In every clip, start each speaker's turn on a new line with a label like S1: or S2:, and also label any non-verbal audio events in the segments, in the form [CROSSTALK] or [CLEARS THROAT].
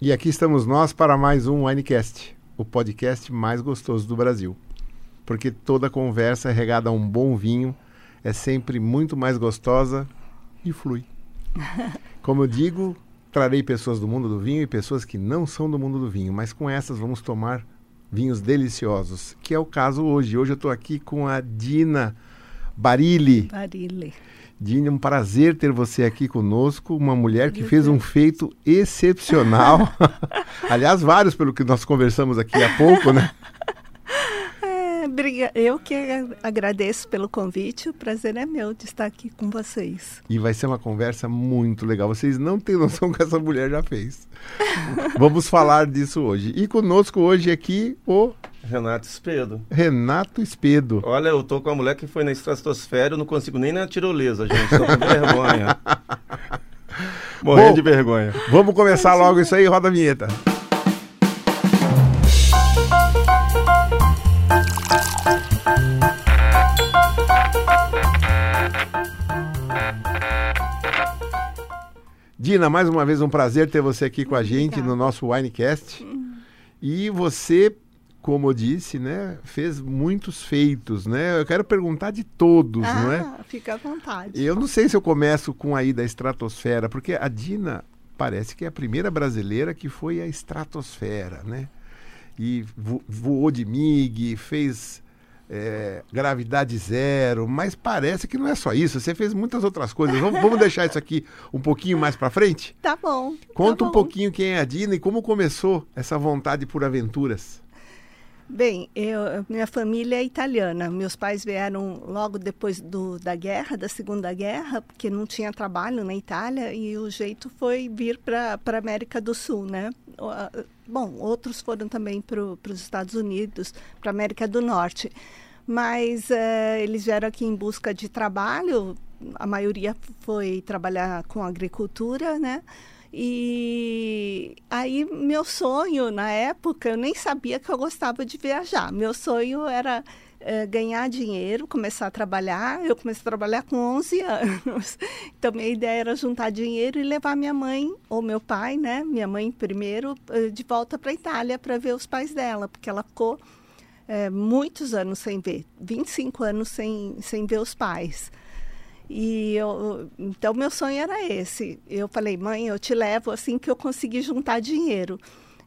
S1: E aqui estamos nós para mais um Winecast, o podcast mais gostoso do Brasil. Porque toda conversa regada a um bom vinho é sempre muito mais gostosa e flui. Como eu digo, trarei pessoas do mundo do vinho e pessoas que não são do mundo do vinho, mas com essas vamos tomar vinhos deliciosos, que é o caso hoje. Hoje eu estou aqui com a Dina Barilli.
S2: Barile.
S1: Dini, é um prazer ter você aqui conosco, uma mulher que fez um feito excepcional. [LAUGHS] Aliás, vários, pelo que nós conversamos aqui há pouco, né?
S2: É, briga- Eu que a- agradeço pelo convite. O prazer é meu de estar aqui com vocês.
S1: E vai ser uma conversa muito legal. Vocês não têm noção do que essa mulher já fez. Vamos falar disso hoje. E conosco hoje aqui o
S3: Renato Espedo.
S1: Renato Espedo.
S3: Olha, eu tô com a mulher que foi na estratosfera, eu não consigo nem na tirolesa, gente. Tô com
S2: [LAUGHS]
S3: vergonha. Morrendo
S1: Bom.
S3: de vergonha.
S1: Vamos começar logo isso aí, roda a vinheta. Dina, mais uma vez um prazer ter você aqui com a gente no
S2: Obrigada. Hum.
S1: nosso Winecast. E você, como eu disse, né, fez muitos feitos, né? Eu quero perguntar de todos, não é?
S2: Ah, fica à vontade.
S1: Eu não sei se eu começo com aí da estratosfera, porque a Dina parece que é a primeira brasileira que foi à estratosfera, né? E vo- voou de MIG, fez é, gravidade zero, mas parece que não é só isso. Você fez muitas outras coisas. Vamos, vamos deixar isso aqui um pouquinho mais para frente?
S2: Tá bom. tá
S1: Conta um
S2: bom.
S1: pouquinho quem é a Dina e como começou essa vontade por aventuras.
S2: Bem, eu- minha família é italiana. Meus pais vieram logo depois do- da guerra, da Segunda Guerra, porque não tinha trabalho na Itália e o jeito foi vir para a América do Sul, né? O- a- Bom, outros foram também para os Estados Unidos, para a América do Norte. Mas eh, eles vieram aqui em busca de trabalho. A maioria foi trabalhar com agricultura, né? E aí, meu sonho na época, eu nem sabia que eu gostava de viajar. Meu sonho era eh, ganhar dinheiro, começar a trabalhar. Eu comecei a trabalhar com 11 [LAUGHS] anos. Então, minha ideia era juntar dinheiro e levar minha mãe, ou meu pai, né? Minha mãe primeiro, eh, de volta para a Itália para ver os pais dela, porque ela ficou eh, muitos anos sem ver 25 anos sem, sem ver os pais. E eu, então meu sonho era esse. Eu falei, mãe, eu te levo assim que eu conseguir juntar dinheiro.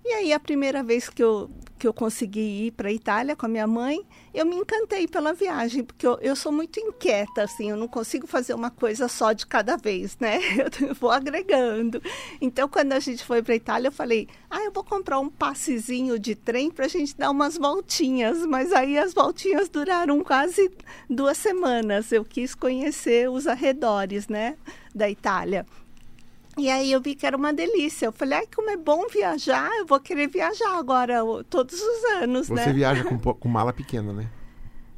S2: E aí a primeira vez que eu, que eu consegui ir para a Itália com a minha mãe, eu me encantei pela viagem, porque eu, eu sou muito inquieta, assim, eu não consigo fazer uma coisa só de cada vez, né? [LAUGHS] Eu vou agregando. Então, quando a gente foi para a Itália, eu falei, ah, eu vou comprar um passezinho de trem para a gente dar umas voltinhas, mas aí as voltinhas duraram quase duas semanas. Eu quis conhecer os arredores, né, da Itália. E aí eu vi que era uma delícia. Eu falei, ai, como é bom viajar, eu vou querer viajar agora o- todos os anos,
S1: Você
S2: né?
S1: viaja
S2: [LAUGHS]
S1: com, po- com mala pequena, né?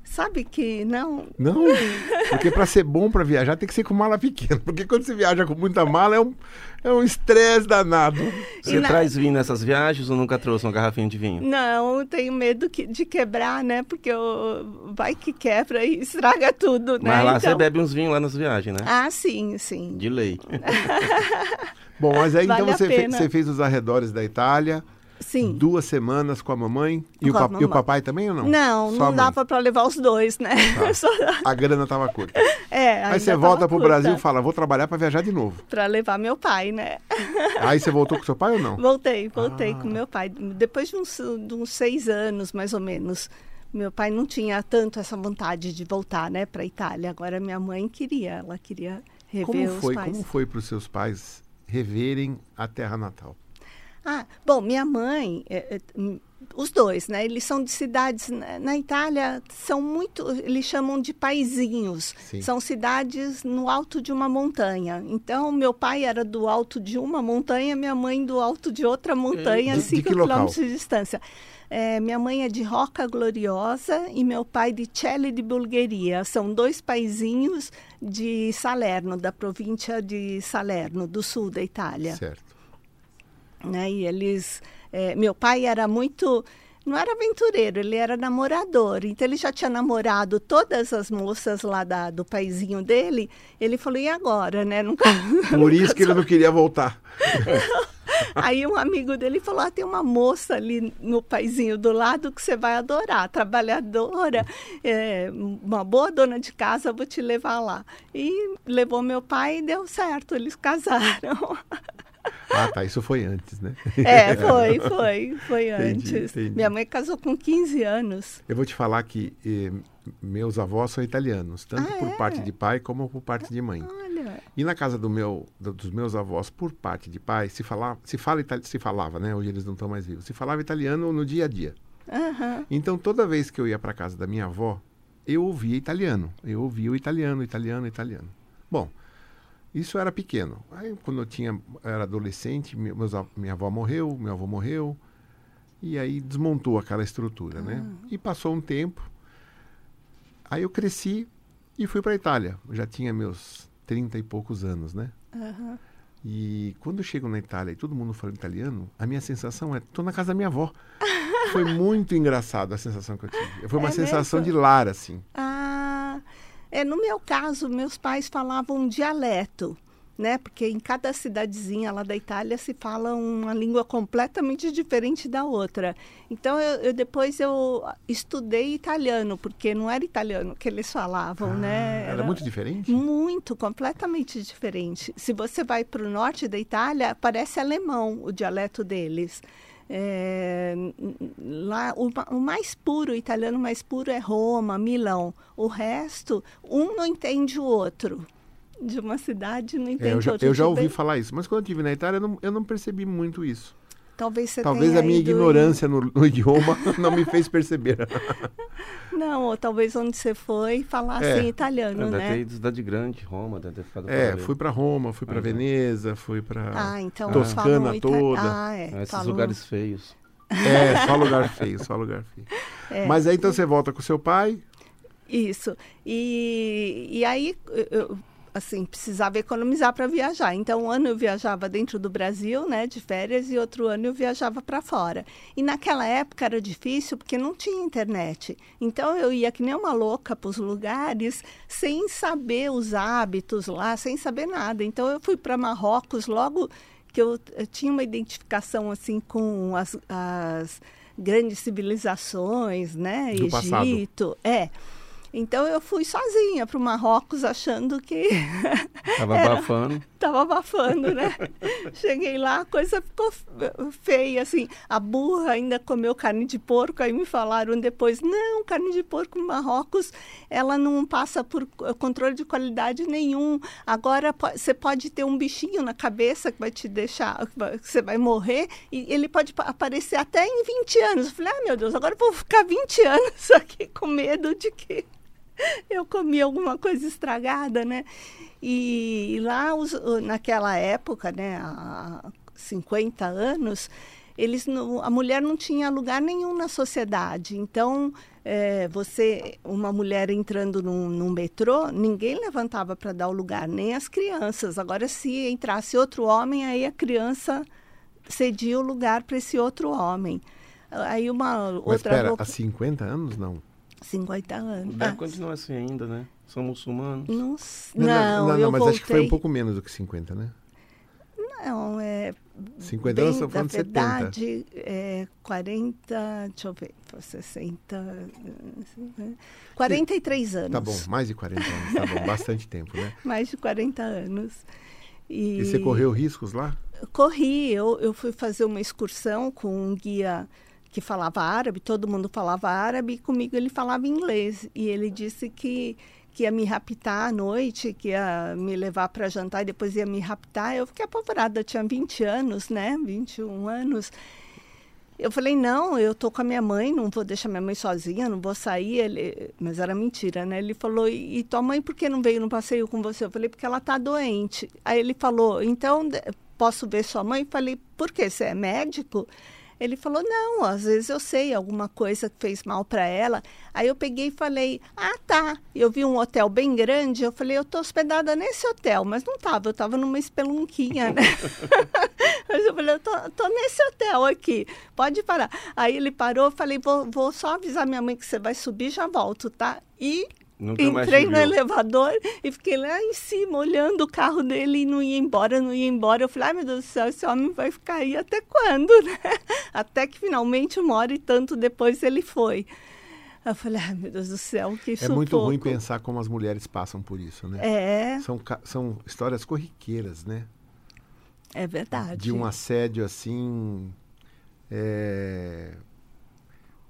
S2: Sabe que não.
S1: Não, porque para ser bom para viajar tem que ser com mala pequena. Porque quando você viaja com muita mala é um é um estresse danado.
S3: Você
S2: E na-
S3: traz vinho nessas viagens ou nunca trouxe uma garrafinha de vinho?
S2: Não, eu tenho medo que- de quebrar, né? Porque eu, vai que quebra e estraga tudo, né?
S3: Mas lá você
S2: Então-
S3: bebe uns vinhos lá nas viagens, né?
S2: Ah, sim, sim.
S3: De lei.
S1: Bom, mas aí então
S2: Vale a
S1: você, fe-
S2: pena.
S1: você fez os arredores da Itália,
S2: Sim.
S1: duas semanas com a mamãe e, o,
S2: Com a
S1: pa- e o
S2: mamãe.
S1: papai também ou não?
S2: Não,
S1: Só a
S2: não
S1: mãe.
S2: dava para levar os dois, né? [LAUGHS] Só-
S1: A grana tava curta.
S2: é,
S1: aí você volta pro Brasil e fala, vou trabalhar para viajar de
S2: [LAUGHS]
S1: novo.
S2: para levar meu pai, né?
S1: aí você voltou com seu pai ou não?
S2: Voltei, voltei
S1: Ah.
S2: com meu pai. Depois de uns, de uns seis anos, mais ou menos, meu pai não tinha tanto essa vontade de voltar, né, para Itália. Agora minha mãe queria, ela queria rever
S1: Como
S2: os
S1: foi?
S2: pais.
S1: Como foi para os seus pais reverem a terra natal?
S2: Ah, bom, minha mãe, é, é, hum, os dois, né? Eles são de cidades na, na Itália, são muito, eles chamam de paizinhos.
S1: Sim.
S2: São cidades no alto de uma montanha. Então, meu pai era do alto de uma montanha, minha mãe do alto de outra
S1: De-
S2: montanha, a
S1: de
S2: 5
S1: que local?
S2: quilômetros de distância. É, minha mãe é de Roca Gloriosa e meu pai de Celle de Bulgaria. São dois paizinhos de Salerno, da província de Salerno, do sul da Itália
S1: Certo.
S2: né? E eles, eh, meu pai era muito, não era aventureiro, ele era namorador. Então ele já tinha namorado todas as moças lá da- do paizinho dele. Ele falou e agora, né? Nunca.
S1: Por isso que ele não queria voltar.
S2: [LAUGHS] Aí um amigo dele falou: ah, tem uma moça ali no paizinho do lado que você vai adorar, trabalhadora, é, uma boa dona de casa, vou te levar lá. E levou meu pai e deu certo, eles [LAUGHS] casaram.
S1: Ah, tá. Isso foi antes, né?
S2: É, foi, foi, foi
S1: Entendi,
S2: antes.
S1: entendi.
S2: Minha mãe casou com 15 anos.
S1: Eu vou te falar que eh, meus avós são italianos, tanto
S2: Ah,
S1: por
S2: é?
S1: parte de pai como por parte de mãe.
S2: Olha,
S1: E na casa do meu, do- dos meus avós, por parte de pai, se falava, se, fala, itali- se falava, né? Hoje eles não estão mais vivos. Se falava italiano no dia a dia.
S2: aham.
S1: Então, toda vez que eu ia para casa da minha avó, eu ouvia italiano. Eu ouvia o italiano, italiano, italiano. Bom, isso era pequeno. Aí, quando eu tinha, era adolescente, me- meus av- minha avó morreu, meu avô morreu. E aí desmontou aquela estrutura, né?
S2: Ah.
S1: E passou um tempo. Aí eu cresci e fui para Itália. Eu já tinha meus 30 e poucos anos, né?
S2: aham.
S1: E quando eu chego na Itália e todo mundo fala italiano, a minha sensação é, tô na casa da minha avó.
S2: [LAUGHS]
S1: Foi muito engraçado a sensação que eu tive. Foi uma
S2: É
S1: sensação
S2: mesmo?
S1: de lar, assim.
S2: Ah, é, no meu caso, meus pais falavam um dialeto, né? Porque em cada cidadezinha lá da Itália se fala uma língua completamente diferente da outra. Então, eu, eu- depois eu estudei italiano, porque não era italiano que eles falavam, né?
S1: Ah, Era muito diferente?
S2: Muito, completamente diferente. Se você vai para o norte da Itália, parece alemão o dialeto deles. É, n- n- lá o, ma- o mais puro, o italiano mais puro é Roma, Milão. O resto, um não entende o outro. De uma cidade não entende
S1: É, eu já,
S2: outro.
S1: eu já
S2: Tudo
S1: ouvi
S2: bem,
S1: falar isso, mas quando eu estive na Itália eu não, eu não percebi muito isso.
S2: Talvez você
S1: Talvez
S2: tenha
S1: a minha
S2: ido em-
S1: ignorância no, no [LAUGHS]
S2: [LAUGHS]
S1: idioma não me fez [LAUGHS] perceber.
S2: Não, ou talvez onde você foi falasse
S1: É.
S2: em italiano,
S3: Não, [LAUGHS] deve ter
S2: né?
S3: ido cidade grande, Roma, deve ter ficado
S1: É,
S3: por ali.
S1: fui para Roma, fui para
S3: Ah, tá.
S1: Veneza, fui para
S2: Ah, então
S1: Toscana
S2: falam ita-
S1: toda.
S2: Ah, é,
S3: Ah, Esses
S2: falam- [LAUGHS]
S3: lugares feios.
S1: É, só lugar feio, só lugar feio.
S2: É.
S1: Mas aí então você volta com seu pai,
S2: Isso. E, e aí, eu- eu, assim, precisava economizar para viajar. Então, um ano eu viajava dentro do Brasil, né, de férias, e outro ano eu viajava para fora. E naquela época era difícil porque não tinha internet. Então, eu ia que nem uma louca para os lugares, sem saber os hábitos lá, sem saber nada. Então, eu fui para Marrocos logo que eu, eu tinha uma identificação assim com as, as grandes civilizações, né?
S1: Do passado.
S2: Egito, é. Então eu fui sozinha para o Marrocos achando que [LAUGHS]
S3: Tava
S2: Era.
S3: abafando.
S2: estava abafando, né? Cheguei lá, a coisa ficou f- feia, assim. A burra ainda comeu carne de porco, aí me falaram depois, não, carne de porco no Marrocos, ela não passa por c- controle de qualidade nenhum. Agora po- você pode ter um bichinho na cabeça que vai te deixar, que vai- que você vai morrer, e ele pode pa- aparecer até em 20 anos. Eu falei, ah, meu Deus, agora eu vou ficar 20 anos [LAUGHS] aqui com medo de que eu comi alguma coisa estragada, né? E lá, os- o- naquela época, né, há 50 anos, eles não- a mulher não tinha lugar nenhum na sociedade. Então, eh, você, uma mulher entrando num, num metrô, ninguém levantava para dar o lugar, nem as crianças. Agora, se entrasse outro homem, aí a criança cedia o lugar para esse outro homem. Aí uma
S1: mas
S2: outra
S1: espera,
S2: roupa-
S1: há 50 anos não?
S2: 50 anos.
S3: Deve
S2: Ah,
S3: continuar assim ainda, né? São muçulmanos.
S2: Não, s- não, eu
S1: mas
S2: voltei.
S1: acho que foi um pouco menos do que 50, né?
S2: Não, é
S1: 50
S2: bem,
S1: anos, estamos falando
S2: na
S1: de 70.
S2: verdade, é 40, deixa eu ver, 60, eh, 43 anos.
S1: Tá bom, mais de 40 anos, tá bom, bastante tempo, né?
S2: Mais de 40 anos. E,
S1: E você correu riscos lá?
S2: Corri, eu, eu fui fazer uma excursão com um guia que falava árabe, todo mundo falava árabe, e comigo ele falava inglês. E ele disse que, que ia me raptar à noite, que ia me levar para jantar e depois ia me raptar. Eu fiquei apavorada, eu tinha 20 anos, né? 21 anos. Eu falei, não, eu tô com a minha mãe, não vou deixar minha mãe sozinha, não vou sair. Ele... Mas era mentira, né? Ele falou, e e tua mãe por que não veio no passeio com você? Eu falei, porque ela tá doente. Aí ele falou, então de- posso ver sua mãe? Eu falei, por quê? Você é médico? Ele falou, não, às vezes eu sei alguma coisa que fez mal para ela. Aí eu peguei e falei, ah, tá. Eu vi um hotel bem grande, eu falei, eu tô hospedada nesse hotel, mas não tava, eu tava numa espelunquinha, né? [LAUGHS] Mas eu falei, eu tô, tô nesse hotel aqui, pode parar. Aí ele parou, eu falei, vou, vou só avisar minha mãe que você vai subir, já volto, tá? E
S3: Nunca mais
S2: Entrei
S3: te
S2: no
S3: viu.
S2: elevador e fiquei lá em cima olhando o carro dele e não ia embora, não ia embora. Eu falei, ai meu Deus do céu, esse homem vai ficar aí até quando, né? [LAUGHS] Até que finalmente uma hora e tanto depois ele foi. Eu falei, ai meu Deus do céu, que
S1: É
S2: sufoco.
S1: muito ruim pensar como as mulheres passam por isso, né?
S2: É,
S1: São, ca- são histórias corriqueiras, né?
S2: é verdade.
S1: De um assédio assim. é,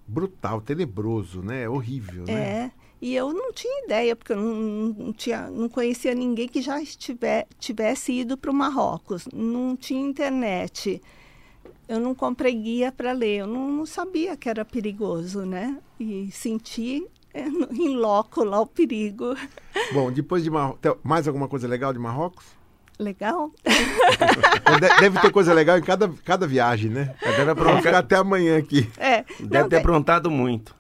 S1: brutal, tenebroso, né? Horrível, né?
S2: É, e eu não tinha ideia, porque eu não, não- não tinha, não conhecia ninguém que já estiver, tivesse ido para o Marrocos. Não tinha internet. Eu não comprei guia para ler. Eu não, não sabia que era perigoso, né? E senti é, [LAUGHS] no- em loco lá o perigo.
S1: Bom, depois de Marrocos. Mais alguma coisa legal de Marrocos? Então,
S2: Legal?
S1: De- Deve ter coisa legal em cada, cada viagem, né?
S3: É, Deve,
S1: Vamos
S3: aprontar-
S1: ficar até amanhã aqui.
S2: É.
S3: deve
S2: [LAUGHS] não, de-
S3: ter aprontado muito.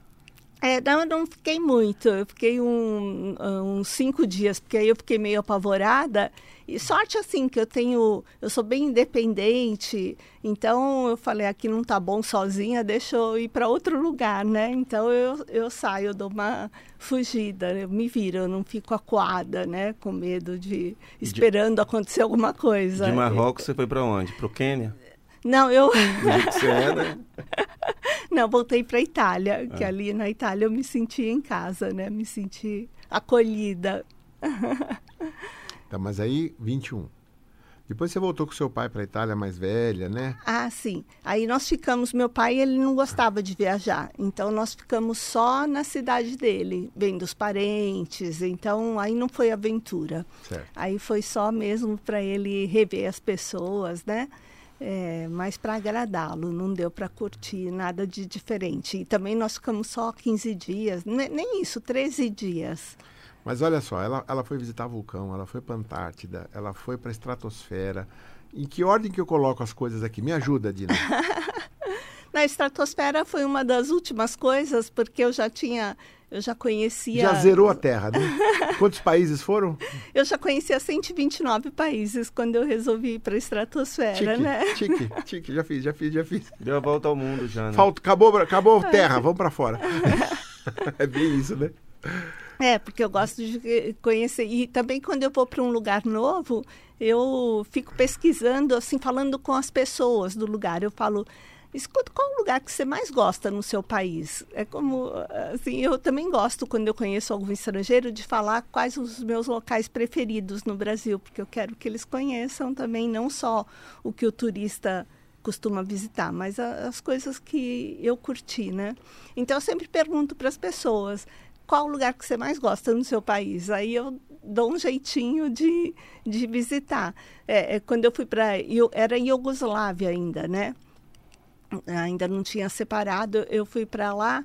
S2: É, não, eu não fiquei muito. Eu fiquei um- uns cinco dias, porque aí eu fiquei meio apavorada. E sorte assim, que eu tenho. Eu sou bem independente, então eu falei, aqui não tá bom sozinha, deixa eu ir para outro lugar, né? Então eu, eu saio, eu dou uma fugida, eu me viro, eu não fico acuada, né? Com medo de. esperando acontecer alguma coisa.
S3: De Marrocos você foi pra onde?
S2: [LAUGHS]
S3: Pro Quênia?
S2: Não, eu.
S3: Do jeito que você é, né?
S2: Não, voltei para Itália,
S3: Ah.
S2: que ali na Itália eu me senti em casa, né? Me senti acolhida.
S1: Tá, mas aí, 21. Depois você voltou com seu pai pra Itália mais velha, né?
S2: Ah, sim. Aí nós ficamos, meu pai, ele não gostava de viajar, então nós ficamos só na cidade dele, vendo os parentes, então aí não foi aventura.
S1: Certo.
S2: Aí foi só mesmo para ele rever as pessoas, né? É, mas para agradá-lo, não deu para curtir nada de diferente. E também nós ficamos só 15 dias, ne- nem isso, 13 dias.
S1: Mas olha só, ela, ela foi visitar vulcão, ela foi pra Antártida, ela foi pra estratosfera. Em que ordem que eu coloco as coisas aqui? Me ajuda,
S2: [LAUGHS]
S1: Dina.
S2: Na estratosfera foi uma das últimas coisas, porque eu já tinha, eu já conhecia,
S1: Já zerou a Terra, né? Quantos países foram?
S2: eu já conhecia 129 países quando eu resolvi ir para a estratosfera, né?
S1: tique, tique, já fiz, já fiz, já fiz.
S3: Deu a volta ao mundo já, né?
S1: Falta, acabou, acabou
S2: [LAUGHS]
S1: a Terra, vamos pra fora. é bem isso, né?
S2: É, porque eu gosto de eh, conhecer. E também quando eu vou para um lugar novo, eu fico pesquisando, assim, falando com as pessoas do lugar. Eu falo, escuta, qual o lugar que você mais gosta no seu país? É como, ah, assim, eu também gosto, quando eu conheço algum estrangeiro, de falar quais os meus locais preferidos no Brasil, porque eu quero que eles conheçam também, não só o que o turista costuma visitar, mas a- as coisas que eu curti, né? Então eu sempre pergunto para as pessoas qual o lugar que você mais gosta no seu país. Aí eu dou um jeitinho de, de visitar. É, é, quando eu fui para era Iugoslávia ainda, né? Ainda não tinha separado. Eu fui para lá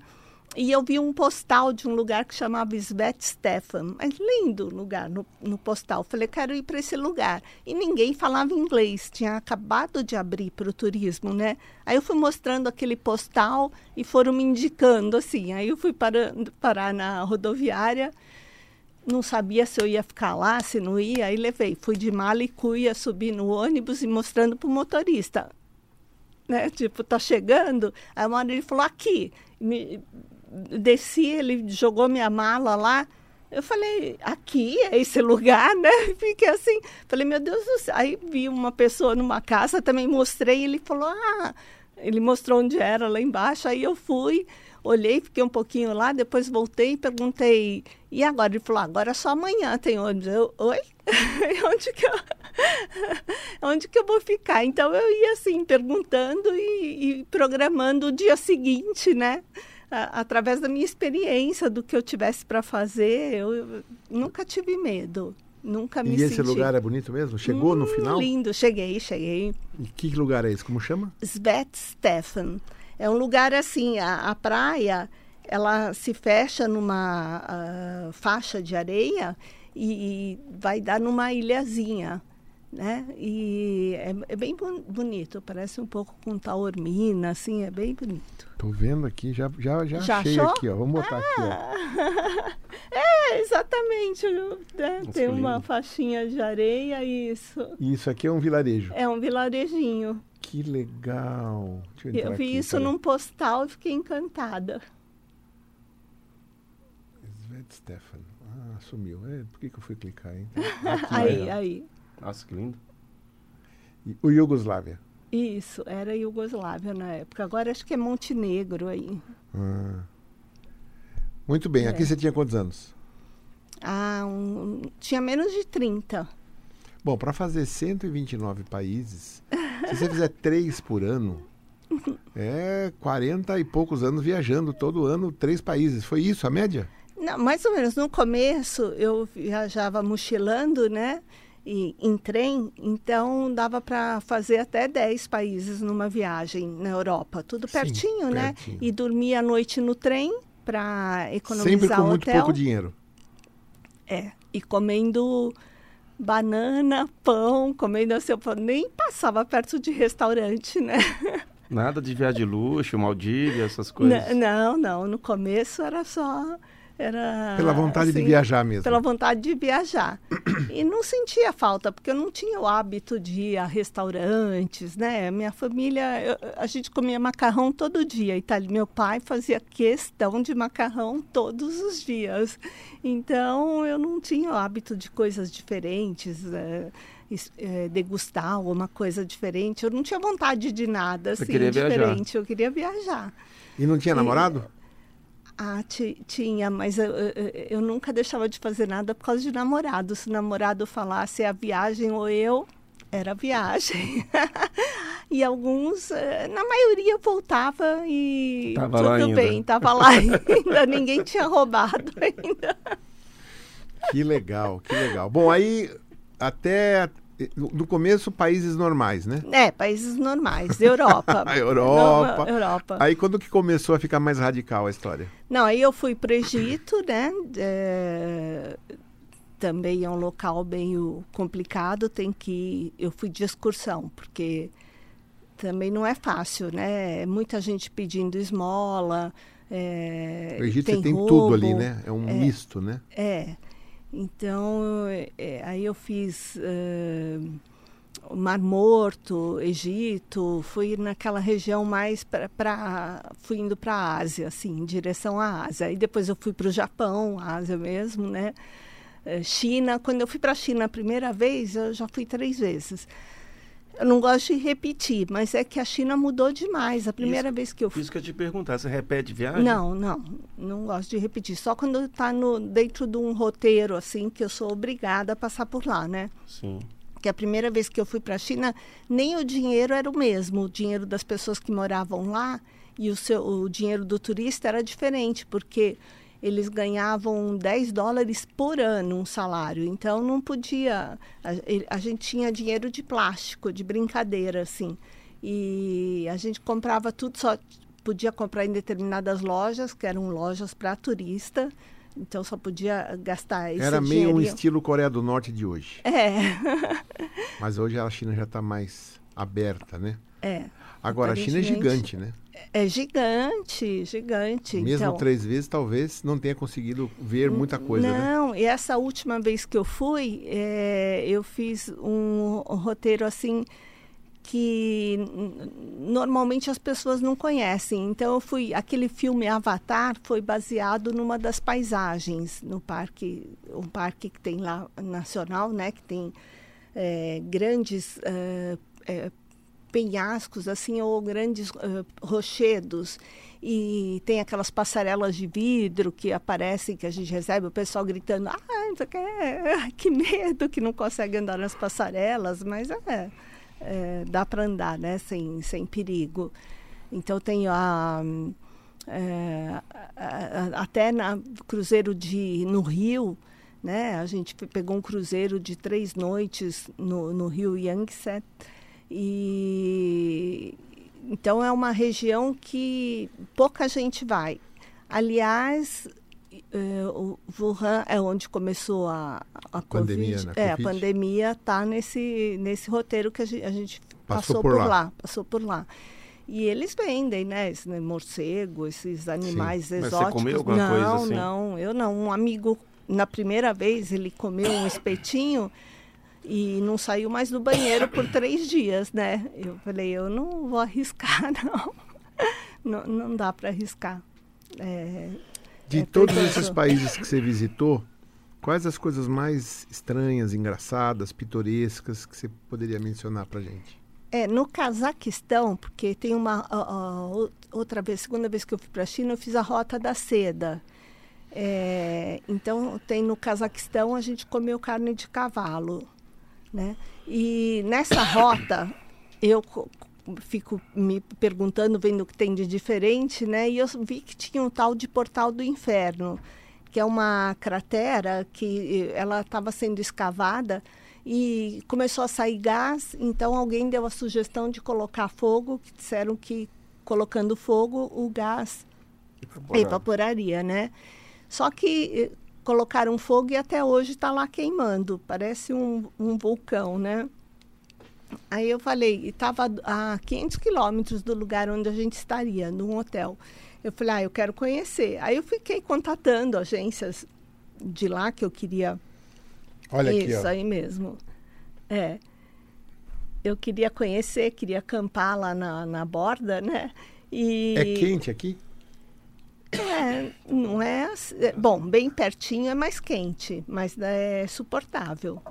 S2: e eu vi um postal de um lugar que chamava Svet Stefan. Mas lindo lugar no, no postal. Falei, quero ir para esse lugar. E ninguém falava inglês. Tinha acabado de abrir para o turismo, né? Aí eu fui mostrando aquele postal e foram me indicando, assim. Aí eu fui parando, parar na rodoviária. Não sabia se eu ia ficar lá, se não ia. Aí levei. Fui de mala e cuia, subi no ônibus e mostrando para o motorista né? Tipo, tá chegando. Aí uma hora ele falou, aqui. Me- desci, ele jogou minha mala lá. Eu falei, aqui é esse lugar, né? [LAUGHS] Fiquei assim, falei, meu Deus do céu. Aí vi uma pessoa numa casa, também mostrei, ele falou, ah, ele mostrou onde era lá embaixo. Aí eu fui, olhei, fiquei um pouquinho lá, depois voltei e perguntei, e agora? Ele falou, agora é só amanhã tem ônibus. Eu, oi? [LAUGHS] onde que eu... [LAUGHS] onde que eu vou ficar? Então eu ia assim, perguntando e, e programando o dia seguinte, né? A- Através da minha experiência, do que eu tivesse para fazer, eu, eu nunca tive medo. Nunca me
S1: E esse
S2: senti.
S1: lugar é bonito mesmo? Chegou no
S2: Hum,
S1: final?
S2: Lindo, cheguei, cheguei.
S1: E que lugar é esse? Como chama?
S2: Svetstefan. É um lugar assim, a, a praia, ela se fecha numa ah, faixa de areia e, e vai dar numa ilhazinha, né? E é, é bem bon- bonito, parece um pouco com taormina, assim, é bem bonito.
S1: Tô vendo aqui, já, já, já,
S2: Já
S1: achei
S2: achou? Ah.
S1: aqui, ó. Vamos botar aqui, ó.
S2: [LAUGHS] É, exatamente, né?
S3: Nossa,
S2: tem
S3: que
S2: uma
S3: lindo.
S2: faixinha de areia e isso.
S1: E isso aqui é um vilarejo.
S2: É um vilarejinho.
S1: Que legal. Deixa eu
S2: Eu
S1: entrar
S2: vi
S1: aqui,
S2: isso
S1: peraí.
S2: num postal e fiquei encantada.
S1: Robert Stefan. Ah, sumiu. É, por que, que eu fui clicar, hein? Aqui,
S2: Aí,
S1: ó.
S2: aí.
S3: Nossa, que lindo.
S1: E O Iugoslávia.
S2: Isso, era Iugoslávia na época. Agora acho que é Montenegro aí.
S1: Ah. Muito bem. Aqui
S2: É.
S1: você tinha quantos anos?
S2: Ah, um- tinha menos de 30.
S1: Bom, para fazer 129 países, se você fizer três por ano,
S2: [LAUGHS]
S1: é 40 e poucos anos viajando todo ano, três países. Foi isso a média?
S2: Não, mais ou menos. No começo eu viajava mochilando, né? E, em trem, então dava para fazer até 10 países numa viagem na Europa, tudo
S1: Sim,
S2: pertinho, né?
S1: pertinho.
S2: E dormia à noite no trem para economizar
S1: Sempre com
S2: o
S1: muito
S2: hotel.
S1: pouco dinheiro.
S2: É, e comendo banana, pão, comendo assim, eu nem passava perto de restaurante, né?
S3: Nada de viagem de luxo, Maldívia, essas coisas.
S2: N- Não, não, no começo era só era
S1: Pela vontade de
S2: assim,
S1: viajar mesmo.
S2: Pela vontade de viajar. E não sentia falta, porque eu não tinha o hábito de ir a restaurantes, né? Minha família, eu- a gente comia macarrão todo dia. Itali- Meu pai fazia questão de macarrão todos os dias. Então, eu não tinha o hábito de coisas diferentes, eh, es- eh, degustar alguma coisa diferente. Eu não tinha vontade de nada,
S3: Você
S2: assim,
S3: queria viajar.
S2: diferente. Eu queria viajar.
S1: E não tinha namorado?
S2: Ah, ti- tinha, mas eu, eu- eu- eu nunca deixava de fazer nada por causa de namorado. Se o namorado falasse "É a viagem ou eu, era a viagem. [LAUGHS] e alguns, eh, na maioria, eu voltava e
S3: Tava
S2: tudo
S3: lá ainda.
S2: bem, tava lá [LAUGHS] ainda, ninguém tinha roubado [LAUGHS] ainda.
S1: Que legal, que legal. Bom, aí até no começo países normais, né?
S2: É, países normais,
S3: [LAUGHS]
S2: Europa.
S1: A Europa.
S2: Não, Europa.
S1: Aí quando que começou a ficar mais radical a história?
S2: Não, aí eu fui para o Egito, né? É, também é um local meio complicado, tem que ir. Eu fui de excursão, porque também não é fácil, né? É Muita gente pedindo esmola. é,
S1: O Egito você tem
S2: roubo.
S1: tudo ali, né? É um misto, né?
S2: É. Então, é, aí eu fiz eh, o Mar Morto, Egito, fui naquela região mais para. fui indo para a Ásia, assim, em direção à Ásia. E depois eu fui para o Japão, Ásia mesmo, né? Eh, China. Quando eu fui para a China a primeira vez, eu já fui três vezes. Eu não gosto de repetir, mas é que a China mudou demais. A primeira vez que eu fui.
S3: Isso que eu te perguntar, você repete viagem?
S2: Não, não. Não gosto de repetir. Só quando está dentro de um roteiro, assim, que eu sou obrigada a passar por lá, né?
S3: Sim.
S2: Que a primeira vez que eu fui para a China, nem o dinheiro era o mesmo. O dinheiro das pessoas que moravam lá e o, seu, o dinheiro do turista era diferente, porque eles ganhavam 10 dólares por ano um salário. Então, não podia. A, ele- a gente tinha dinheiro de plástico, de brincadeira, assim. E a gente comprava tudo, só podia comprar em determinadas lojas, que eram lojas para turista. Então, só podia gastar esse
S1: Era meio um
S2: dinheirinho.
S1: estilo Coreia do Norte de hoje.
S2: É,
S1: Mas hoje a China já está mais aberta, né?
S2: é.
S1: Agora, a China é
S2: Aparentemente.
S1: gigante, né?
S2: É gigante, gigante.
S1: Mesmo
S2: então,
S1: três vezes, talvez não tenha conseguido ver muita coisa, né?
S2: não, e essa última vez que eu fui, é, eu fiz um, roteiro assim que n- normalmente as pessoas não conhecem. Então eu fui, aquele filme Avatar foi baseado numa das paisagens no parque, um parque que tem lá nacional, né, que tem é, grandes é, é, penhascos assim ou grandes eh, rochedos e tem aquelas passarelas de vidro que aparecem que a gente recebe o pessoal gritando ah não sei o que, ah, [LAUGHS] que medo que não consegue andar nas passarelas mas é, é, dá para andar né sem sem perigo então tem a hum, é, a- a- até na cruzeiro de no Rio né a gente pe- pegou um cruzeiro de três noites no, no Rio Yangtze e então é uma região que pouca gente vai. Aliás, eh, o Wuhan é onde começou a, a
S1: Pandemia,
S2: Covid.
S1: né?
S2: É, a
S1: Covid.
S2: pandemia está nesse, nesse roteiro que a gente, a gente
S1: Passou
S2: passou,
S1: por
S2: por,
S1: lá.
S2: lá. Passou por lá. E eles vendem, né? Esse né, morcego, esses animais
S3: Mas você
S2: exóticos.
S3: comeu alguma
S2: não,
S3: coisa assim?
S2: não, eu não. Um amigo, na primeira vez, ele comeu um espetinho e não saiu mais do banheiro
S3: [COUGHS]
S2: por três dias, né? Eu falei, eu não [LAUGHS] vou arriscar, não. Não, não dá para arriscar. É,
S1: De
S2: É
S1: todos
S2: perigoso.
S1: esses países que você visitou, quais as coisas mais estranhas, engraçadas, pitorescas que você poderia mencionar pra gente?
S2: É, no Cazaquistão, porque tem uma a- a- ou- outra vez, segunda vez que eu fui para a China, eu fiz a rota da seda. É, então tem no Cazaquistão a gente comeu carne de cavalo, né? E nessa rota eu co- fico me perguntando, vendo o que tem de diferente, né? E eu vi que tinha um tal de Portal do Inferno, que é uma cratera que eh, ela estava sendo escavada e começou a sair gás, então alguém deu a sugestão de colocar fogo, que disseram que colocando fogo o gás evaporaria, né? Só que eh, colocaram fogo e até hoje está lá queimando, parece um, um vulcão, né? Aí eu falei, e estava a 500 quilômetros do lugar onde a gente estaria, num hotel. Eu falei, ah, eu quero conhecer. Aí eu fiquei contatando agências de lá que eu queria
S1: Olha aqui,
S2: isso
S1: ó.
S2: aí mesmo. É. Eu queria conhecer, queria acampar lá na, na borda, né? E
S1: É quente aqui?
S2: É, não é, ass- é, Bom, bem pertinho é mais quente, mas é suportável.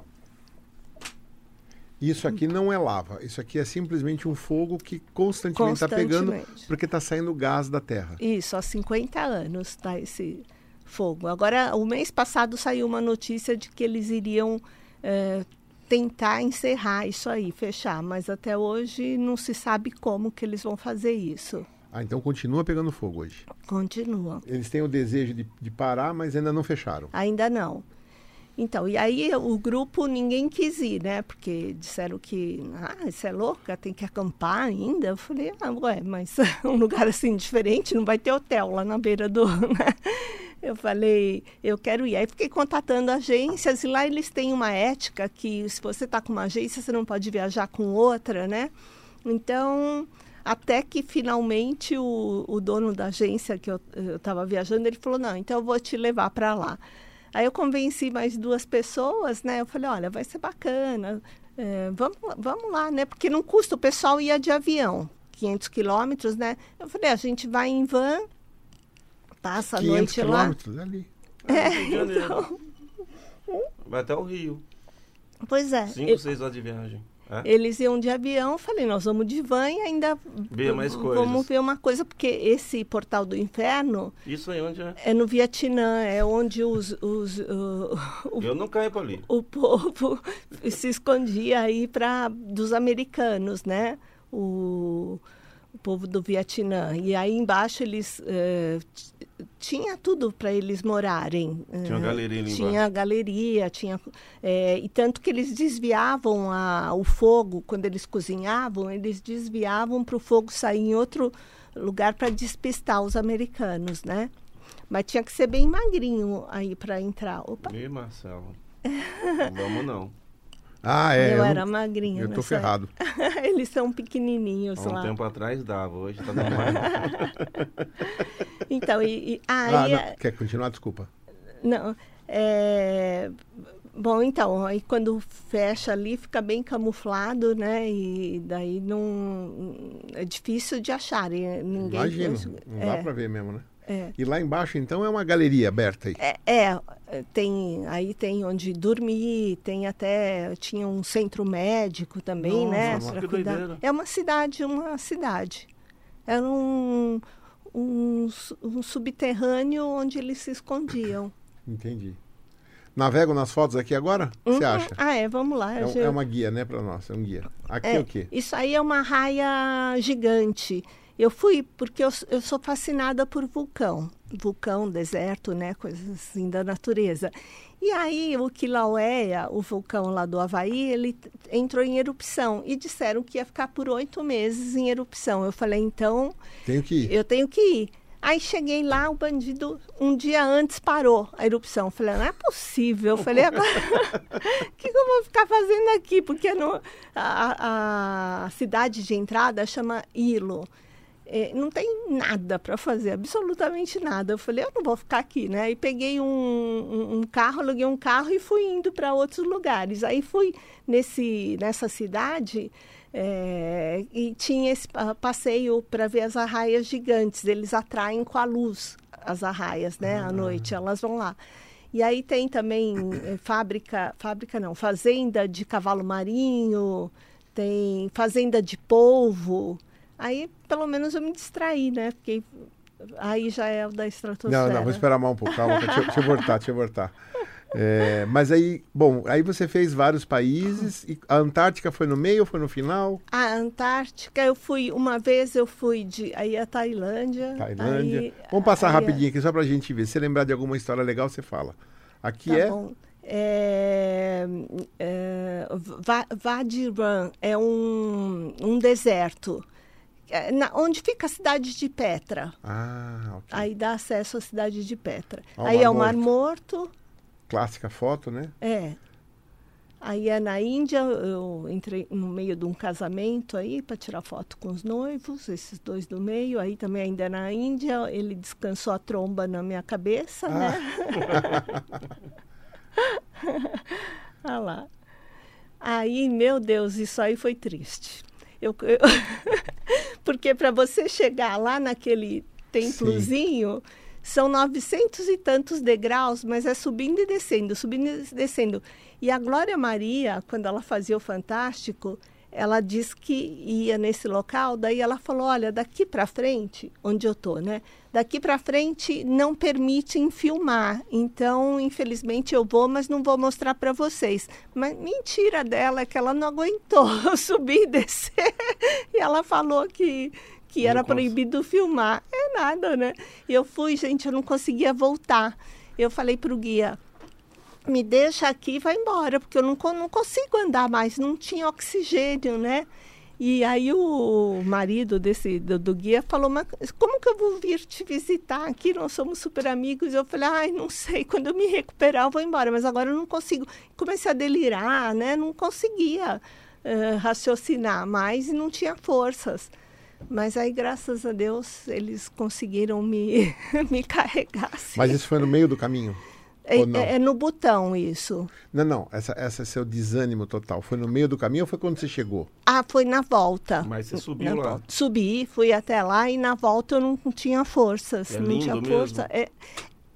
S1: Isso aqui não é lava. Isso aqui é simplesmente um fogo que constantemente está tá pegando
S2: Constantemente.
S1: porque está saindo gás da terra.
S2: Isso, há 50 anos tá esse fogo. Agora, o mês passado saiu uma notícia de que eles iriam é, tentar encerrar isso aí, fechar, mas até hoje não se sabe como que eles vão fazer isso.
S1: Ah, então continua pegando fogo hoje.
S2: Continua.
S1: Eles têm o desejo de, de parar, mas ainda não fecharam.
S2: Ainda não. Então, e aí o grupo ninguém quis ir, né? Porque disseram que, ah, isso é louca, tem que acampar ainda. Eu falei, ah, ué, mas [LAUGHS] um lugar assim diferente, não vai ter hotel lá na beira do. [LAUGHS] né? Eu falei, eu quero ir. Aí fiquei contatando agências e lá eles têm uma ética que se você está com uma agência, você não pode viajar com outra, né? Então, até que finalmente o, o dono da agência que eu estava viajando, ele falou, não, então eu vou te levar para lá. Aí eu convenci mais duas pessoas, né? Eu falei, olha, vai ser bacana, é, vamos, vamos lá, né? Porque não custa, o pessoal ia de avião, 500 quilômetros, né? Eu falei, a gente vai em van, passa a
S1: 500
S2: noite lá.
S1: quilômetros ali.
S3: É, Rio de Janeiro.
S2: então.
S3: Vai até o Rio.
S2: Pois é,
S3: Cinco,
S2: e-
S3: seis horas de viagem. É?
S2: eles iam de avião, eu falei, nós vamos de van e ainda
S3: Ver mais
S2: vamos
S3: coisas.
S2: ver uma coisa, porque esse portal do inferno
S3: Isso aí onde é.
S2: É no Vietnã, é onde os, os, o,
S3: Eu não caio pra ali.
S2: o povo [LAUGHS] se escondia aí pra, dos americanos, né? O, o povo do Vietnã. E aí embaixo eles eh, t- tinha tudo para eles morarem.
S3: Tinha uma
S2: Eh,
S3: galeria ali
S2: Tinha galeria, tinha eh, e tanto que eles desviavam a- o fogo quando eles cozinhavam, eles desviavam para o fogo sair em outro lugar para despistar os americanos, né? Mas tinha que ser bem magrinho aí para entrar. Opa,
S3: Ih, Marcelo. Vamos não.
S1: Ah, é.
S2: eu,
S1: não-
S2: era magrinha.
S1: eu tô
S2: nessa
S1: ferrado.
S2: época. [LAUGHS] Eles são pequenininhos
S3: Há um
S2: lá.
S3: tempo atrás dava, hoje tá dando mais. [LAUGHS]
S2: Então, e, e
S1: [LAUGHS] Ah,
S2: aí. é- eh,
S1: não, Quer continuar? Desculpa.
S2: Não. É... Bom, então, aí quando fecha ali fica bem camuflado, né? E daí não. É difícil de achar. e Ninguém
S1: Imagino. Não dá
S2: é,
S1: pra ver mesmo, né?
S2: é.
S1: E lá embaixo, então, é uma galeria aberta aí.
S2: É, é, tem, aí tem onde dormir, tem até, tinha um centro médico também,
S3: Nossa,
S2: né?
S3: nossa,
S2: pra
S3: que
S2: cuidar.
S3: doideira.
S2: É uma cidade, uma cidade. Era um, um, su- um subterrâneo onde eles se escondiam.
S1: Entendi. Navego nas fotos aqui agora? O que Você
S2: Uhum.
S1: acha?
S2: Ah, é, vamos lá.
S1: É, um-
S2: Gil.
S1: é uma guia, né, pra nós? É um guia. Aqui
S2: É,
S1: o quê?
S2: Isso aí é uma raia gigante. Eu fui porque eu, s- eu sou fascinada por vulcão. Vulcão, deserto, né? Coisas assim da natureza. E aí o Kilauea, o vulcão lá do Havaí, ele t- entrou em erupção. E disseram que ia ficar por oito meses em erupção. Eu falei, então
S1: Tenho que ir.
S2: eu tenho que ir. Aí cheguei lá, o bandido um dia antes parou a erupção. Falei, não é possível. Eu falei, agora [LAUGHS] o que, que eu vou ficar fazendo aqui? Porque no- a, a- a cidade de entrada chama Ilo. É, não tem nada para fazer, absolutamente nada. Eu falei, eu não vou ficar aqui, né? E peguei um, um- um carro, aluguei um carro e fui indo para outros lugares. Aí fui nesse, nessa cidade é, e tinha esse pa- passeio para ver as arraias gigantes. Eles atraem com a luz as arraias, né? À noite, elas vão lá. E aí tem também eh, fábrica, fábrica não, fazenda de cavalo marinho, tem fazenda de polvo. Aí, pelo menos, eu me distraí, né? Porque aí já é o da estratosfera.
S1: Não, não, vou esperar mais um pouco, calma, deixa, eu- deixa eu voltar, deixa eu voltar. É, mas aí, bom, aí você fez vários países, e a Antártica foi no meio, foi no final?
S2: A Antártica, eu fui uma vez, eu fui de aí a Tailândia.
S1: Tailândia.
S2: aí-
S1: Vamos passar
S2: aí- é.
S1: rapidinho aqui, só pra gente ver. Se lembrar de alguma história legal, você fala. Aqui
S2: tá
S1: é.
S2: bom. É, é, Va- Wadi Rum é um, um deserto. É, na- onde fica a cidade de Petra.
S1: Ah, ok.
S2: Aí dá acesso à cidade de Petra.
S1: Ao
S2: aí
S1: Mar
S2: é o Mar Morto.
S1: Clássica foto, né?
S2: É. Aí é na Índia, eu entrei no meio de um casamento aí para tirar foto com os noivos, esses dois do meio. Aí também ainda é na Índia, ele descansou a tromba na minha cabeça, né? Olha Ah lá. Aí, meu Deus, isso aí foi triste. Eu, eu- [LAUGHS] Porque para você chegar lá naquele templozinho, são 900 e tantos degraus, mas é subindo e descendo, subindo e descendo. E a Glória Maria, quando ela fazia o Fantástico, ela disse que ia nesse local, daí ela falou: "Olha, daqui para frente, onde eu tô, né? Daqui para frente não permitem filmar. Então, infelizmente eu vou, mas não vou mostrar para vocês". Mas mentira dela é que ela não aguentou [LAUGHS] subir e descer. E ela falou que que
S3: Não
S2: era
S3: cons-
S2: proibido filmar. É nada, né? E eu fui, gente, eu não conseguia voltar. Eu falei pro guia, me deixa aqui e vai embora, porque eu não, co- não consigo andar mais, não tinha oxigênio, né? E aí o marido desse, do, do guia falou, mas como que eu vou vir te visitar aqui? Nós somos super amigos. Eu falei, ai, não sei, quando eu me recuperar eu vou embora, mas agora eu não consigo. Comecei a delirar, né? Não conseguia eh, raciocinar mais e não tinha forças. Mas aí, graças a Deus, eles conseguiram me, [LAUGHS] me carregar. assim.
S1: Mas isso foi no meio do caminho?
S2: É-
S1: ou não?
S2: é- é no botão isso.
S1: Não, não. Essa, essa é seu desânimo total. Foi no meio do caminho ou foi quando você chegou?
S2: Ah, foi na volta.
S3: Mas você
S2: Na
S3: subiu lá.
S2: volta. Subi, fui até lá e na volta eu não tinha forças.
S3: É
S2: não
S3: lindo
S2: tinha
S3: mesmo.
S2: força. É,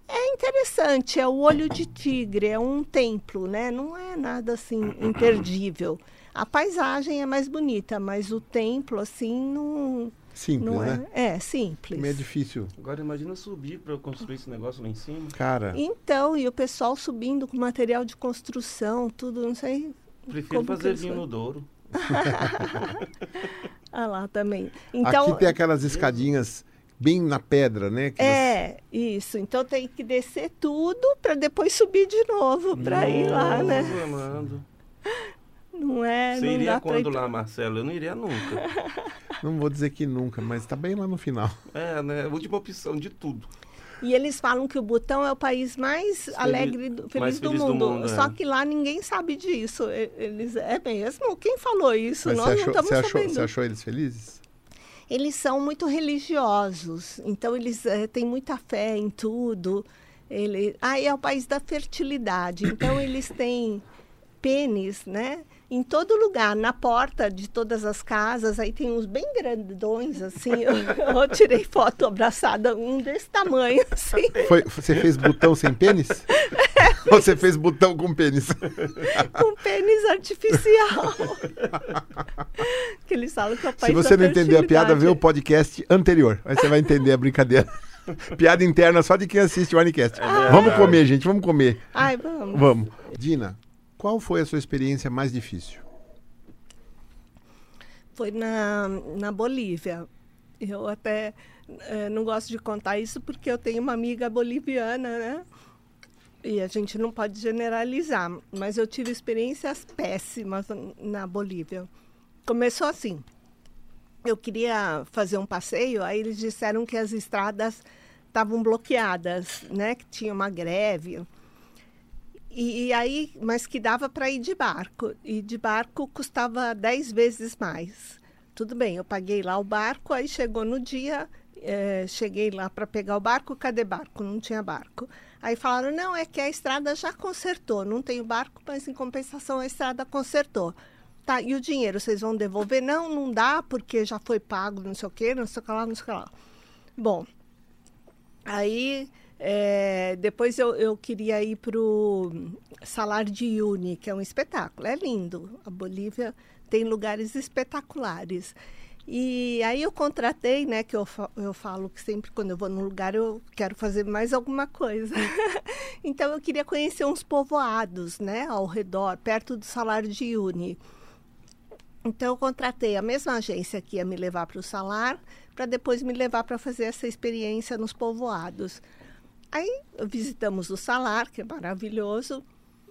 S2: é interessante, é o olho de tigre, é um templo, né? Não é nada assim imperdível. A paisagem é mais bonita, mas o templo, assim, não,
S1: Simples,
S2: não
S1: né?
S2: é. É simples.
S1: Meio difícil.
S3: Agora imagina subir pra eu construir esse negócio lá em cima.
S1: Cara,
S2: Então, e o pessoal subindo com material de construção, tudo, não sei.
S3: Prefiro
S2: Como que
S3: fazer
S2: eles
S3: vinho
S2: fazem?
S3: no Douro.
S2: Ah lá também. Então,
S1: aqui tem aquelas escadinhas bem na pedra, né? que
S2: É, isso. Então tem que descer tudo para depois subir de novo para ir lá, né?
S3: Nossa, Amado.
S2: Não é?
S3: Você
S2: não
S3: iria
S2: dá pra
S3: quando
S2: ir-
S3: lá, Marcelo? Eu não
S2: [LAUGHS]
S3: iria nunca.
S1: você- Não vou dizer que nunca, mas tá bem lá no final.
S3: É, né? Última opção de tudo.
S2: E eles falam que o Butão é o país mais alegre, do, feliz,
S3: mais
S2: do,
S3: feliz do
S2: mundo.
S3: mundo, é.
S2: Só que lá ninguém sabe disso. E- Eles é mesmo? Quem falou isso?
S1: Mas
S2: [LAUGHS] Nós
S1: você
S2: não
S1: achou,
S2: estamos
S1: você, achou,
S2: sabendo.
S1: você achou eles felizes?
S2: Eles são muito religiosos. Então eles eh, têm muita fé em tudo. Ele, ah, é o país da fertilidade. Então eles têm pênis, né? Em todo lugar, na porta de todas as casas, aí tem uns bem grandões, assim. Eu, [LAUGHS] eu tirei foto abraçada, um desse tamanho, assim.
S1: Foi, você fez botão sem
S2: [LAUGHS]
S1: pênis?
S2: É.
S1: Ou você fez botão com pênis?
S2: com
S1: [LAUGHS]
S2: pênis artificial. que eles falam que é o país
S1: Se você
S2: da
S1: não entender a piada, vê o
S2: fertilidade.
S1: podcast anterior. Aí você vai entender a brincadeira. [LAUGHS] piada interna só de quem assiste o Anicast.
S2: É
S1: vamos comer, gente, vamos comer.
S2: Ai, vamos.
S1: Vamos. Dina, qual foi a sua experiência mais difícil?
S2: Foi na, na Bolívia. Eu até eh, não gosto de contar isso porque eu tenho uma amiga boliviana, né? E a gente não pode generalizar, mas eu tive experiências péssimas na Bolívia. Começou assim. Eu queria fazer um passeio, aí eles disseram que as estradas estavam bloqueadas, né? Que tinha uma greve. E, e aí, mas que dava para ir de barco. E de barco custava 10 vezes mais. Tudo bem, eu paguei lá o barco, aí chegou no dia, eh, cheguei lá para pegar o barco, cadê barco? Não tinha barco. Aí falaram, não, é que a estrada já consertou, não tem o barco, mas em compensação a estrada consertou. Tá, e o dinheiro, vocês vão devolver? Não, não dá, porque já foi pago, não sei o quê, não sei o que lá, não sei o que lá. Bom, Aí é, depois eu, eu queria ir para o Salar de Uyuni, que é um espetáculo. É lindo. A Bolívia tem lugares espetaculares. E aí eu contratei, né, que eu, fa- eu falo que sempre quando eu vou num lugar eu quero fazer mais alguma coisa. [LAUGHS] então eu queria conhecer uns povoados, né, ao redor, perto do Salar de Uyuni. Então eu contratei a mesma agência que ia me levar para o Salar, para depois me levar para fazer essa experiência nos povoados. Aí visitamos o Salar, que é maravilhoso,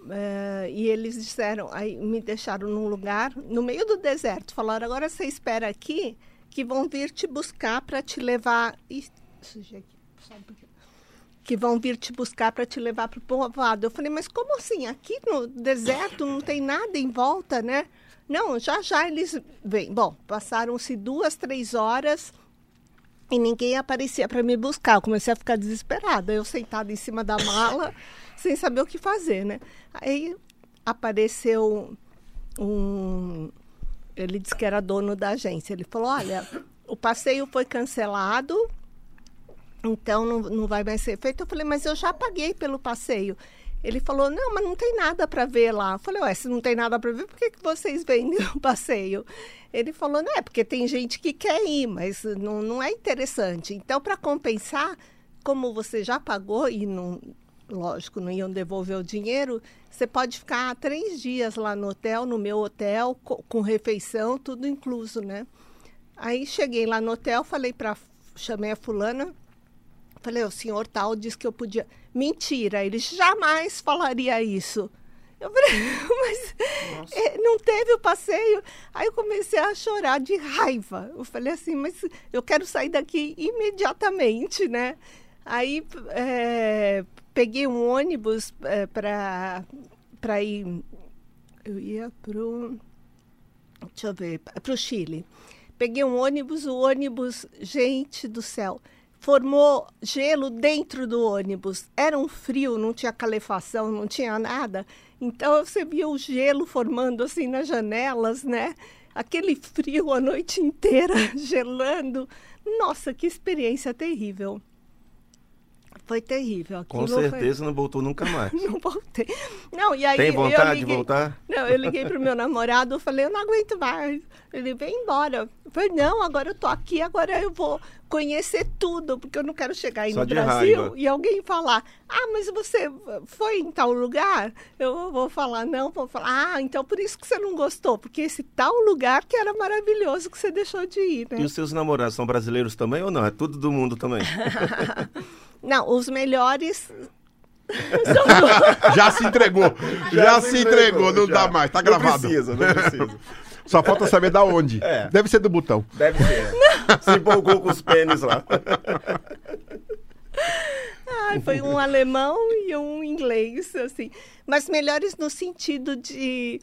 S2: eh, e eles disseram, aí me deixaram num lugar no meio do deserto, falaram: agora você espera aqui, que vão vir te buscar para te levar. Ih, sujei aqui, só um pouquinho. Que vão vir te buscar para te levar para o povoado. Eu falei, mas como assim? Aqui no deserto não tem nada em volta, né? Não, já já eles vêm. Bom, passaram-se duas, três horas e ninguém aparecia para me buscar. Eu comecei a ficar desesperada. Eu sentada em cima da mala, [LAUGHS] sem saber o que fazer, né? Aí apareceu um. Ele disse que era dono da agência. Ele falou: Olha, o passeio foi cancelado, então não, não vai mais ser feito. Eu falei: Mas eu já paguei pelo passeio. Ele falou: Não, mas não tem nada para ver lá. Eu falei: Ué, se não tem nada para ver, por que, que vocês vendem [LAUGHS] o passeio? Ele falou: Não, é porque tem gente que quer ir, mas não, não é interessante. Então, para compensar, como você já pagou e não. Lógico, não iam devolver o dinheiro. Você pode ficar três dias lá no hotel, no meu hotel, co- com refeição, tudo incluso, né? Aí cheguei lá no hotel, falei para chamei a fulana, falei, o senhor tal disse que eu podia. Mentira, ele jamais falaria isso. Eu falei, [LAUGHS] mas eh, não teve o passeio. Aí eu comecei a chorar de raiva. Eu falei assim, mas eu quero sair daqui imediatamente, né? Aí p- eh, peguei um ônibus para para ir. Eu ia pro deixa eu ver, para o Chile. Peguei um ônibus, o ônibus, gente do céu, formou gelo dentro do ônibus. Era um frio, não tinha calefação, não tinha nada. Então você via o gelo formando assim nas janelas, né? Aquele frio a noite inteira [LAUGHS] gelando. Nossa, que experiência terrível. Foi terrível.
S3: Com
S2: Aquilo foi-
S3: certeza não voltou nunca
S2: [LAUGHS]
S3: mais.
S2: Não voltei. Não, e aí
S3: Tem
S2: eu
S3: vontade de
S2: liguei,
S3: voltar?
S2: não, eu liguei pro meu namorado, eu falei, eu não aguento mais. Ele vem embora. Eu falei, não, agora eu tô aqui, agora eu vou conhecer tudo, porque eu não quero chegar aí
S3: Só
S2: no
S3: de
S2: Brasil
S3: raiva.
S2: e alguém falar, ah, mas você foi em tal lugar? Eu vou falar, não, vou falar, ah, então por isso que você não gostou, porque esse tal lugar que era maravilhoso que você deixou de ir, né?
S3: E os seus namorados são brasileiros também ou não? É tudo do mundo [LAUGHS] também.
S2: Não, os
S3: [LAUGHS]
S2: melhores. [LAUGHS] são do-
S1: Já se entregou. Já, se Assim, entregou, não
S3: já.
S1: dá mais. Tá gravado.
S3: Não precisa, não [LAUGHS] precisa.
S1: Só falta saber da onde.
S3: É.
S1: Deve ser do botão.
S3: Deve ser. Se empolgou com os pênis [LAUGHS] lá.
S2: Ai, foi um alemão e um inglês, assim. Mas melhores no sentido de.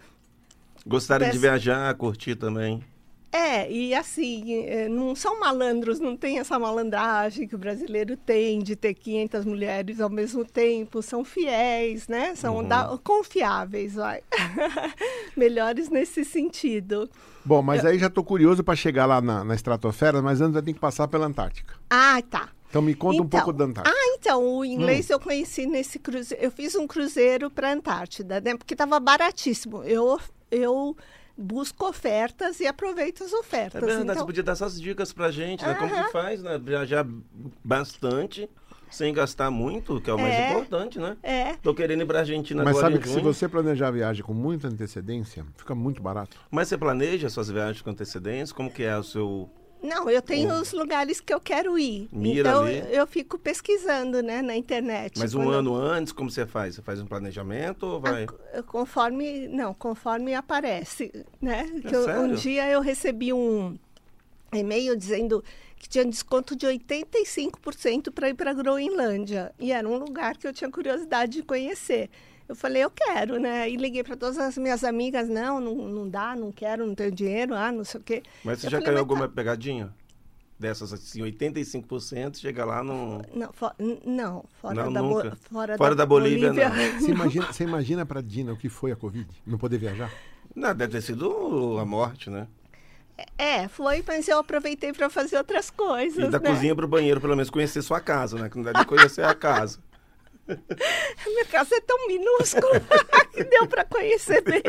S3: Gostaram de
S2: Peço-
S3: viajar, curtir também.
S2: É, e assim, eh, não são malandros, não tem essa malandragem que o brasileiro tem de ter 500 mulheres ao mesmo tempo. São fiéis, né? São da- confiáveis, vai. [LAUGHS] melhores nesse sentido.
S1: Bom, mas aí já tô curioso pra chegar lá na, na estratosfera, mas antes eu tenho que passar pela Antártica.
S2: Ah, tá.
S1: Então me conta um
S2: Então,
S1: pouco da Antártica.
S2: Ah, então, o inglês eu conheci nesse cruzeiro. Eu fiz um cruzeiro para a Antártida, né? Porque estava baratíssimo. Eu, eu busco ofertas e aproveito as
S3: É
S2: ofertas.
S3: verdade, você
S2: então,
S3: podia dar essas dicas pra gente, né? Como
S2: Aham.
S3: que faz, né? Viajar bastante, sem gastar muito, que é o mais
S2: É.
S3: importante, né?
S2: é.
S3: Tô querendo ir pra Argentina
S1: mas
S3: agora
S1: sabe
S3: em
S1: que se
S3: junho.
S1: você planejar a viagem com muita antecedência, fica muito barato.
S3: Mas você planeja suas viagens com antecedência? Como que é o seu...
S2: Não, eu tenho os lugares que eu quero ir.
S3: Mira
S2: então,
S3: ali.
S2: eu fico pesquisando, né, na internet.
S3: Mas um
S2: Quando-
S3: ano antes, como você faz? Você faz um planejamento ou vai...
S2: Ah, Conforme, não, conforme aparece, né?
S3: É
S2: Que eu- um
S3: sério?
S2: dia eu recebi um e-mail dizendo que tinha desconto de 85% para ir para a Groenlândia. E era um lugar que eu tinha curiosidade de conhecer. Eu falei, eu quero, né? E liguei para todas as minhas amigas, não, não, não dá, não quero, não tenho dinheiro, ah, não sei o quê.
S3: Mas você
S2: Eu
S3: já
S2: falei,
S3: caiu
S2: mas
S3: alguma
S2: tá-
S3: pegadinha? Dessas, assim, 85%, chega lá no...
S2: Não, fo- n- não, fora,
S3: Não,
S2: da, Bo-
S3: nunca.
S2: fora,
S3: Fora da Bolívia,
S1: Você imagina, você imagina pra Dina o que foi a Covid? Não poder viajar?
S3: Não, deve ter sido a morte, né?
S2: [LAUGHS] É, foi, mas eu aproveitei para fazer outras coisas.
S3: E da
S2: né?
S3: cozinha para o banheiro, pelo menos conhecer sua casa, né? Que não dá de conhecer a casa.
S2: Minha casa é tão minúscula [LAUGHS] que deu para conhecer bem.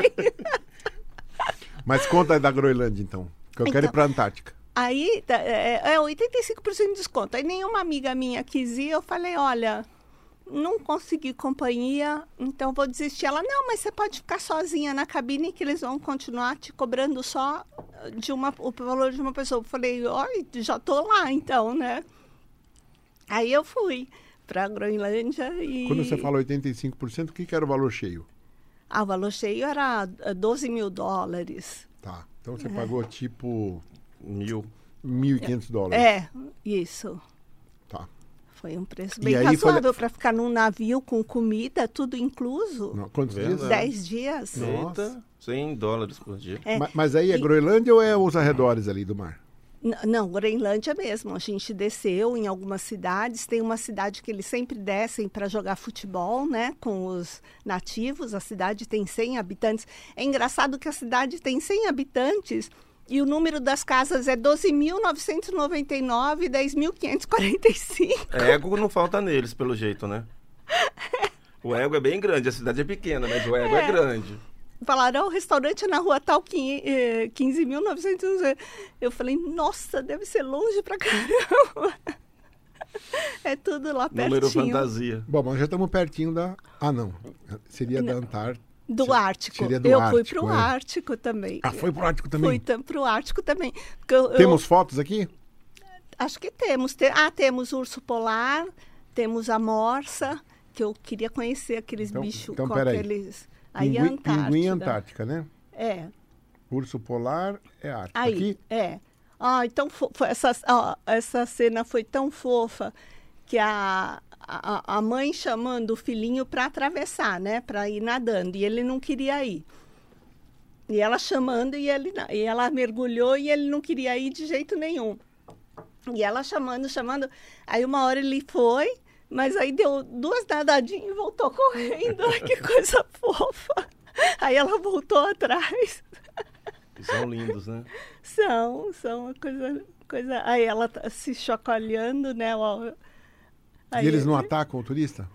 S1: Mas conta aí da Groenlândia, então. Que eu quero ir
S2: Então.
S1: pra Antártica.
S2: Aí tá, é, é 85% de desconto. Aí nenhuma amiga minha quis ir, eu falei, olha, não consegui companhia, então vou desistir. Ela, não, mas você pode ficar sozinha na cabine que eles vão continuar te cobrando só de uma, o valor de uma pessoa. Eu falei, olha, já tô lá então, né? Aí eu fui para Groenlândia e...
S1: Quando você fala 85%, o que, que era o valor cheio?
S2: Ah, o valor cheio era eh, 12 mil dólares.
S1: Tá. Então você pagou tipo
S3: Mil.
S1: 1.500 dólares.
S2: É. É, isso.
S1: Tá.
S2: Foi um preço
S1: E
S2: bem
S1: aí foi-
S2: razoável para ficar num navio com comida, tudo incluso.
S1: Não, quantos
S3: Vendo,
S1: dias?
S3: né?
S2: Dez dias.
S1: Não. Nossa.
S3: Eita, 100 dólares por dia.
S2: É.
S1: Ma- Mas aí é
S2: E-
S1: Groenlândia ou é os arredores ali do mar?
S2: N- Não, Groenlândia mesmo. A gente desceu em algumas cidades. Tem uma cidade que eles sempre descem para jogar futebol, né? Com os nativos. A cidade tem 100 habitantes. É engraçado que a cidade tem 100 habitantes e o número das casas é 12.999 e 10.545.
S3: Ego não falta neles, pelo jeito, né? O ego é bem grande, a cidade é pequena, mas o ego é,
S2: É.
S3: grande.
S2: Falaram, "Ah, o restaurante é na rua tal, quin- eh, 15.900. Eu falei, nossa, deve ser longe pra caramba. [LAUGHS] É tudo lá
S3: Número
S2: pertinho.
S3: fantasia.
S1: Bom, mas já estamos pertinho da. Ah, não. Seria da Antártica.
S2: Do Ártico.
S1: seria do
S2: eu fui
S1: Ártico,
S2: pro
S1: é.
S2: Ártico também.
S1: Ah, foi pro Ártico
S2: Fui
S1: também.
S2: tam, pro Ártico também. Porque eu- eu-
S1: Temos fotos aqui?
S2: acho que temos. Te- ah, temos urso polar, temos a morsa, que eu queria conhecer aqueles
S1: Então-
S2: bichos
S1: então,
S2: com
S1: peraí.
S2: aqueles. Aí é
S1: pinguim,
S2: Antártida.
S1: pinguim Antártica, né?
S2: É.
S1: Urso polar é Ártico.
S2: Aí,
S1: Aqui,
S2: é. Ah, então fo- foi essa, ó, essa cena foi tão fofa que a, a, a mãe chamando o filhinho para atravessar, né? Para ir nadando. E ele não queria ir. E ela chamando e, ele, na- e ela mergulhou e ele não queria ir de jeito nenhum. E ela chamando, chamando. Aí uma hora ele foi, mas aí deu duas nadadinhas e voltou correndo. [LAUGHS] Ai, que coisa fofa. Aí ela voltou atrás.
S3: E São lindos, né?
S2: São, são uma coisa, coisa. Aí ela tá se chacoalhando, né? ó. Aí-
S1: e eles não atacam o turista?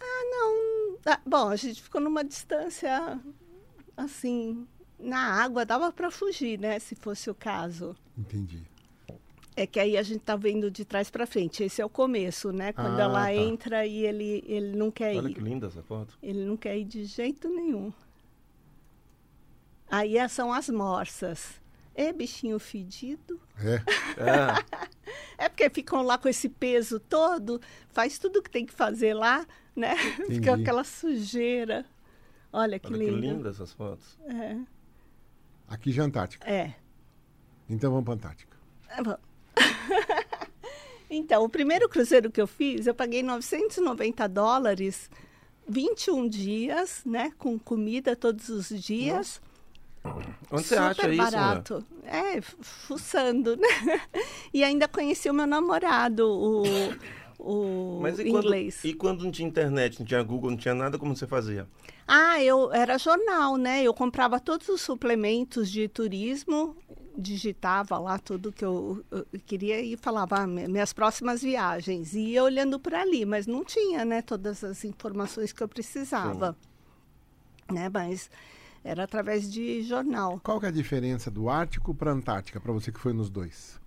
S2: Ah, não. Ah, bom, a gente ficou numa distância assim. Na água dava para fugir, né? Se fosse o caso.
S1: Entendi.
S2: É que aí a gente tá vendo de trás para frente. Esse é o começo, né? Quando
S1: Ah,
S2: ela
S1: tá.
S2: entra e ele, ele não quer
S3: Olha
S2: ir.
S3: que linda essa
S2: [LAUGHS]
S3: foto.
S2: Ele não quer ir de jeito nenhum. Aí é- são as morsas. É bichinho fedido.
S1: É.
S3: É,
S2: É porque ficam lá com esse peso todo, faz tudo o que tem que fazer lá, né? [LAUGHS] Fica
S1: Entendi.
S2: aquela sujeira. Olha que
S3: olha que
S2: lindo.
S3: linda essas fotos.
S1: Aqui já é Antártica.
S2: É. [LAUGHS]
S1: Então vamos pra Antártica.
S2: É bom. então, o primeiro cruzeiro que eu fiz, eu paguei 990 dólares, 21 dias, né? Com comida todos os dias.
S3: Onde você
S2: super
S3: acha isso, né?
S2: barato. É, fu- fuçando, né? [LAUGHS] E ainda conheci o meu namorado, o, o
S3: Mas e quando,
S2: inglês.
S3: e quando não tinha internet, não tinha Google, não tinha nada, como você fazia?
S2: Ah, eu era jornal, né? Eu comprava todos os suplementos de turismo, digitava lá tudo que eu, eu queria e falava ah, mi- minhas próximas viagens. E ia olhando por ali, mas não tinha, né, todas as informações que eu precisava. Né, mas era através de jornal.
S1: Qual que é a diferença do Ártico pra Antártica, pra você que foi nos dois?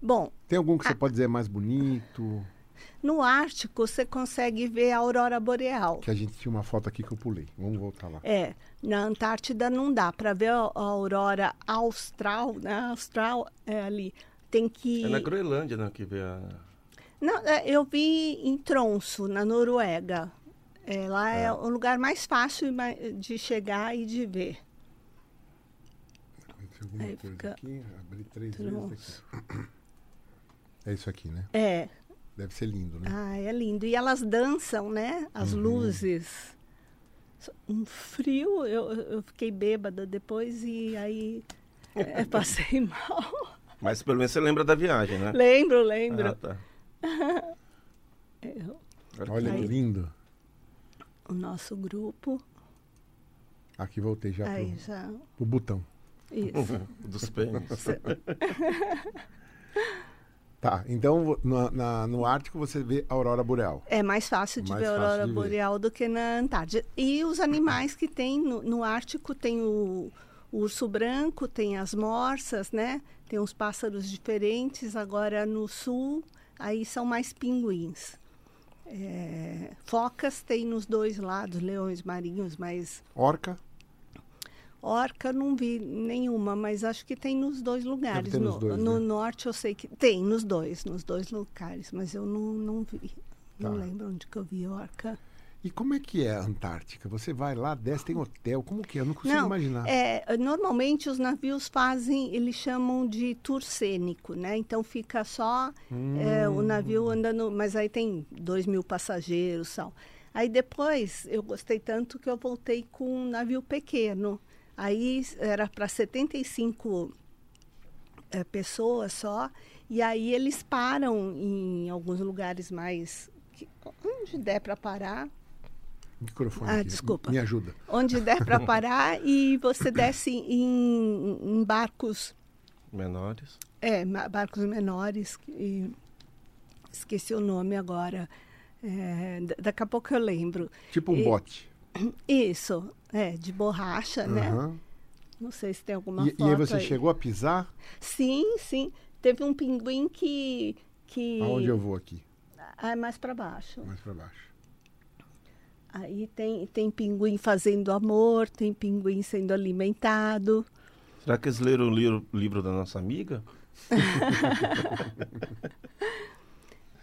S2: Bom,
S1: Tem algum
S2: Ah.
S1: que você pode dizer mais bonito?
S2: no Ártico você consegue ver a aurora boreal.
S1: Que a gente tinha uma foto aqui que eu pulei. Vamos voltar lá.
S2: É, na Antártida não dá para ver a a aurora austral, né? Austral é ali. Tem que
S3: É na Groenlândia, né, que vê a...
S2: Não, é, eu vi em Tronso, na Noruega. É, lá é. o lugar mais fácil e mai- de chegar e de ver.
S1: Tem alguma
S2: Aí
S1: coisa
S2: fica-
S1: aqui? Abri três vezes
S2: Tronso.
S1: aqui. É isso aqui, né?
S2: É,
S1: Deve ser lindo, né?
S2: ah, é lindo. E elas dançam, né? As luzes. So- Um frio, eu, eu fiquei bêbada depois e aí é, passei mal. [LAUGHS]
S3: Mas pelo menos você lembra da viagem, né?
S2: lembro, lembro.
S3: Ah, tá.
S2: É,
S1: Olha que
S2: Aí.
S1: lindo.
S2: o nosso grupo.
S1: Aqui voltei já
S2: aí
S1: pro,
S2: já.
S1: pro botão.
S3: [LAUGHS]
S2: Isso.
S3: [LAUGHS] Dos pênis.
S1: Tá, então no, na- no Ártico você vê a aurora boreal.
S2: É mais fácil de
S1: Mais
S2: ver a
S1: fácil
S2: aurora
S1: de ver.
S2: boreal do que na Antártida. E os animais que tem no, no Ártico tem o, o urso branco, tem as morsas, né? Tem uns pássaros diferentes. Agora no sul, aí são mais pinguins. É, focas tem nos dois lados, leões marinhos, mas
S1: Orca,
S2: orca não vi nenhuma, mas acho que tem nos dois lugares.
S1: ter
S2: no
S1: nos dois,
S2: no
S1: né?
S2: norte eu sei que tem nos dois, nos dois lugares, mas eu não, não vi. Não
S1: Tá.
S2: lembro onde que eu vi orca.
S1: E como é que é a Antártica? Você vai lá, desce, tem hotel. Como que é? Eu não consigo
S2: Não,
S1: imaginar.
S2: É, normalmente os navios fazem, eles chamam de tour cênico, né? Então fica só
S1: Hum,
S2: é, o navio andando, mas aí tem dois mil passageiros, tal. Aí depois eu gostei tanto que eu voltei com um navio pequeno. Aí era para 75 é, pessoas só, e aí eles param em alguns lugares mais. que- onde der para parar,
S1: Microfone
S2: Ah,
S1: aqui.
S2: desculpa.
S1: Me ajuda.
S2: onde der para parar e você desce em, em barcos,
S3: Menores.
S2: é, ma- barcos menores. E esqueci o nome agora. É, da- daqui a pouco eu lembro.
S1: Tipo um
S2: E-
S1: bote.
S2: Isso, é, de borracha, né?
S1: Aham.
S2: Não sei se tem alguma
S1: E, e
S2: foto
S1: aí você
S2: aí.
S1: chegou a pisar?
S2: Sim, sim. Teve um pinguim que... que...
S1: Aonde eu vou aqui?
S2: Ah, é mais para baixo.
S1: Mais pra baixo.
S2: Aí tem, tem pinguim fazendo amor, tem pinguim sendo alimentado.
S3: Será que eles leram o livro, livro da nossa amiga?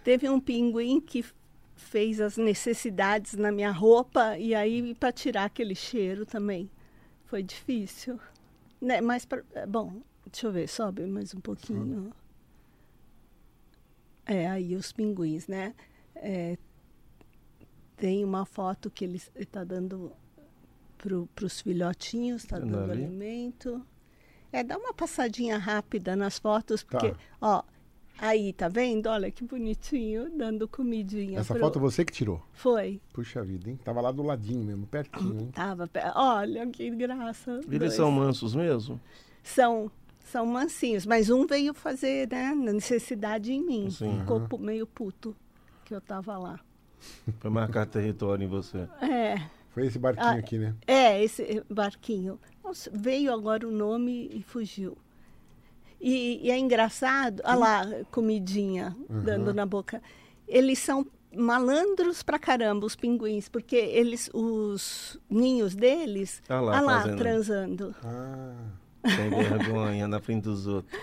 S2: Teve um pinguim que f- fez as necessidades na minha roupa e aí para tirar aquele cheiro também. Foi difícil. Né? Mas, pra- é, bom, deixa eu ver, sobe mais um pouquinho. É, aí os pinguins, né? É, tem uma foto que ele está dando para os filhotinhos, está
S3: Tá
S2: dando
S3: ali.
S2: alimento. É, dá uma passadinha rápida nas fotos,
S1: Tá.
S2: porque, ó, aí, tá vendo? Olha que bonitinho, dando comidinha.
S1: Essa
S2: pro-
S1: foto você que tirou.
S2: Foi,
S1: Puxa vida, hein? Tava lá do ladinho mesmo, pertinho, hein?
S2: tava, pe- olha que graça.
S3: Eles
S2: dois.
S3: são mansos mesmo?
S2: São, são mansinhos, mas um veio fazer, né, necessidade em mim.
S3: Sim.
S2: Ficou pu- meio puto que eu tava lá.
S3: Foi marcar território em você.
S2: É.
S1: Foi esse barquinho
S2: Ah,
S1: aqui, né?
S2: É, esse barquinho. Nossa, veio agora o nome e fugiu. E, e é engraçado, olha lá, comidinha dando na boca. Eles são malandros pra caramba, os pinguins, porque eles, os ninhos deles,
S3: Ah lá,
S2: ah lá,
S3: fazendo.
S2: transando.
S1: Ah,
S3: Sem vergonha, na frente dos outros.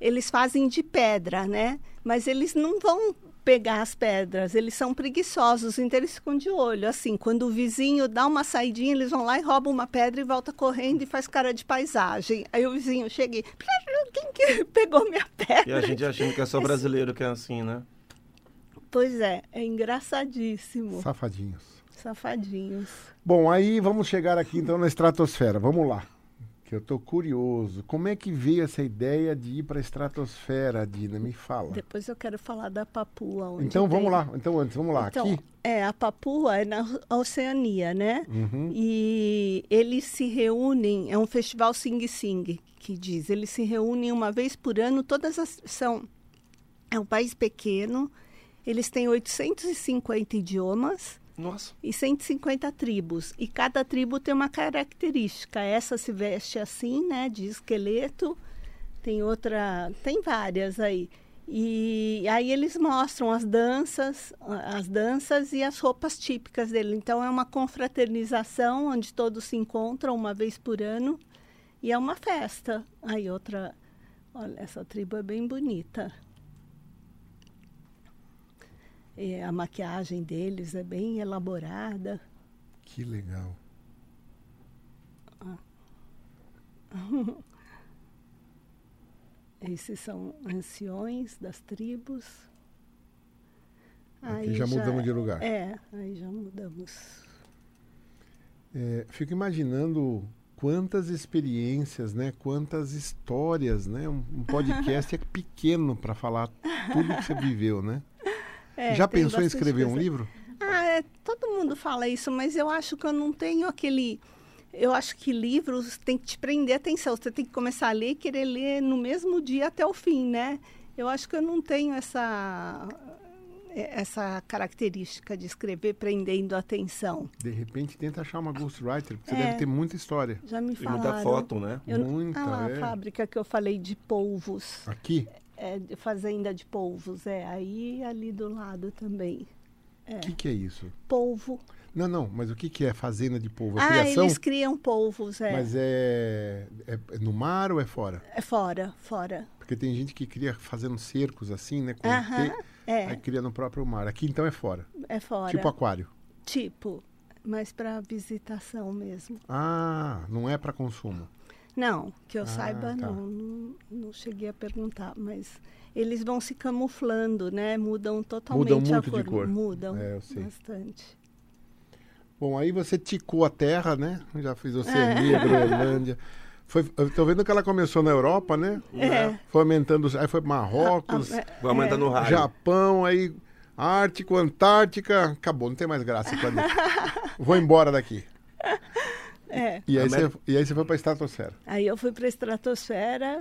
S2: Eles fazem de pedra, né? Mas eles não vão pegar as pedras, eles são preguiçosos, então eles ficam de olho. Assim, quando o vizinho dá uma saidinha, eles vão lá e roubam uma pedra e volta correndo e faz cara de paisagem. Aí o vizinho chega e... [LAUGHS] Quem que pegou minha
S3: E
S2: pedra?
S3: a gente achando que é só brasileiro que é assim, né?
S2: Pois é, é engraçadíssimo.
S1: safadinhos.
S2: Safadinhos.
S1: Bom, aí vamos chegar aqui então na estratosfera. Vamos lá. Que eu tô curioso. Como é que veio essa ideia de ir pra estratosfera, Dina? Me fala.
S2: Depois eu quero falar da Papua. onde
S1: Então vamos
S2: tem-
S1: lá. Então antes, vamos lá.
S2: Então,
S1: aqui.
S2: é, a Papua é na Oceania, né? E eles se reúnem, é um festival Sing Sing, que diz. Eles se reúnem uma vez por ano, todas as, são... É um país pequeno, eles têm 850 idiomas
S3: Nossa,
S2: e 150 tribos. E cada tribo tem uma característica. Essa se veste assim, né? De esqueleto. Tem outra. Tem várias aí. E aí eles mostram as danças, a- as danças e as roupas típicas dele. Então é uma confraternização onde todos se encontram uma vez por ano e é uma festa. Aí outra, olha essa tribo é bem bonita. É, a maquiagem deles é bem elaborada.
S1: Que legal.
S2: Esses são anciões das tribos.
S1: Aqui já mudamos de lugar.
S2: É, aí já mudamos.
S1: É, fico imaginando quantas experiências, né? Quantas histórias, né? Um, um
S2: [LAUGHS]
S1: podcast é pequeno para falar tudo que você viveu, né?
S2: É,
S1: Já
S2: tem
S1: pensou em
S2: bastante
S1: escrever um
S2: coisa.
S1: livro?
S2: Ah, é, todo mundo fala isso, mas eu acho que eu não tenho aquele eu acho que livros tem que te prender a atenção. Você tem que começar a ler e querer ler no mesmo dia até o fim, né? Eu acho que eu não tenho essa essa característica de escrever prendendo a atenção.
S1: De repente tenta achar uma ghostwriter, porque você
S2: É.
S1: deve ter muita história.
S2: Já me
S3: E
S2: falaram.
S3: muita foto, né?
S2: Eu,
S1: Muita,
S2: ah, lá,
S1: é.
S2: a fábrica que eu falei de polvos,
S1: Aqui?
S2: é, de fazenda de polvos, é aí ali do lado também.
S1: O que, que é isso?
S2: Polvo.
S1: Não, não, mas o que, que é fazenda de povo? É
S2: ah,
S1: criação?
S2: eles criam polvos, é.
S1: Mas é, é no mar ou é fora?
S2: É fora, fora.
S1: Porque tem gente que cria fazendo cercos assim, né? Com
S2: Aham,
S1: te-
S2: é,
S1: Aí cria no próprio mar. Aqui então é fora.
S2: é fora.
S1: Tipo
S2: Tipo,
S1: aquário.
S2: mas para visitação mesmo.
S1: Ah, não é para consumo.
S2: Não, que eu
S1: Ah,
S2: saiba,
S1: tá.
S2: não, não. Não cheguei a perguntar, mas eles vão se camuflando, né? Mudam totalmente a
S1: muito de
S2: cor.
S1: cor.
S2: Mudam
S1: É, eu sei.
S2: bastante.
S1: Bom, aí você ticou a terra, né? Já fiz
S2: É.
S1: Oceania, Groenlândia. Foi, eu tô vendo que ela começou na Europa, né?
S2: É.
S1: Foi aumentando, os- aí foi pra Marrocos,
S2: Ah,
S3: Vou aumentar tá no rádio.
S1: Japão, aí Ártico, Antártica. Acabou, não tem mais graça esse planeta. Vou embora daqui.
S2: É. é.
S1: E aí,
S3: América-
S1: você, e aí você foi pra estratosfera.
S2: Aí eu fui para a estratosfera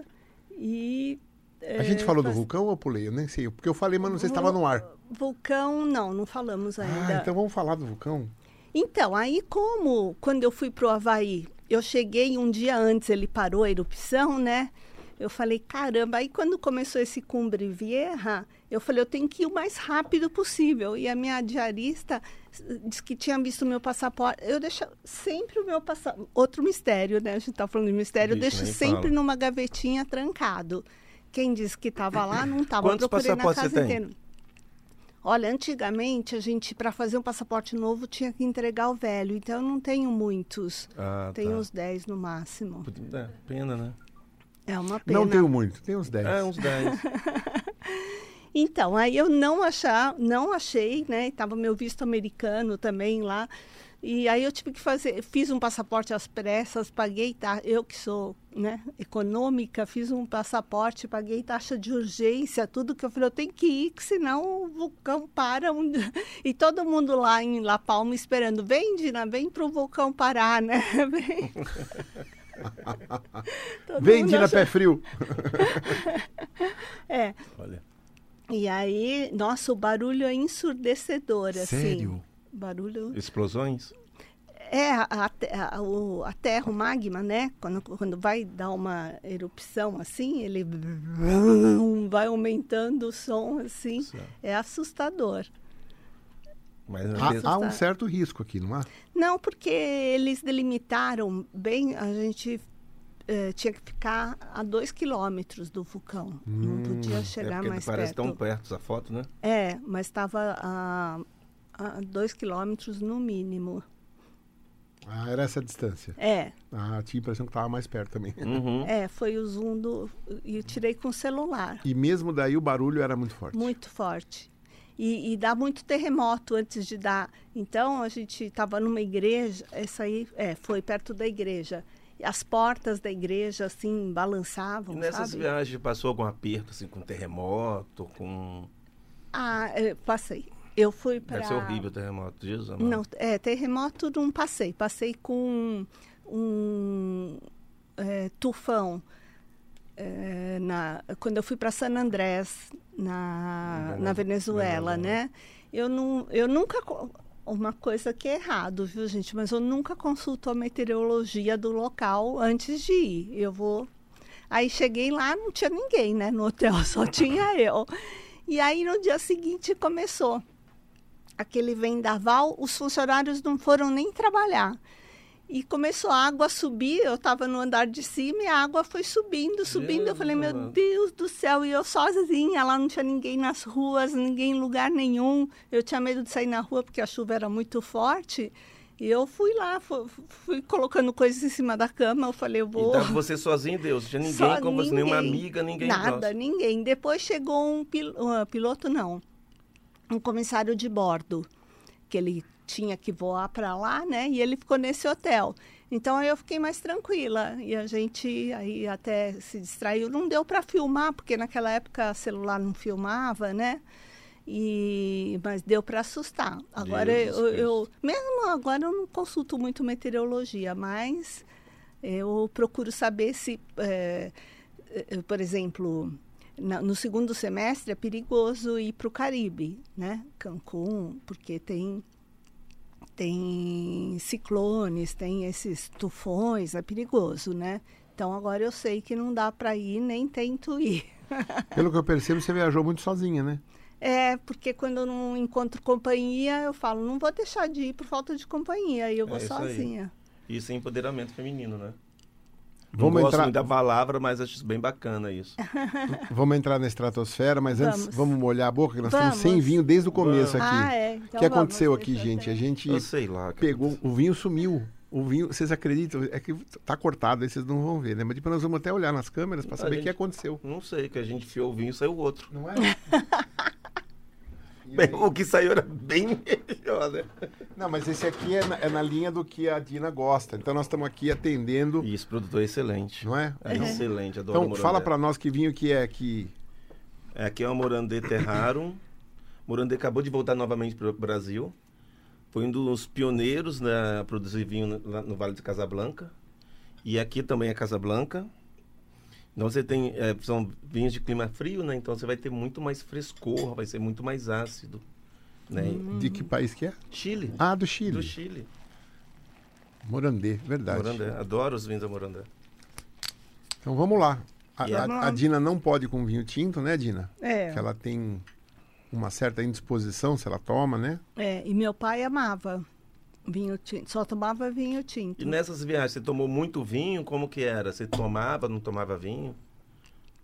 S2: e. É, eh,
S1: A gente falou do vulcão ou eu pulei? Eu nem sei. Porque eu falei, mas não sei se estava no ar.
S2: Vulcão, não, não falamos
S1: Ah,
S2: ainda.
S1: então vamos falar do vulcão?
S2: Então, aí como quando eu fui pro Havaí, eu cheguei um dia antes, ele parou a erupção, né? Eu falei, caramba, aí quando começou esse Cumbre Vieja, eu falei, eu tenho que ir o mais rápido possível. E a minha diarista eh, disse que tinha visto o meu passaporte. Eu deixo sempre o meu passaporte. Outro mistério, né? A gente tá falando de mistério. Eu
S3: Vixe,
S2: deixo
S3: nem
S2: sempre
S3: fala.
S2: numa gavetinha trancado. Quem disse que estava lá, não estava.
S3: Quantos
S2: Procurei na
S3: passaportes
S2: casa
S3: você tem?
S2: inteira. Olha, antigamente a gente, para fazer um passaporte novo, tinha que entregar o velho. Então eu não tenho muitos.
S3: Ah,
S2: tenho
S3: tá.
S2: uns 10 no máximo.
S3: Putz, É, pena, né?
S2: É uma pena.
S1: Não tenho muito, tenho uns 10.
S3: É, uns 10.
S2: Então, aí eu não achar, não achei, né? Tava meu visto americano também lá. E aí eu tive que fazer, fiz um passaporte às pressas, paguei, ta- eu que sou, né, econômica, fiz um passaporte, paguei taxa de urgência, tudo que eu falei, eu tenho que ir, que senão o vulcão para um- e todo mundo lá em La Palma esperando, vem Dina, vem pro vulcão parar, né? [LAUGHS]
S1: [LAUGHS]
S2: Vem. Todo
S1: Vem,
S2: mundo
S1: Dina
S2: achando-
S1: Pé Frio.
S2: É.
S3: [LAUGHS] Olha.
S2: E aí, nossa, o barulho é ensurdecedor, assim.
S1: Sério?
S2: Barulho.
S3: Explosões?
S2: É, a, a- a- o, a terra, o magma, né? Quando, quando vai dar uma erupção assim, ele vai aumentando o som, assim.
S3: Certo.
S2: É assustador.
S3: Mas é
S2: Ah,
S1: Há, há um certo risco aqui, não há?
S2: Não, porque eles delimitaram bem, a gente eh, tinha que ficar a dois quilômetros do vulcão. Não podia
S3: é
S2: chegar
S3: porque
S2: mais
S3: parece
S2: perto.
S3: tão perto essa foto, né?
S2: É, mas estava a, a dois quilômetros no mínimo.
S1: Ah, era essa a distância.
S2: É,
S1: Ah, tinha a impressão que estava mais perto também.
S2: [LAUGHS]
S3: Uhum.
S2: é, foi o zoom do. E eu tirei com o celular,
S1: E mesmo daí o barulho era muito forte.
S2: muito forte. E, e dá muito terremoto antes de dar. Então a gente estava numa igreja, essa aí é, foi perto da igreja. E as portas da igreja assim balançavam.
S3: E nessas
S2: sabe?
S3: viagens passou algum aperto, assim, com terremoto, com...
S2: Ah, é, passei. Eu fui para.
S3: Deve ser horrível o terremoto, Jesus amado.
S2: Não, é, terremoto não passei. Passei com um é, tufão. é, na, quando eu fui para San Andrés, na,
S3: Venez-
S2: na Venezuela,
S3: Venezuela.
S2: né? Eu, não, eu nunca. co- Uma coisa que é errado, viu, gente? Mas eu nunca consulto a meteorologia do local antes de ir. Eu vou. Aí cheguei lá, não tinha ninguém, né? No hotel, [LAUGHS] só tinha eu. E aí no dia seguinte começou aquele vendaval, os funcionários não foram nem trabalhar. E começou a água a subir, eu estava no andar de cima e a água foi subindo, subindo. eu falei, meu
S3: amado."
S2: Deus do céu, e eu sozinha, lá não tinha ninguém nas ruas, ninguém em lugar nenhum. Eu tinha medo de sair na rua porque a chuva era muito forte. E eu fui lá, fu- fui, colocando coisas em cima da cama, eu falei, eu
S3: E
S2: vou...
S3: tava você sozinho, Deus. Não tinha ninguém
S2: Só
S3: com você, nenhuma
S2: ninguém.
S3: amiga, ninguém
S2: Nada,
S3: próximo.
S2: ninguém. Depois chegou um pil- ah, piloto, não, um comissário de bordo, que ele tinha que voar para lá, né? E ele ficou nesse hotel. Então aí eu fiquei mais tranquila e a gente aí até se distraiu. Não deu para filmar porque naquela época celular não filmava, né? E, mas deu para assustar. Agora
S3: Jesus
S2: eu,
S3: Cristo.
S2: eu- mesmo agora eu não consulto muito meteorologia, mas eu procuro saber se, eh, eh, por exemplo, na- no segundo semestre é perigoso ir para o Caribe, né? Cancún, porque tem tem ciclones, tem esses tufões, é perigoso, né? Então agora eu sei que não dá para ir, nem tento ir.
S1: Pelo que eu percebo, você viajou muito sozinha, né?
S2: É, porque quando eu não encontro companhia, eu falo, não vou deixar de ir por falta de companhia, e eu
S3: É
S2: vou
S3: isso aí.
S2: sozinha.
S3: Isso é empoderamento feminino, né?
S1: Vamos
S3: não gosto
S1: entrar-
S3: muito da palavra, mas acho bem bacana
S1: [LAUGHS]
S3: isso.
S1: Vamos entrar na estratosfera, mas antes
S2: Vamos.
S1: vamos molhar a boca, que nós estamos
S2: Vamos.
S1: sem vinho desde o começo
S3: Vamos.
S1: Tá aqui.
S2: Ah,
S1: O
S2: é. Então
S1: que
S2: vamos,
S1: aconteceu aqui,
S2: deixa eu
S1: gente? A
S2: até-
S1: gente
S3: Eu sei lá. cara.
S1: pegou, o vinho sumiu. O vinho, vocês acreditam? É que tá cortado, aí vocês não vão ver, né? Mas depois nós vamos até olhar nas câmeras para
S3: A
S1: saber o que
S3: gente-
S1: aconteceu.
S3: Não sei, que a gente fiou o vinho e saiu outro.
S1: [LAUGHS]
S3: [LAUGHS]
S1: Não é?
S3: Bem, o que saiu era bem [LAUGHS] melhor, né?
S1: Não, mas esse aqui é na, é na linha do que a Dina gosta. Então nós estamos aqui atendendo,
S3: E esse produtor é excelente.
S1: não é?
S3: É excelente, adoro
S1: Então
S3: morandê.
S1: fala para nós que vinho que é que
S3: É, aqui é o Morandê Terrarum. Morandê acabou de voltar novamente para o Brasil. Foi um dos pioneiros né, a produzir vinho no, lá no Vale de Casablanca. E aqui também é Casablanca. Então você tem, é, são vinhos de clima frio, né? Então você vai ter muito mais frescor, vai ser muito mais ácido. Né?
S1: de que país que é?
S3: Chile,
S1: Ah, do Chile.
S3: do Chile.
S1: Morandê, verdade.
S3: Morandê, adoro os vinhos da Morandê.
S1: Então vamos lá. A,
S3: E é a-
S1: a- a Dina não pode com vinho tinto, né, Dina?
S2: É,
S1: Que ela tem uma certa indisposição se ela toma, né?
S2: é, e meu pai amava vinho tinto, só tomava vinho tinto.
S3: E nessas viagens, você tomou muito vinho? Como que era? Você tomava, não tomava vinho?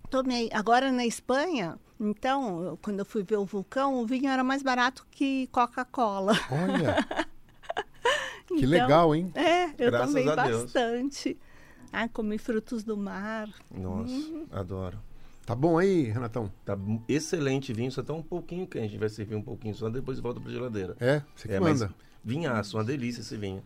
S2: Tomei. Agora na Espanha, então, eu- quando eu fui ver o vulcão, o vinho era mais barato que Coca-Cola.
S1: Olha, [LAUGHS] que
S2: Então,
S1: legal, hein?
S2: É, eu
S3: Graças
S2: tomei
S3: a Deus.
S2: bastante. Ah, comi frutos do mar.
S3: Nossa, adoro.
S1: Tá bom aí, Renatão?
S3: Tá mu- excelente vinho, só tá um pouquinho quente. A gente vai servir um pouquinho só, depois volta pra geladeira.
S1: É, você que
S3: É, mas
S1: manda.
S3: vinhaço, uma delícia esse vinho.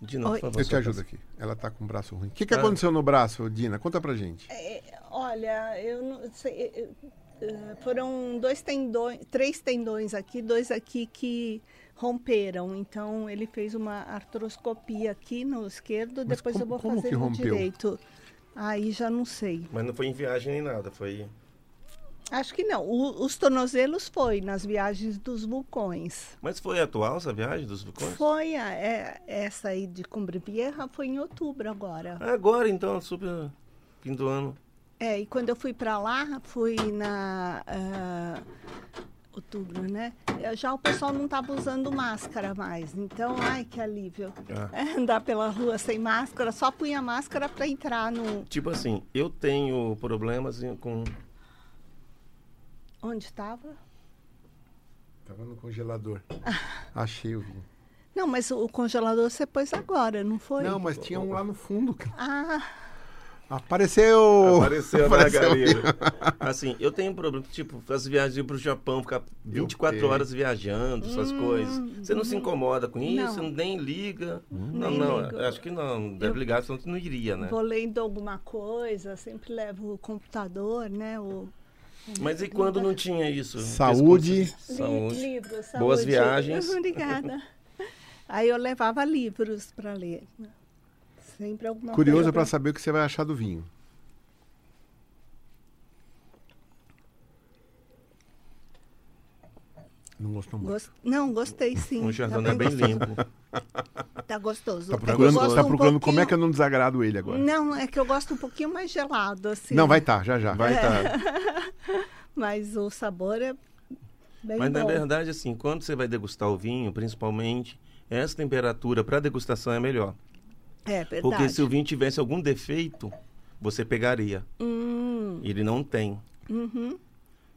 S3: Dina,
S2: Oi.
S3: por favor.
S1: Eu te
S3: sua
S1: ajudo
S3: taça.
S1: aqui. Ela tá com o braço ruim. O que, que
S3: Ah.
S1: aconteceu no braço, Dina? Conta pra gente.
S2: É. Olha, eu não sei. eu- eh, Foram dois tendões, três tendões aqui, dois aqui que romperam. Então ele fez uma artroscopia aqui no esquerdo,
S1: Mas
S2: depois eu
S1: como-
S2: vou
S1: como
S2: fazer
S1: que
S2: no
S1: rompeu?
S2: direito. Aí já não sei.
S3: Mas não foi em viagem nem nada, foi...
S2: Acho que não. O- os tornozelos foi nas viagens dos vulcões.
S3: Mas foi atual essa viagem dos vulcões?
S2: Foi a- é- essa aí de Cumbrivierra foi em outubro agora.
S3: Agora então, super... Fim do ano.
S2: É, e quando eu fui para lá, fui na. ah, outubro, né? Eh, Já o pessoal não estava usando máscara mais. Então, ai, que alívio.
S3: Ah.
S2: É, [LAUGHS] andar pela rua sem máscara, só punha máscara para entrar no.
S3: Tipo assim, eu tenho problemas em- com...
S2: Onde estava?
S1: Tava no congelador. [LAUGHS] Achei o vinho.
S2: Não, mas o o congelador você pôs agora, não foi?
S1: Não, mas tinha um lá no fundo. cara.
S2: Ah,
S1: Apareceu!
S3: Apareceu né, a
S1: Apareceu
S3: margarida. assim, eu tenho um problema, tipo, as viagens pro Japão, ficar 24
S1: tenho.
S3: horas viajando, essas coisas. Você não se incomoda com isso?
S2: Hum, uhum. Não.
S3: Nem liga? Não,
S2: Nem
S3: não,
S2: ligo.
S3: acho que não. Deve
S2: Eu-
S3: ligar, senão tu não iria, né?
S2: vou lendo alguma coisa, sempre levo o computador, né? O...
S3: Mas e quando não tinha isso?
S1: Saúde.
S3: Pescoço- Saúde.
S2: Livro, saúde.
S3: Boas viagens.
S2: [LAUGHS] Obrigada. Aí eu levava livros para ler. Sempre alguma
S1: Curioso
S2: coisa
S1: pra saber o que você vai achar do vinho. Não gostou muito.
S2: Gost- Não, gostei sim.
S3: Um chardonnay
S2: tá
S3: bem limpo.
S2: [LAUGHS] Tá gostoso.
S1: Tá
S2: Eu
S1: procurando,
S2: gosto
S1: tá
S2: um
S1: procurando como é que eu
S2: pouquinho-
S1: não desagrado ele agora.
S2: Não, é que eu gosto um pouquinho mais gelado, assim.
S1: Não, vai tá, já já.
S3: Vai estar.
S2: Mas o sabor é bem
S3: Mas
S2: bom.
S3: na verdade, assim, quando você vai degustar o vinho, principalmente, essa temperatura para degustação é melhor.
S2: É verdade.
S3: Porque se o vinho tivesse algum defeito, você pegaria.
S2: Hum, uhum,
S3: Ele não tem.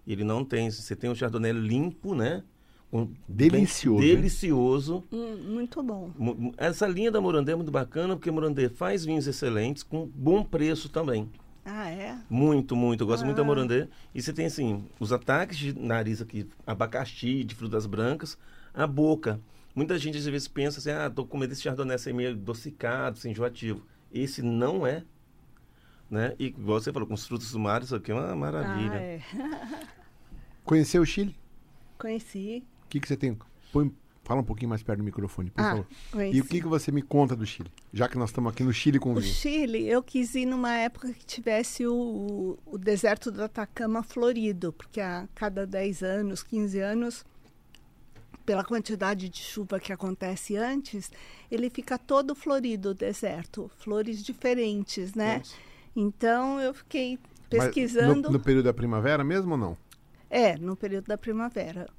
S3: Ele não tem. Você tem um chardonnay limpo, né? Um-
S1: Delicioso,
S3: bem-
S1: hein?
S3: delicioso.
S2: hum, muito bom.
S3: Mu- mu- Essa linha da Morandê é muito bacana, porque Morandê faz vinhos excelentes com bom preço também.
S2: Ah, é?
S3: Muito, muito. Eu gosto muito da Morandê. E você tem, assim, os ataques de nariz aqui, abacaxi, de frutas brancas, a boca. Muita gente, às vezes, pensa assim, ah, tô comendo esse chardonnay sem meio adocicado, sem enjoativo. Esse não é, né? E, igual é
S2: é,
S3: você falou, com os frutos do mar, isso aqui é uma maravilha.
S2: Ah, é.
S1: Conheceu o Chile?
S2: Conheci.
S1: O que, que você tem? Põe- fala um pouquinho mais perto do microfone, por
S2: Ah,
S1: favor.
S2: conheci.
S1: E o que, que você me conta do Chile? Já que nós estamos aqui no Chile com
S2: O
S1: vinho.
S2: Chile, eu quis ir numa época que tivesse o, o deserto do Atacama florido, porque a cada 10 anos, 15 anos, pela quantidade de chuva que acontece antes, ele fica todo florido, o deserto. Flores diferentes, né?
S3: Nossa.
S2: Então, eu fiquei
S1: Mas
S2: pesquisando.
S1: No, no período da primavera mesmo ou não?
S2: É, no período da primavera.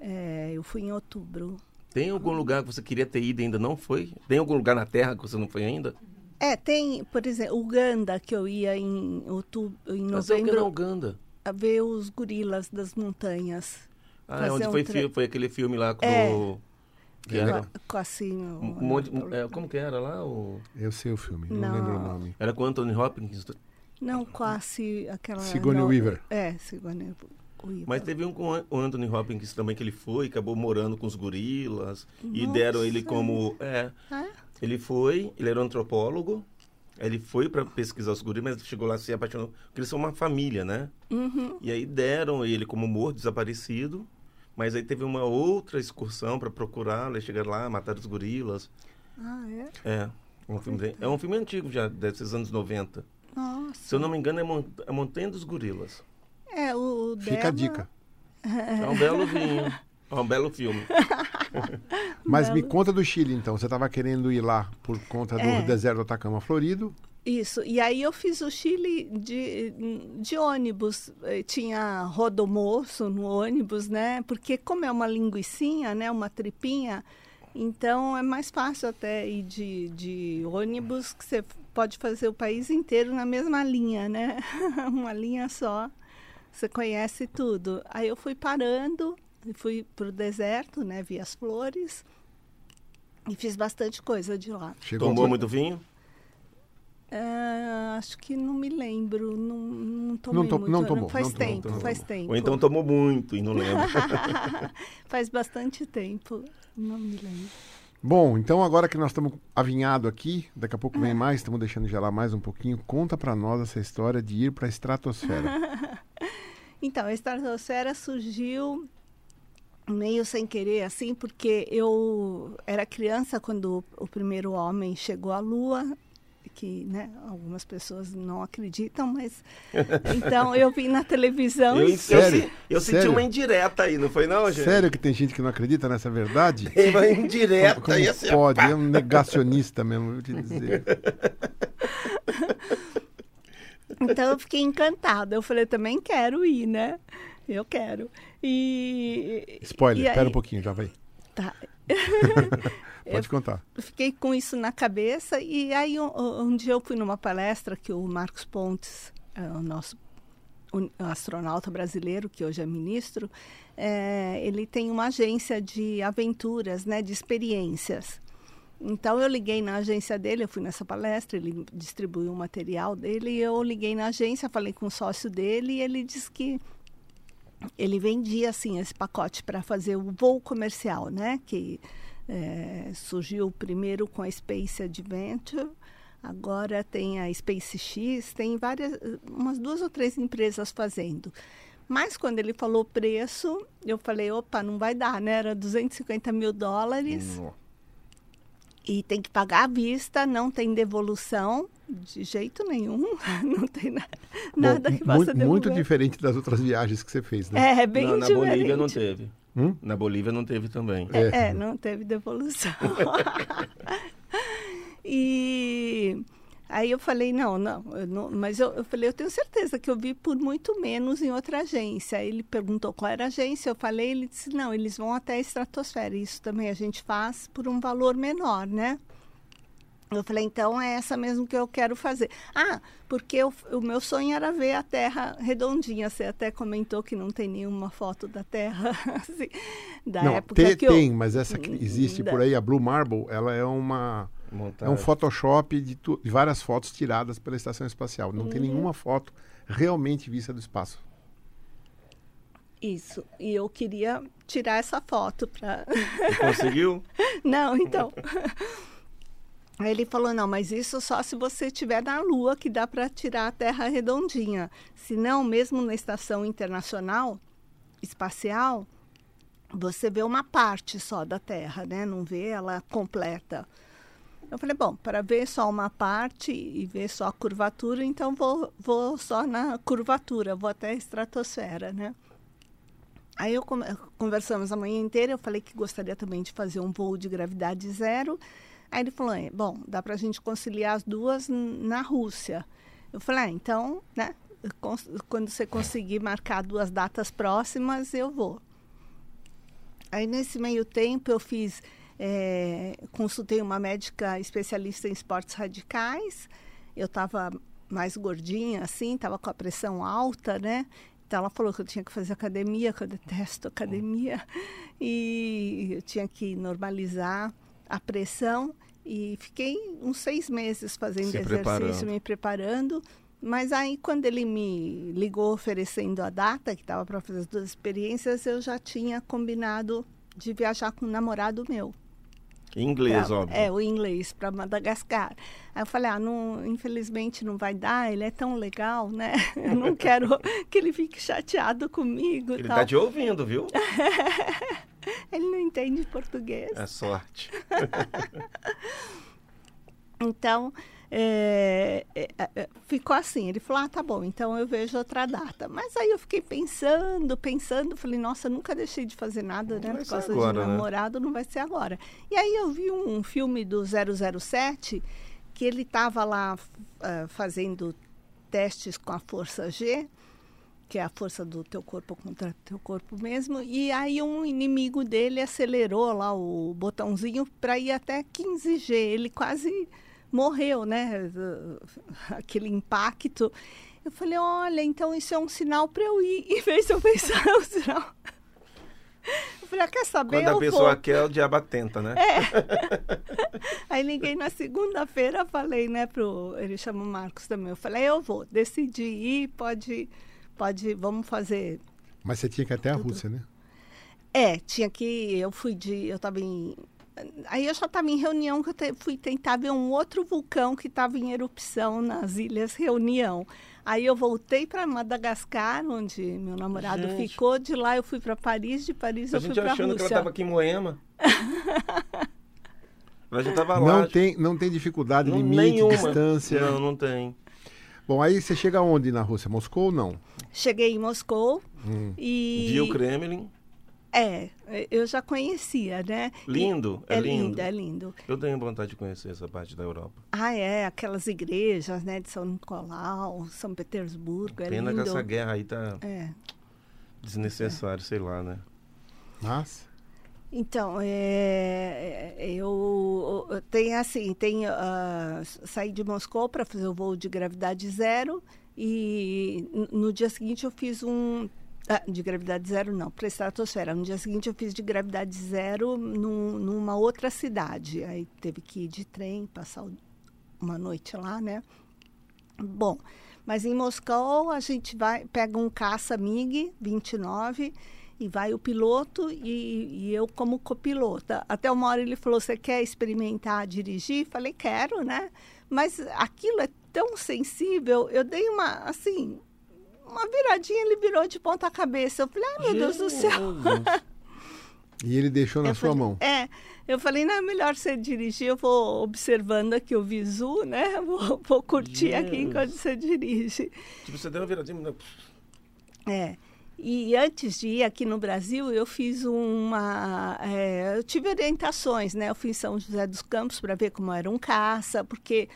S2: É, eu fui em outubro.
S3: Tem algum lugar que você queria ter ido e ainda não foi? Tem algum lugar na Terra que você não foi ainda?
S2: É, tem, por exemplo, Uganda, que eu ia em outubro, em
S3: Mas é o que na
S2: novembro,
S3: Uganda.
S2: a ver os gorilas das montanhas.
S3: Ah,
S2: Fazer
S3: é onde
S2: um
S3: foi,
S2: tre-
S3: fi- foi aquele filme lá com
S2: É.
S3: o... Que
S2: Com
S3: era...
S2: a- Com assim, o-
S3: um monte- um- é, como que era lá? O...
S1: Eu sei É o filme, não,
S2: Não.
S1: lembro o nome.
S3: Era com o Anthony Hopkins.
S2: Não, quase aquela...
S1: Sigourney
S2: no-
S1: Weaver.
S2: É, Sigourney Weaver.
S3: Mas teve um com o Anthony Hopkins também que ele foi, acabou morando com os gorilas. E
S2: Nossa.
S3: deram ele como... É,
S2: É?
S3: ele foi, ele era um antropólogo. aí Ele foi para pesquisar os gorilas, mas chegou lá e se apaixonou. Porque eles são uma família, né?
S2: Uhum.
S3: E aí deram ele como morto, desaparecido. Mas aí teve uma outra excursão para procurá-lo. Eles chegaram lá, mataram os gorilas.
S2: Ah, é?
S3: É. Um filme, bem- é um filme antigo já, desses anos 90. Se
S2: Nossa.
S3: eu não me engano, é, Mon- é Montanha dos Gorilas.
S2: É, o o
S1: Fica a
S2: dela-
S1: dica.
S3: É um belo vinho. É um
S1: [LAUGHS]
S3: belo filme.
S1: Mas me
S2: Belo.
S1: conta do Chile, então. Você estava querendo ir lá por conta do
S2: É.
S1: deserto do Atacama florido.
S2: Isso, e aí eu fiz o Chile de, de ônibus, Eh, tinha rodomoço no ônibus, né? Porque como é uma linguicinha, né, uma tripinha, então é mais fácil até ir de, de ônibus, que você pode fazer o país inteiro na mesma linha, né? [LAUGHS] uma linha só, você conhece tudo. Aí eu fui parando, fui pro deserto, né, vi as flores e fiz bastante coisa de lá.
S1: Chegou
S3: Tomou
S1: a-
S3: muito vinho?
S2: É, acho que não me lembro, não, não tomei
S1: Não to-
S2: muito.
S1: não tomou,
S2: faz
S1: não tomou,
S2: tempo,
S1: não
S2: faz
S1: tomou.
S2: tempo.
S3: Ou então tomou muito e
S1: [LAUGHS]
S3: não lembra.
S2: [LAUGHS] faz bastante tempo, não me lembro.
S1: Bom, então agora que nós estamos avinhado aqui, daqui a pouco vem mais, estamos deixando gelar mais um pouquinho. Conta pra nós essa história de ir pra estratosfera.
S2: Então, a estratosfera surgiu meio sem querer, assim, porque eu era criança quando o primeiro homem chegou à Lua, que né, algumas pessoas não acreditam,
S3: [LAUGHS]
S2: mas então eu vi na televisão.
S3: eu
S2: e-
S1: Sério?
S3: se- eu senti
S1: Sério?
S3: uma indireta aí, não foi não, gente?
S1: Sério que tem gente que não acredita nessa verdade?
S3: Tem Uma
S1: Como,
S3: indireta
S1: como
S3: aí, assim, ó.
S1: pode? É um negacionista mesmo, eu te
S2: [LAUGHS]
S1: dizer.
S2: Então eu fiquei encantada. Eu falei, também quero ir, né? Eu quero. E.
S1: Spoiler,
S2: e aí-
S1: espera um pouquinho, já vai.
S2: Tá.
S1: Pode contar.
S2: Eu fiquei com isso na cabeça. E aí, um, um dia eu fui numa palestra que o Marcos Pontes, é, o nosso un- astronauta brasileiro, que hoje é ministro, é, ele tem uma agência de aventuras, né, de experiências. Então eu liguei na agência dele, eu fui nessa palestra, ele distribuiu o material dele, e eu liguei na agência, falei com o sócio dele e ele disse que ele vendia assim esse pacote para fazer o voo comercial, né? Que eh, surgiu primeiro com a Space Adventure, agora tem a SpaceX, tem várias, eh, umas duas ou três empresas fazendo. Mas quando ele falou o preço, eu falei, opa, não vai dar, né? Era 250 mil dólares e tem que pagar à vista, não tem devolução de jeito nenhum, [LAUGHS] não tem na- nada
S1: Bom,
S2: que
S1: mu- muito,
S2: possa devolver.
S1: diferente das outras viagens que você fez, né?
S2: É, bem
S3: Não, na
S2: diferente.
S3: Bolívia não teve.
S1: Hum?
S3: Na Bolívia não teve também.
S2: É, não teve devolução. [LAUGHS] e aí eu falei, não, não, eu não- mas eu, eu falei, eu tenho certeza que eu vi por muito menos em outra agência. Ele perguntou qual era a agência, eu falei, ele disse, não, eles vão até a estratosfera. Isso também a gente faz por um valor menor, né? Eu falei, então é essa mesmo que eu quero fazer. Ah, porque eu- o meu sonho era ver a Terra redondinha. Você até comentou que não tem nenhuma foto da Terra [LAUGHS] assim, da
S1: não,
S2: época
S1: te-
S2: que eu... Hum,
S1: tem, mas essa que existe
S2: Da-
S1: por aí, a Blue Marble, ela é uma É
S3: Montagem.
S1: um Photoshop de, tu- de várias fotos tiradas pela estação espacial. Não
S2: Hum.
S1: tem nenhuma foto realmente vista do espaço.
S2: Isso. E eu queria tirar essa foto para.
S3: Conseguiu?
S2: Não, então. [LAUGHS] Aí ele falou: não, mas isso só se você estiver na Lua, que dá para tirar a Terra redondinha. Se não, mesmo na estação internacional espacial, você vê uma parte só da terra, né? Não vê ela completa. Eu falei, bom, para ver só uma parte e ver só a curvatura, então vou, vou só na curvatura, vou até a estratosfera, né? Aí eu come- conversamos a manhã inteira, eu falei que gostaria também de fazer um voo de gravidade zero. Aí ele falou, é, bom, dá para a gente conciliar as duas n- na Rússia. Eu falei, ah, então, né, cons- quando você conseguir marcar duas datas próximas, eu vou. Aí nesse meio tempo eu fiz, eh, consultei uma médica especialista em esportes radicais. Eu estava mais gordinha, assim, estava com a pressão alta, né? Então ela falou que eu tinha que fazer academia, que eu detesto academia,
S3: Hum.
S2: e eu tinha que normalizar a pressão. E fiquei uns seis meses fazendo
S3: Se
S2: exercício,
S3: preparando.
S2: me preparando. Mas aí, quando ele me ligou oferecendo a data, que estava para fazer as duas experiências, eu já tinha combinado de viajar com um namorado meu.
S3: Em inglês,
S2: pra-
S3: óbvio.
S2: É, o inglês, para Madagascar. Aí eu falei, ah, não, infelizmente não vai dar, ele é tão legal, né? [LAUGHS] Eu não
S3: [LAUGHS]
S2: quero que ele fique chateado comigo. e
S3: Ele
S2: tal.
S3: tá te ouvindo, viu?
S2: [LAUGHS] Ele não entende português.
S3: É sorte.
S2: Então, é, é, é, ficou assim. Ele falou: ah, tá bom, então eu vejo outra data. Mas aí eu fiquei pensando, pensando. Falei: nossa, eu nunca deixei de fazer nada, né?
S3: vai
S2: Por
S3: ser
S2: causa
S3: agora,
S2: de
S3: né?
S2: namorado, não vai ser agora. E aí eu vi um filme do 007 que ele estava lá ah, fazendo testes com a força G. Que é a força do teu corpo contra teu corpo mesmo. E aí, um inimigo dele acelerou lá o botãozinho para ir até 15G. Ele quase morreu, né? [LAUGHS] Aquele impacto. Eu falei, olha, então isso é um sinal para eu ir. [LAUGHS] Em vez de eu pensar, é um sinal. Eu falei, ah, quer saber?
S3: Quando a
S2: eu
S3: pessoa
S2: vou.
S3: quer, o diabo atenta, né?
S2: É, Aí liguei na segunda-feira, falei, né, pro. Ele chama o Marcos também. Eu falei, "É, eu vou, decidi ir, pode, pode, vamos fazer.
S1: Mas você tinha que ir até a Rússia, né?
S2: É, tinha que. Eu fui de. Eu estava em. Aí eu já estava em reunião que eu te- fui tentar ver um outro vulcão que estava em erupção nas Ilhas Reunião. Aí eu voltei para Madagascar, onde meu namorado
S3: Gente.
S2: ficou. De lá eu fui para Paris, de Paris
S3: a
S2: eu fui
S3: gente
S2: para
S3: achando que ela
S2: Rússia.
S3: tava aqui
S2: [LAUGHS]
S3: em Moema. ela já tava lá.
S1: Não tem, não tem dificuldade,
S3: Não-
S1: limite,
S3: nenhuma.
S1: distância. né?
S3: Não, não tem.
S1: Bom, aí você chega onde na Rússia? Moscou ou não?
S2: Cheguei em Moscou e
S3: Hum. Viu o Kremlin?
S2: é, eu já conhecia, né? E-
S3: Lindo, é
S2: é
S3: lindo.
S2: lindo, é lindo.
S3: Eu tenho vontade de conhecer essa parte da Europa.
S2: Ah, é, aquelas igrejas, né, de São Nicolau, São Petersburgo, é
S3: Pena
S2: lindo.
S3: que essa guerra aí tá
S2: É.
S3: desnecessária, sei lá, né?
S1: Mas.
S2: Então, é, é, eu, eu tenho assim, tenho, ah, saí de Moscou para fazer o voo de gravidade zero e n- no dia seguinte eu fiz um ah, de gravidade zero não, para estratosfera. No dia seguinte eu fiz de gravidade zero num, numa outra cidade. Aí teve que ir de trem, passar o- uma noite lá, né? Bom, mas em Moscou a gente vai pega um caça MiG 29 e vai o piloto e, e eu como copilota. Até uma hora ele falou: "Você quer experimentar dirigir?" Falei: "Quero, né?" Mas aquilo é tão sensível. Eu dei uma assim, uma viradinha, ele virou de ponta cabeça. Eu falei: "Ai, meu Deus do céu!"
S3: Jesus.
S1: E ele deixou na
S2: Eu
S1: sua
S2: falei-
S1: mão.
S2: É, eu falei, não, é melhor você dirigir, eu vou observando aqui o visu, né? [LAUGHS] Vou, vou curtir aqui
S3: Yes.
S2: enquanto você dirige.
S3: Tipo, você deu uma viradinha. né?
S2: É. E antes de ir aqui no Brasil, eu fiz uma. é, eu tive orientações, né? Eu fui em São José dos Campos para ver como era um caça, porque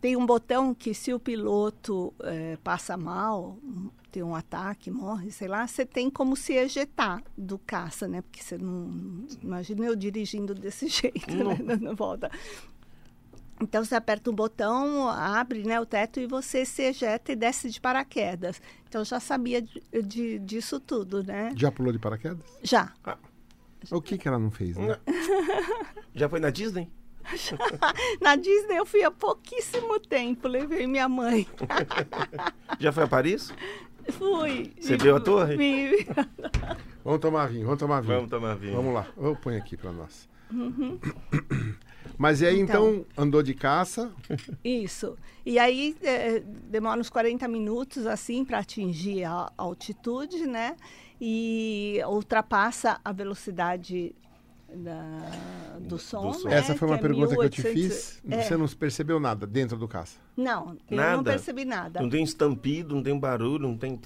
S2: tem um botão que se o piloto é, passa mal, um- tem um ataque, morre, sei lá, você tem como se ejetar do caça, né? Porque você não. Imagina eu dirigindo desse [LAUGHS] jeito, né? Dando volta. Então você aperta um botão, abre né, o teto e você se ejeta e desce de paraquedas. Então eu já sabia de, de- disso tudo, né?
S1: Já pulou de paraquedas?
S2: Já. [LAUGHS]
S1: O que, que ela não fez, né?
S3: Já foi na Disney?
S2: Na Disney eu fui há pouquíssimo tempo, levei minha mãe.
S3: Já foi
S2: [LAUGHS]
S3: a Paris?
S2: Fui.
S3: Você viu a torre?
S2: Vi.
S1: Vamos tomar vinho, vamos tomar vinho.
S3: Vamos tomar vinho.
S1: Vamos lá, eu ponho aqui pra nós.
S2: Uhum.
S1: [CLEARS THROAT] Mas e aí então, andou de caça,
S2: Isso. E aí é, eh, demora uns 40 minutos assim para atingir a altitude, né? e ultrapassa a velocidade da- do som.
S3: som.
S2: né,
S1: Essa foi uma
S2: que é
S1: pergunta que eu te
S2: 1800
S1: fiz.
S2: é.
S1: Você não percebeu nada dentro do caça.
S2: Não, eu não
S3: Nada?
S2: percebi nada.
S3: Não tem estampido, não tem barulho, não tem.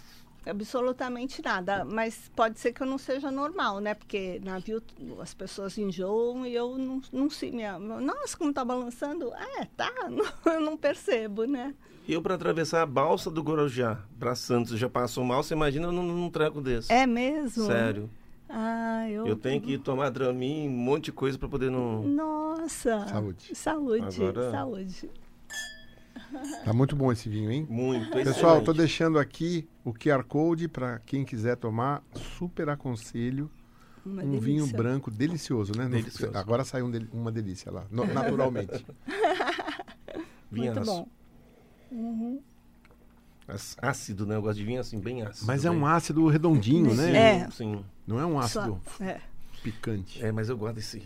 S2: Absolutamente nada. Mas pode ser que eu não seja normal, né? Porque navio t- as pessoas enjoam e eu não, não sei. Minha, nossa, como tá balançando? É, tá. [LAUGHS] eu não percebo, né?
S3: Eu, para atravessar a balsa do Gorojá para Santos, já passo mal, você imagina num, num treco desse.
S2: É mesmo?
S3: Sério.
S2: Ah, eu.
S3: Eu tenho que tomar Dramin, um monte de coisa para poder não.
S2: Nossa.
S1: Saúde.
S2: Saúde,
S3: Agora-
S2: saúde.
S1: Tá muito bom esse vinho, hein?
S3: Muito.
S1: Pessoal,
S3: excelente.
S1: estou deixando aqui o QR Code para quem quiser tomar. Super aconselho.
S2: Uma
S1: um
S2: delícia.
S1: vinho branco delicioso, né? Não-
S3: Delicioso.
S1: Agora saiu uma delícia lá, no-
S3: [LAUGHS]
S1: naturalmente.
S3: Vinho
S2: Muito
S3: ácido.
S2: bom. Uhum.
S3: As- Ácido, né? Eu gosto de vinho assim, bem ácido.
S1: Mas é um
S3: bem-
S1: ácido redondinho,
S3: Sim,
S1: né?
S2: É.
S3: sim.
S1: Não é um ácido
S2: Sua- é.
S1: picante.
S3: É, mas eu gosto desse.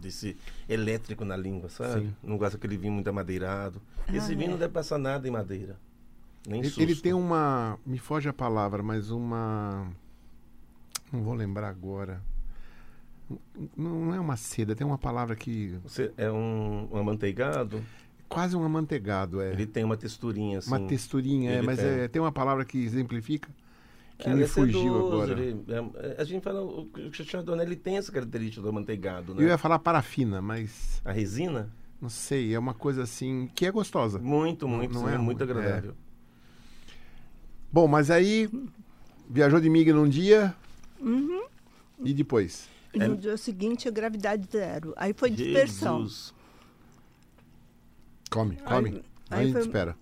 S3: desse elétrico na língua, sabe?
S1: Sim.
S3: Não gosto daquele vinho muito amadeirado. Esse
S2: Ah,
S3: vinho
S2: é.
S3: não deve passar nada em madeira. Nem
S1: Ele,
S3: susto.
S1: ele tem um uma. Me foge a palavra, mas uma. Não vou lembrar agora. Não não é uma seda, tem uma palavra que.
S3: Você- é um, um amanteigado,
S1: Quase um amanteigado, é.
S3: ele tem uma texturinha assim.
S1: uma texturinha, é,
S3: Ele
S1: mas
S3: tem.
S1: é, tem uma palavra que exemplifica que
S3: É, ele
S1: me
S3: é
S1: fugiu
S3: sedoso,
S1: agora.
S3: ele- é, é, a gente fala, o, o Chardonnay ele tem essa característica do amanteigado, né?
S1: Eu ia falar parafina, mas
S3: A resina,
S1: não sei, é uma coisa assim que é gostosa.
S3: muito,
S1: Não-
S3: muito,
S1: não é
S3: é, muito
S1: ruim, é.
S3: agradável.
S1: Bom, mas aí viajou de MIG num dia
S2: Uhum.
S1: e depois.
S3: É.
S2: No dia seguinte, a gravidade zero. Aí foi dispersão.
S3: Jesus.
S1: Come, come. Aí,
S2: aí
S1: a gente
S2: foi-
S1: espera.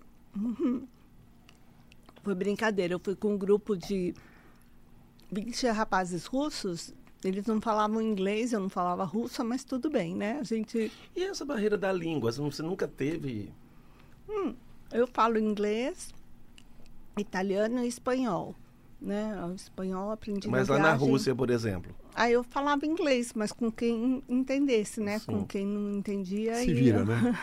S2: Foi brincadeira. Eu fui com um grupo de 20 rapazes russos. Eles não falavam inglês, eu não falava russa, mas tudo bem, né? A gente,
S3: E essa barreira da língua, assim, você nunca teve
S2: eu falo inglês, italiano e espanhol, né? O espanhol eu aprendi
S3: Mas lá na
S2: viagem.
S3: Rússia, por exemplo.
S2: Aí eu falava inglês, mas com quem entendesse, né?
S3: Sim.
S2: Com quem não entendia.
S1: Se
S2: e-
S1: vira, né?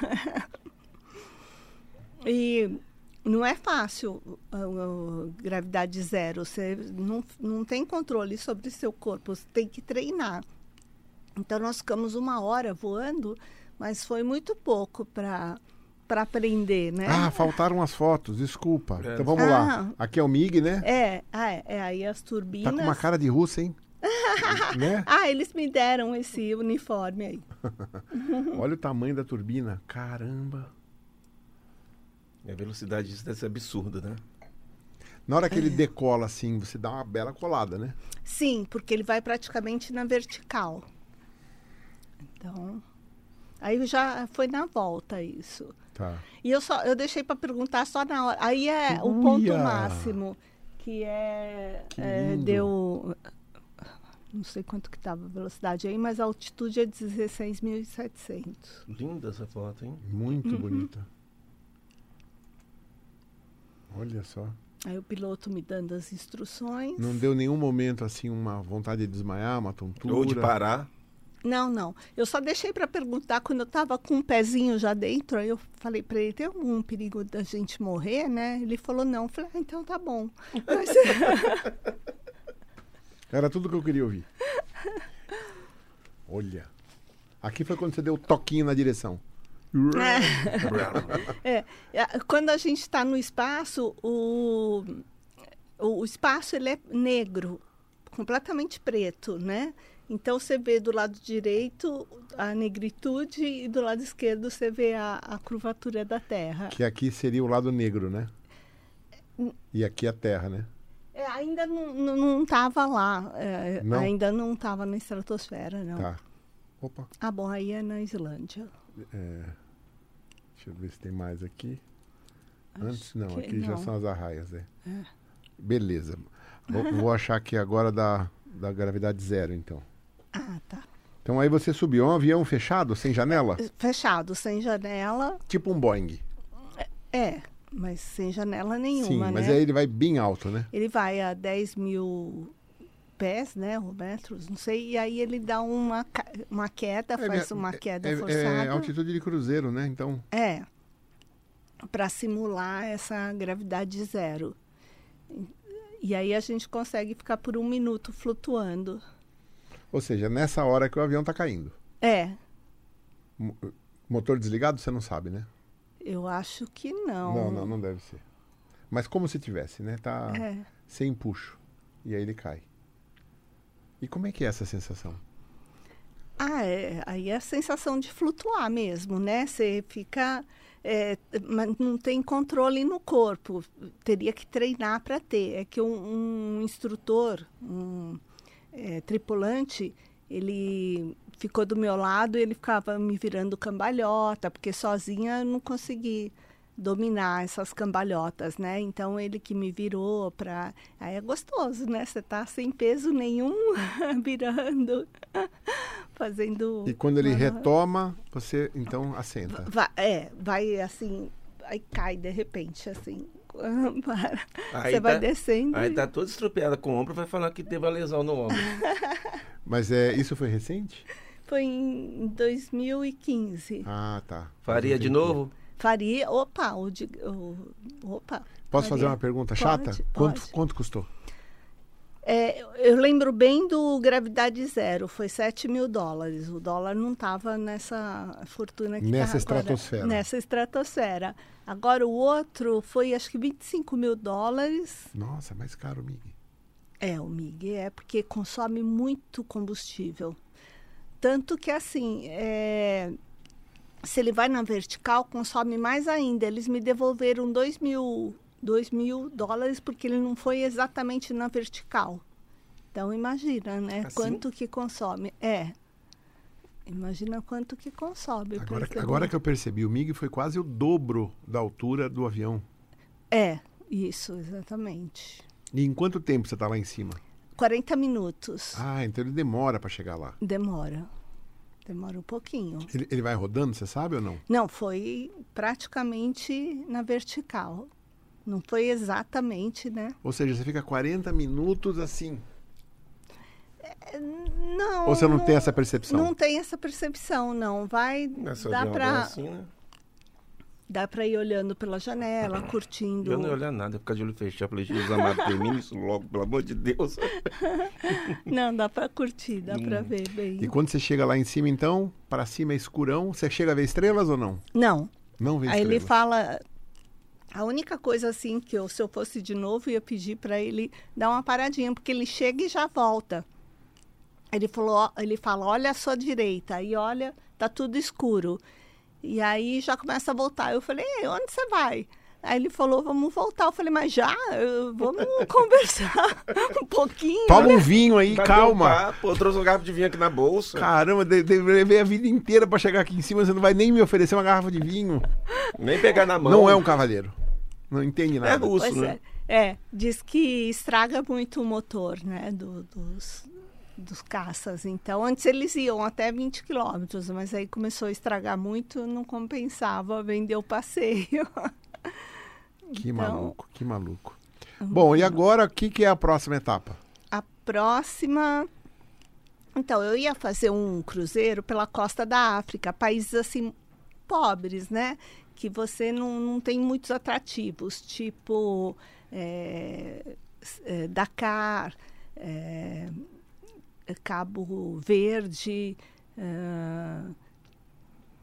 S2: E não é fácil a, a gravidade zero. Você não, não tem controle sobre seu corpo. Você tem que treinar. Então, nós ficamos uma hora voando, mas foi muito pouco para aprender, né?
S1: Ah, faltaram as fotos, desculpa.
S3: É.
S1: Então vamos lá. Aqui é o MIG, né?
S2: É, ah, é, é, aí as
S1: Tá
S2: turbinas.
S1: com uma cara de russa, hein? né?
S2: Ah, eles me deram esse uniforme aí.
S1: Olha o tamanho da turbina. Caramba.
S3: E a velocidade disso deve ser absurda, né?
S1: Na hora que ele decola assim, você dá uma bela colada, né?
S2: Sim, porque ele vai praticamente na vertical. Então. Aí já foi na volta isso.
S1: Tá.
S2: E eu só eu deixei para perguntar só na hora. Aí é o
S1: Uia!
S2: ponto máximo, que é, é,
S1: lindo.
S2: deu não sei quanto que estava a velocidade aí, mas a altitude é 16.700.
S3: Linda essa foto, hein?
S1: Muito bonita. Olha só.
S2: Aí o piloto me dando as instruções.
S1: Não deu nenhum momento assim uma vontade de desmaiar, uma tontura.
S3: Ou de parar.
S2: Não, não. Eu só deixei para perguntar quando eu estava com um pezinho já dentro. Aí eu falei para ele: tem algum perigo da gente morrer, né? Ele falou: não. Eu falei: ah, então tá bom. Mas, eh,
S1: Era tudo que eu queria ouvir. Olha. Aqui foi quando você deu o toquinho na direção.
S2: É, a- quando a gente está no espaço, o, o o espaço ele é negro, completamente preto, né? Então você vê do lado direito a negritude e do lado esquerdo você vê a, a curvatura da Terra.
S1: Que aqui seria o lado negro, né? E aqui a terra, né?
S2: É, ainda não- não estava lá, é,
S1: Não?
S2: ainda não estava na estratosfera, não.
S1: Tá. Opa.
S2: A boia é na Islândia.
S1: É, Deixa eu ver se tem mais aqui.
S2: Acho
S1: Antes não,
S2: que
S1: aqui já
S2: não.
S1: são as arraias, é. Beleza.
S2: [LAUGHS]
S1: Vou, vou achar aqui agora da, da gravidade zero, então.
S2: Ah, tá.
S1: Então aí você subiu. É um avião fechado, sem janela?
S2: Fechado, sem janela.
S1: Tipo um Boeing.
S2: É, mas sem janela nenhuma,
S1: Sim,
S2: né?
S1: mas aí ele vai bem alto, né?
S2: Ele vai a 10 mil pés, né, ou metros, não sei, e aí ele dá uma, ca- uma queda, faz
S1: é-
S2: uma queda
S1: é- É
S2: forçada.
S1: altitude de cruzeiro, né? Então...
S2: É, para simular essa gravidade zero. E aí a gente consegue ficar por um minuto flutuando.
S1: Ou seja, nessa hora que o avião está caindo.
S2: É,
S1: Mo- Motor desligado, você não sabe, né?
S2: eu acho que não.
S1: Não, não, não deve ser. Mas como se tivesse, né? Tá
S2: É.
S1: sem puxo. E aí ele cai. E como é que é essa sensação?
S2: Ah, é, aí é a sensação de flutuar mesmo, né? Você fica. é, mas não tem controle no corpo, teria que treinar para ter. É que um, um instrutor, um é, tripulante, ele ficou do meu lado ele ficava me virando cambalhota, porque sozinha eu não consegui dominar essas cambalhotas, né? Então ele que me virou para. Aí é gostoso, né? Você tá sem peso nenhum [LAUGHS] virando, [LAUGHS] fazendo.
S1: E quando ele
S2: Aham.
S1: retoma, você então
S3: Tá.
S1: assenta.
S2: Va- é, vai assim, aí cai de repente, assim. [LAUGHS] Para.
S3: Aí
S2: Você vai
S3: tá-
S2: descendo.
S3: Aí
S2: e-
S3: tá toda estropiada com o ombro, vai falar que teve a lesão no
S1: [LAUGHS]
S3: ombro.
S1: Mas é, isso foi recente?
S2: Foi em 2015.
S1: Ah, tá.
S3: Faria de novo?
S2: Faria. Opa, o de, o- opa.
S1: Posso fazer
S2: faria.
S1: uma pergunta
S2: Pode,
S1: chata? Quanto,
S2: pode.
S1: quanto custou?
S2: É, eu- eu lembro bem do Gravidade Zero, foi 7 mil dólares. O dólar não estava nessa fortuna que
S1: Nessa
S2: tá agora,
S1: estratosfera.
S2: Nessa estratosfera. Agora o outro foi acho que 25 mil dólares.
S1: Nossa, mais caro, Mig.
S2: É, o MIG é porque consome muito combustível. Tanto que, assim, é, se ele vai na vertical, consome mais ainda. Eles me devolveram 2 mil, dois mil dólares porque ele não foi exatamente na vertical. Então, imagina, né?
S3: Assim?
S2: Quanto que consome. É. Imagina quanto que consome. pra
S1: Agora,
S2: esse
S1: agora que eu percebi, o Mig foi quase o dobro da altura do avião.
S2: É, isso, exatamente.
S1: E em quanto tempo você tá lá em cima?
S2: 40 minutos.
S1: Ah, então ele demora para chegar lá.
S2: Demora. Demora um pouquinho.
S1: Ele, ele vai rodando, você sabe ou não?
S2: Não, foi praticamente na vertical. Não foi exatamente, né?
S1: Ou seja, você fica 40 minutos assim.
S2: Não.
S1: Ou você não tem essa percepção?
S2: Não tem essa percepção, não. Vai
S3: Essa
S2: dá
S1: é
S3: avião
S2: para
S3: agora assim, né?
S2: dá para ir olhando pela janela, curtindo.
S3: Eu não ia olhar nada, eu ia ficar de olho fechado. Falei, Jesus amado, termina isso logo, pelo amor de Deus.
S2: Não, dá para curtir, dá para
S3: Hum.
S2: ver bem.
S1: E quando você chega lá em cima, então, para cima é escurão, você chega a ver estrelas ou não?
S2: Não.
S1: Não vê
S2: Aí
S1: estrelas.
S2: ele fala a única coisa assim que eu, se eu fosse de novo ia pedir para ele dar uma paradinha, porque ele chega e já volta. Ele falou, ó, ele fala, olha a sua direita, aí olha, tá tudo escuro. E aí já começa a voltar. Eu falei, "Ei, onde você vai? Aí ele falou, vamos voltar. Eu falei, mas já? Eu-
S1: [LAUGHS]
S2: Vamos conversar [LAUGHS] um pouquinho.
S1: Toma um vinho aí,
S3: Bateu um
S1: calma.
S3: papo, eu trouxe um garfo de vinho aqui na bolsa.
S1: Caramba, de- de- levei a vida inteira para chegar aqui em cima, você não vai nem me oferecer uma garrafa de vinho.
S3: Nem pegar na mão.
S1: Não é um cavaleiro. Não entende
S3: É
S1: nada.
S3: russo,
S2: Pois
S3: né?
S2: é. É, diz que estraga muito o motor, né, do- dos, dos caças. Então, antes eles iam até 20 quilômetros, mas aí começou a estragar muito, não compensava vender o passeio.
S1: que
S2: então- Uhum.
S1: maluco, que maluco. Bom, e agora o que, que é a próxima etapa?
S2: A próxima... Então, eu ia fazer um cruzeiro pela costa da África, países, assim, pobres, né? Que você não, não tem muitos atrativos, tipo é, s- é, Dakar, é, Cabo Verde, ah,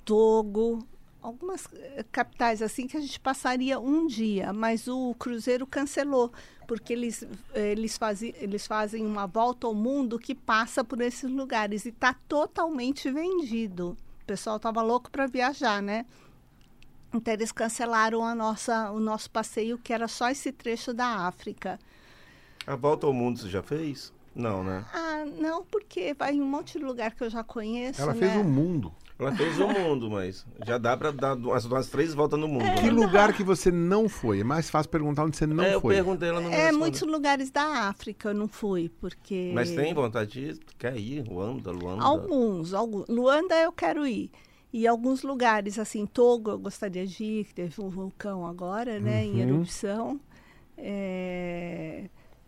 S2: Togo, algumas eh, capitais assim que a gente passaria um dia, mas o cruzeiro cancelou porque eles eh, eles fazem eles fazem uma volta ao mundo que passa por esses lugares e está totalmente vendido. O pessoal estava louco para viajar, né? Então eles cancelaram a nossa o nosso passeio que era só esse trecho da África.
S3: A volta ao mundo você já fez? Não, né?
S2: Ah, não, porque vai em um monte de lugar que eu já conheço.
S1: Ela
S2: né?
S1: fez um o mundo.
S3: Ela fez o mundo, mas já dá pra dar umas, umas três voltas no mundo.
S1: É. Que
S3: né?
S1: lugar que você não foi? É mais fácil perguntar onde você não
S3: é, eu
S1: foi.
S3: perguntei, ela
S1: né,
S3: não me
S2: É,
S3: respondeu.
S2: muitos lugares da África eu não fui, porque.
S3: Mas tem vontade de... Quer ir? Ruanda, Luanda.
S2: Alguns, alguns. Luanda eu quero ir. E alguns lugares, assim, Togo eu gostaria de ir, que teve um vulcão agora, né, em
S1: Uhum.
S2: erupção. É,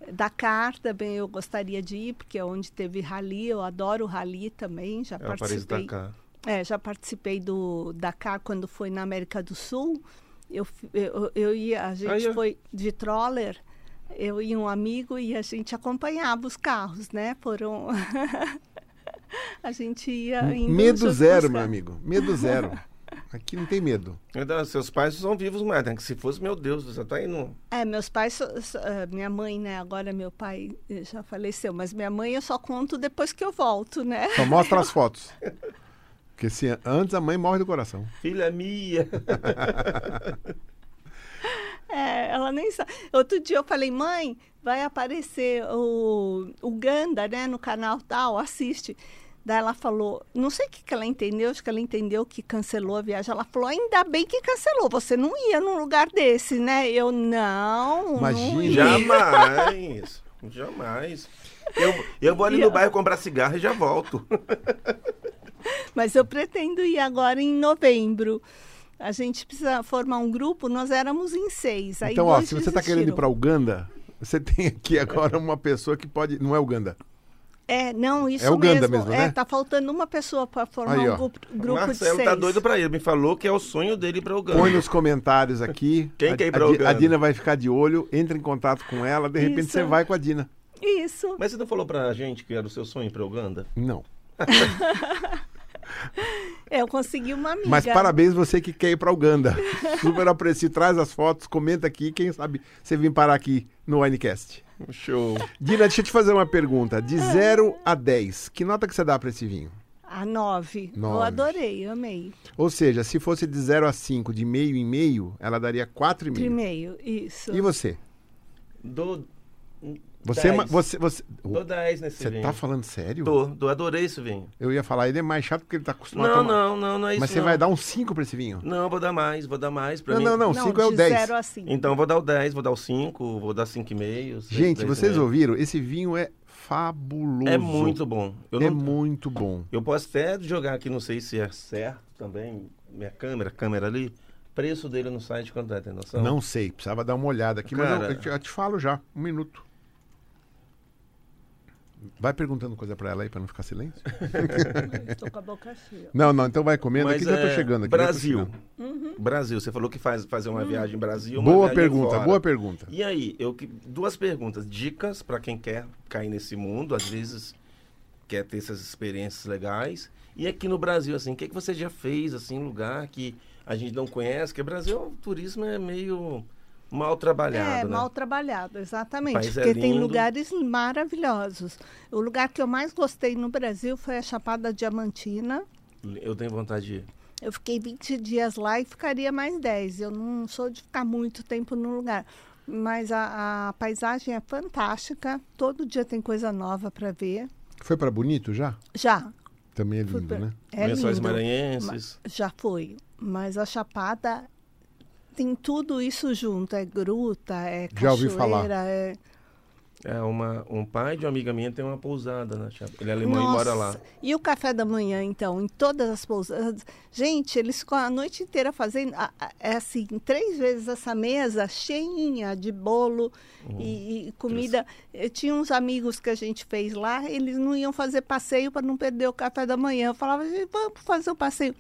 S2: Dakar também eu gostaria de ir, porque é onde teve rally, eu adoro rally também, já
S3: Ela aparece
S2: participei.
S3: da cá.
S2: É, já participei do Dakar quando foi na América do Sul. Eu, fi- eu, eu ia, a gente
S3: Aí, ó.
S2: foi de troller. eu e um amigo e a gente acompanhava os carros, né? Foram. [LAUGHS] a gente ia. indo junto com
S1: medo
S2: os
S1: zero, meu
S2: carros.
S1: amigo. Medo
S2: [LAUGHS]
S1: zero. Aqui não tem medo.
S3: Então, seus pais são vivos, mas né, que se fosse, meu Deus, você tá indo.
S2: É, meus pais, só- só- eh, minha mãe, né? Agora meu pai eh, já faleceu, mas minha mãe eu só conto depois que eu volto, né? [LAUGHS]
S1: Só mostra as fotos. Porque se antes a mãe morre do coração.
S3: Filha minha.
S2: É, ela nem sabe. Outro dia eu falei, mãe, vai aparecer o Uganda, né, no canal tal, assiste. Daí ela falou, não sei o que, que ela entendeu, acho que ela entendeu que cancelou a viagem. Ela falou, ainda bem que cancelou, você não ia num lugar desse, né? Eu, não, não
S1: Imagina.
S2: ia.
S3: Jamais. Jamais. Eu, eu vou ali no
S2: Yeah.
S3: bairro comprar cigarro e já volto.
S2: Mas eu pretendo ir agora em novembro. A gente precisa formar um grupo, nós éramos em seis. Aí
S1: então, ó,
S2: Tá, dois
S1: se você está querendo ir
S2: desistiram.
S1: para Uganda, você [LAUGHS] tem aqui agora uma pessoa que pode. Não é Uganda.
S2: É, não, isso
S1: É Uganda mesmo,
S2: é,
S1: né?
S2: tá faltando uma pessoa para formar
S1: Aí, ó.
S2: um grupo, grupo de
S3: Marcelo
S2: seis.
S3: tá doido pra ir. Me falou que é o sonho dele ir pra Uganda.
S1: Põe nos comentários aqui.
S3: Quem quer ir
S1: a,
S3: pra
S1: a Di-
S3: Uganda?
S1: a Dina vai ficar de olho, entra em contato com ela, de repente
S2: Isso.
S1: você vai com a Dina.
S2: Isso.
S3: Mas você não falou pra gente que era o seu sonho ir pra Uganda?
S1: Não.
S2: É, eu consegui uma amiga.
S1: Mas parabéns você que quer ir para Uganda. [LAUGHS] Super aprecio. Traz as fotos, comenta aqui. Quem sabe você vem parar aqui no Winecast.
S3: Show.
S1: Dina, deixa eu te fazer uma pergunta. De
S2: Ah.
S1: 0 a 10, que nota que você dá para esse vinho?
S2: A nove. Eu
S1: Nove.
S2: adorei, amei.
S1: Ou seja, se fosse de 0 a 5, de meio em meio, ela daria 4,5.
S2: Primeiro, isso.
S1: E você?
S3: Dou.
S1: Você, é uma-
S3: dez.
S1: você, você,
S3: Dou 10 nesse
S1: você
S3: vinho.
S1: tá falando sério?
S3: Dou, dou, adorei esse vinho.
S1: Eu ia falar, ele é mais chato porque ele tá acostumado a
S3: Não,
S1: tomar.
S3: não, não, não é isso.
S1: Mas você
S3: não.
S1: vai dar um 5 pra esse vinho?
S3: Não, vou dar mais, vou dar mais. Pra
S1: Não,
S3: mim...
S1: não, não,
S2: Não,
S1: 5 é o
S2: de
S1: 10.
S2: zero a cinco.
S3: Então vou dar o 10, vou dar o 5, vou dar 5,5.
S1: Gente, vocês ouviram? Esse vinho é fabuloso.
S3: É muito bom. Eu,
S1: É
S3: não-
S1: muito bom.
S3: eu posso até jogar aqui, não sei se é certo também, minha câmera, câmera ali. Preço dele no site, quanto é, tem noção?
S1: Não sei, precisava dar uma olhada aqui, mas
S3: Cara.
S1: eu, eu te, eu te falo já, um minuto. Vai perguntando coisa pra ela aí pra não ficar
S3: [LAUGHS]
S1: silêncio?
S3: Então-
S2: Estou com a boca cheia.
S1: Não, não, então vai comendo
S3: Mas
S1: aqui, já tô
S3: é
S1: chegando aqui. já tô
S3: Brasil.
S1: chegando.
S2: Uhum.
S3: Brasil, você falou que faz fazer uma viagem Brasil. uma
S1: Boa
S3: viagem
S1: pergunta,
S3: fora.
S1: boa pergunta.
S3: E aí, eu que- duas perguntas, dicas para quem quer cair nesse mundo, às vezes quer ter essas experiências legais. E aqui no Brasil, assim, o que, que você já fez, assim, em lugar que a gente não conhece? Porque Brasil, o turismo é meio mal [LAUGHS] trabalhado,
S2: É,
S3: né?
S2: mal trabalhado, exatamente.
S3: País é
S2: porque tem
S3: lindo.
S2: lugares maravilhosos. O lugar que eu mais gostei no Brasil foi a Chapada Diamantina.
S3: Eu tenho vontade de ir.
S2: Eu fiquei 20 dias lá e ficaria mais 10. Eu não sou de ficar muito tempo num lugar. Mas a, a paisagem é fantástica. Todo dia tem coisa nova para ver.
S1: Foi pra Bonito já?
S2: Já.
S1: Também é
S2: fui
S1: lindo,
S2: pra-
S1: né?
S2: É
S3: Lençóis
S2: lindo.
S3: maranhenses.
S2: Já foi, mas a Chapada tem tudo isso junto, é gruta, é
S1: Já ouvi
S2: cachoeira,
S1: falar.
S2: é...
S3: É uma, um pai de uma amiga minha tem uma pousada na Chapa. Ele é alemão e
S2: Nossa,
S3: mora lá.
S2: E o café da manhã, então, em todas as pousadas. Gente, eles ficam a noite inteira fazendo, a- a- é assim, três vezes essa mesa cheinha de bolo e, e comida. Eu tinha uns amigos que a gente fez lá, eles não iam fazer passeio para não perder o café da manhã. Eu falava, "Gente, vamos fazer o passeio.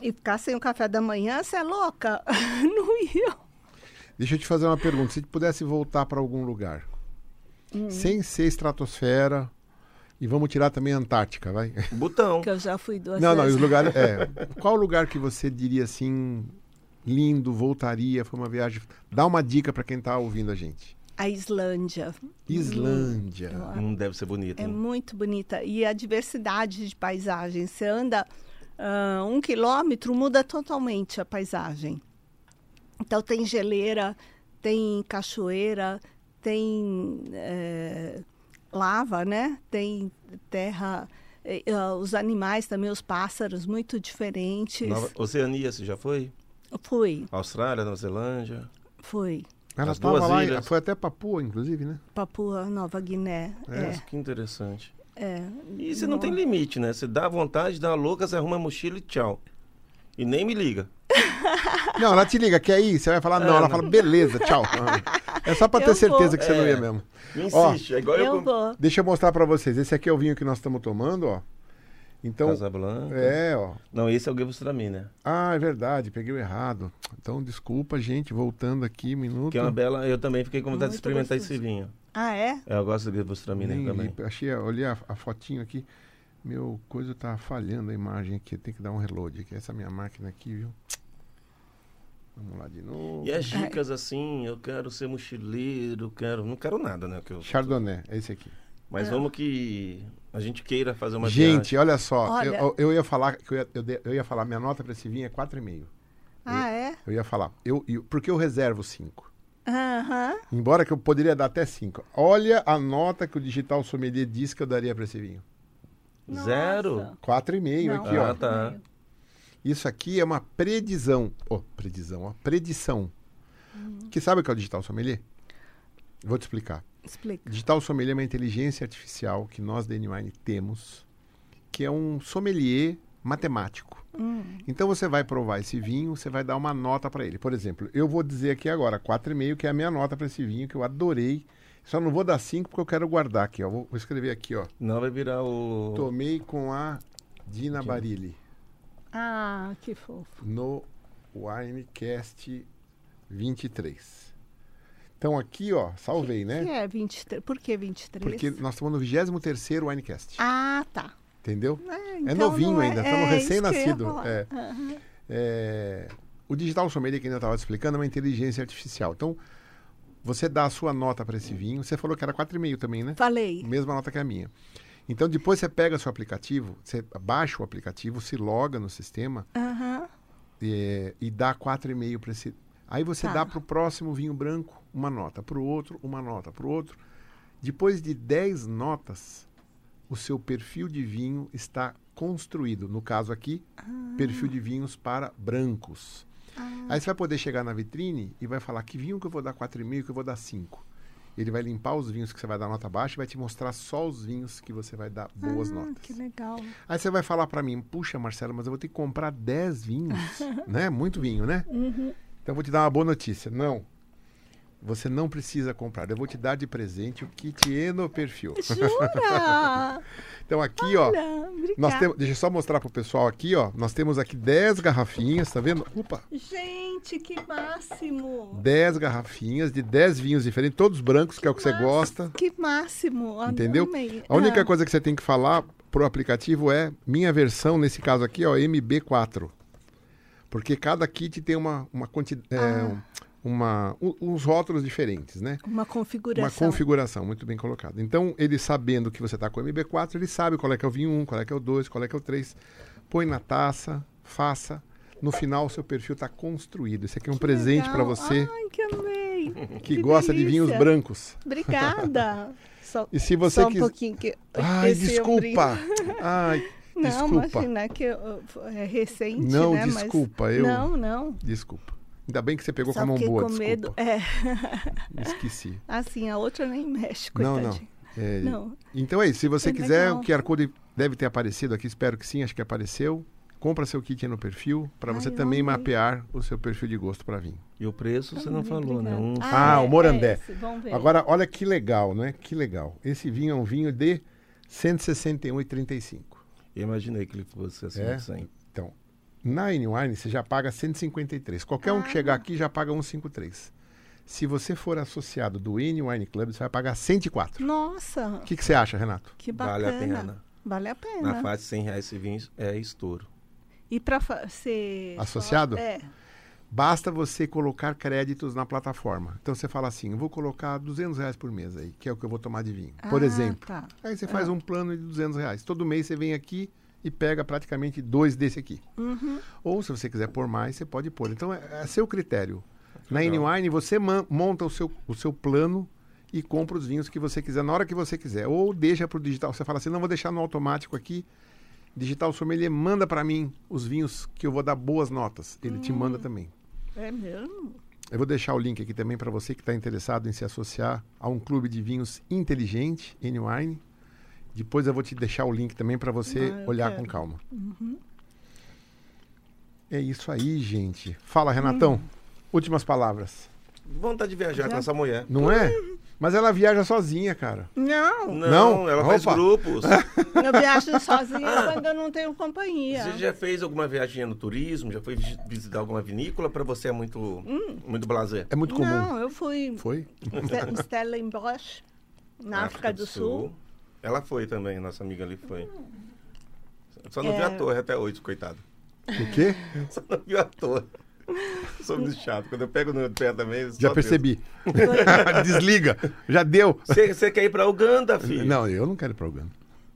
S2: E ficar sem o café da manhã, você é louca? [LAUGHS] não iam.
S1: Deixa eu te fazer uma pergunta. Se tu pudesse voltar pra algum lugar,
S2: Hum.
S1: sem ser estratosfera, e vamos tirar também a Antártica, vai?
S2: Tá
S3: Botão.
S2: Que eu já fui duas
S1: Não, não,
S2: vezes.
S1: os lugares. É,
S2: [LAUGHS]
S1: qual lugar que você diria assim, lindo, voltaria, foi uma viagem. Dá uma dica pra quem tá ouvindo a gente.
S2: A Islândia.
S1: Islândia.
S3: Não deve ser bonito. né?
S2: É
S1: Hum.
S3: hein?
S2: muito bonita. E a diversidade de paisagens. Você anda ah, um quilômetro, muda totalmente a paisagem. Então, tem geleira, tem cachoeira, tem eh, lava, né? Tem terra. eh, ah, os animais também, os pássaros, muito diferentes.
S3: Nova- Oceania, você já foi?
S2: Fui,
S3: Austrália, Nova Zelândia.
S2: fui.
S1: Ela
S3: As duas
S1: estava lá,
S3: ilhas.
S1: foi até Papua, inclusive, né?
S2: Papua Nova Guiné.
S1: É.
S3: Nossa, que interessante.
S2: É, é.
S3: E você não tem limite, né? Você dá vontade, dá a louca, você arruma a mochila e tchau. E nem me liga.
S1: Não, ela te liga, quer ir? Você vai falar, não.
S3: É,
S1: Ela
S3: não.
S1: fala, beleza,
S3: [LAUGHS]
S1: tchau. Ah, É só pra
S2: Eu
S1: ter certeza
S2: vou.
S1: que você não
S3: É.
S1: ia mesmo.
S3: Me
S1: Ó,
S3: insiste. é igual eu.
S2: Eu
S3: com-
S2: vou.
S1: Deixa eu mostrar pra vocês. Esse aqui é o vinho que nós estamos tomando, ó. Então,
S3: Casablanca.
S1: é, ó.
S3: Não, esse é o Guevos Tramin, né?
S1: Ah, é verdade, peguei o errado. Então, desculpa, gente, voltando aqui, um minuto.
S3: Que é uma bela. Eu também fiquei com vontade de
S2: Muito
S3: experimentar
S2: gostoso.
S3: esse vinho.
S2: Ah, é?
S3: É, Eu gosto do Guevos Tramin né,
S1: Nem
S3: também.
S1: li, achei, olhei a, a fotinho aqui. Meu coisa tá falhando a imagem aqui. Tem que dar um reload aqui. Essa minha máquina aqui, viu? Vamos lá de novo.
S3: E as dicas assim, eu quero ser mochileiro, quero. Não quero nada, né? Que eu...
S1: Chardonnay, é esse aqui.
S3: Mas vamos que a gente queira fazer É uma
S1: Gente,
S3: viagem.
S1: olha só.
S2: Olha-
S1: Eu, eu ia falar, que eu, ia, eu, de- eu ia falar, minha nota pra esse vinho é 4,5.
S2: Ah, é?
S1: Eu ia falar. Eu, eu, porque eu reservo 5.
S2: Aham.
S1: Embora que eu poderia dar até 5. Olha a nota que o Digital Sommelier disse que eu daria pra esse vinho.
S3: Zero?
S2: Nossa.
S1: 4,5
S2: Não,
S1: aqui, ó.
S3: Ah, tá.
S2: meio.
S1: Isso aqui é uma predição. Oh, predição, ó, predição. Que sabe o que é o digital sommelier? Vou te explicar.
S2: Explica.
S1: Digital sommelier é uma inteligência artificial que nós da N-Wine temos, que é um sommelier matemático.
S2: Hum.
S1: Então você vai provar esse vinho, você vai dar uma nota para ele. Por exemplo, eu vou dizer aqui agora 4,5, que é a minha nota para esse vinho que eu adorei. Só não vou dar 5 porque eu quero guardar aqui, ó. Vou vou escrever aqui, ó.
S3: Não vai virar o.
S1: Tomei com a Dina Barilli.
S2: Ah, que fofo.
S1: no Winecast 23. Então aqui, ó, salvei,
S2: Que
S1: né?
S2: é 23. Por que 23?
S1: Porque nós estamos no 23º Winecast,
S2: Ah, tá.
S1: entendeu?
S2: É,
S1: É
S2: então
S1: novinho
S2: não
S1: ainda, estamos
S2: é isso que eu ia
S1: recém-nascido.
S2: falar.
S1: É.
S2: Aham.
S1: É, o digital sommelier que ainda estava explicando é uma inteligência artificial. Então, você dá a sua nota para esse vinho. Você falou que era 4,5 também, né?
S2: Falei.
S1: Mesma nota que a minha. Então, depois você pega seu aplicativo, você baixa o aplicativo, se loga no sistema
S2: Aham.
S1: é, e dá 4,5 para esse. Aí você
S2: Tá.
S1: dá para o próximo vinho branco uma nota, para o outro uma nota, para o outro. Depois de 10 notas, o seu perfil de vinho está construído. No caso aqui,
S2: Ah.
S1: perfil de vinhos para brancos. Aí você vai poder chegar na vitrine e vai falar que vinho que eu vou dar 4,5 que eu vou dar 5. Ele vai limpar os vinhos que você vai dar nota baixa e vai te mostrar só os vinhos que você vai dar boas
S2: Ah,
S1: notas. [LAUGHS]
S2: Que legal.
S1: Aí você vai falar pra mim, puxa, Marcelo, mas eu vou ter que comprar 10 vinhos, né? Muito vinho, né? Então eu vou te dar uma boa notícia. Não. Você não precisa comprar. Eu vou te dar de presente o kit Enoperfil.
S2: Jura?
S1: Então aqui, ó,
S2: Olha, tá. obrigada.
S1: nós temos, deixa eu só mostrar pro pessoal aqui, ó. Nós temos aqui 10 garrafinhas, tá vendo? Opa,
S2: Gente, que máximo.
S1: 10 garrafinhas de 10 vinhos diferentes, todos brancos, que é o que você gosta,
S2: Que máximo. Ad-
S1: entendeu?
S2: amei.
S1: A única
S2: Ah,
S1: coisa que você tem que falar pro aplicativo é minha versão, nesse caso aqui, ó, MB4. Porque cada kit tem uma, uma quantidade.
S2: Ah.
S1: uma, u- uns rótulos diferentes, né?
S2: Uma
S1: Uma
S2: configuração.
S1: configuração, muito bem colocado. Então, ele sabendo que você está com o MB4, ele sabe qual é que é o vinho 1, qual é que é o 2, qual é que é o 3. Põe na taça, faça. No final, o seu perfil está construído. Isso aqui é um presente
S2: Legal.
S1: para você
S2: Ai, que amei.
S1: que, gosta de vinhos
S2: delícia.
S1: brancos. [LAUGHS]
S2: Obrigada. Só,
S1: E se você
S2: só um
S1: quis-
S2: pouquinho que
S1: Ai,
S2: esse ombrinho-
S1: desculpa! Ai,
S2: [LAUGHS] Não,
S1: desculpa.
S2: imagina que eu- é recente,
S1: Não,
S2: né? Mas-
S1: desculpa, eu-
S2: Não, não.
S1: Desculpa. Ainda bem que você pegou
S2: Só
S1: com a mão
S2: fiquei
S1: boa,
S2: com
S1: desculpa.
S2: medo. É, [LAUGHS]
S1: Esqueci.
S2: assim, a outra nem mexe,
S1: Não, não.
S2: coitadinha.
S1: É,
S2: Não.
S1: Então é isso. Se você
S2: É
S1: quiser,
S2: legal.
S1: o QR Code deve ter aparecido aqui. Espero que sim, acho que apareceu. Compra seu kit aí no perfil para
S2: Ai,
S1: você
S2: eu
S1: também
S2: amei.
S1: mapear o seu perfil de gosto para vinho.
S3: E o preço você não
S2: Tá Muito
S3: falou, né?
S2: obrigada.
S3: Um...
S1: Ah,
S2: é,
S1: o Morandé.
S2: é esse, vamos ver.
S1: Agora, olha que legal, não é? Que legal. Esse vinho é um vinho de 161,35.
S3: Eu imaginei que ele fosse assim,
S1: É?
S3: assim.
S1: Então, na N-Wine você já paga 153. Qualquer um que chegar aqui já paga 153. Se você for associado do N-Wine Club, você vai pagar 104.
S2: Nossa,
S1: O que que você acha, Renato?
S2: que
S3: Vale
S2: bacana.
S3: a pena.
S2: Vale a
S3: Na
S2: pena.
S3: faixa de 100 reais esse vinho é estouro.
S2: E para ser...
S1: Associado?
S2: É.
S1: Basta você colocar créditos na plataforma. Então você fala assim, eu vou colocar 200 reais por mês aí, que é o que eu vou tomar de vinho, por
S2: Ah,
S1: exemplo.
S2: tá.
S1: Aí você faz um plano de 200 reais. Todo mês você vem aqui e pega praticamente dois desse aqui. Ou se você quiser pôr mais, você pode pôr. Então é, é seu critério. Na N-Wine você man- monta o seu, o seu plano e compra os vinhos que você quiser, na hora que você quiser. Ou deixa para o digital. Você fala assim, não, vou deixar no automático aqui. Digital Sommelier manda para mim os vinhos que eu vou dar boas notas. Ele te manda também.
S2: É mesmo?
S1: Eu vou deixar o link aqui também para você que está interessado em se associar a um clube de vinhos inteligente, N-Wine. Depois eu vou te deixar o link também para você
S2: Ah, eu
S1: olhar
S2: quero. Uhum.
S1: com calma. É isso aí,
S2: Hum.
S1: gente. Fala, Renatão. Últimas palavras.
S3: Vontade de viajar
S2: Já- [LAUGHS]
S3: com essa mulher.
S1: Não é? Mas ela viaja sozinha, cara.
S2: Não,
S3: Não,
S1: Não?
S3: ela faz
S1: Opa.
S3: [LAUGHS] grupos.
S2: eu
S1: [LAUGHS]
S2: viajo sozinha quando eu não tenho companhia.
S3: Você já fez alguma viagem no turismo? Já foi vis- visitar alguma vinícola? Para você é muito,
S2: Hum.
S3: muito blazer.
S1: É muito comum.
S2: Não, eu fui
S1: Foi?
S2: em um Stellenbosch, na África do Sul.
S3: Ela foi também, nossa amiga ali foi. Só
S2: É.
S3: não viu a torre até hoje, coitado.
S1: O
S2: [LAUGHS]
S1: quê?
S3: [LAUGHS] Só não viu a torre. Sou muito chato. Quando eu pego no pé também. só
S1: Já
S3: Deus.
S1: percebi. [LAUGHS] Desliga. Já deu.
S3: Você você quer ir pra [LAUGHS] Uganda, filho?
S1: Não, eu não quero ir pra Uganda.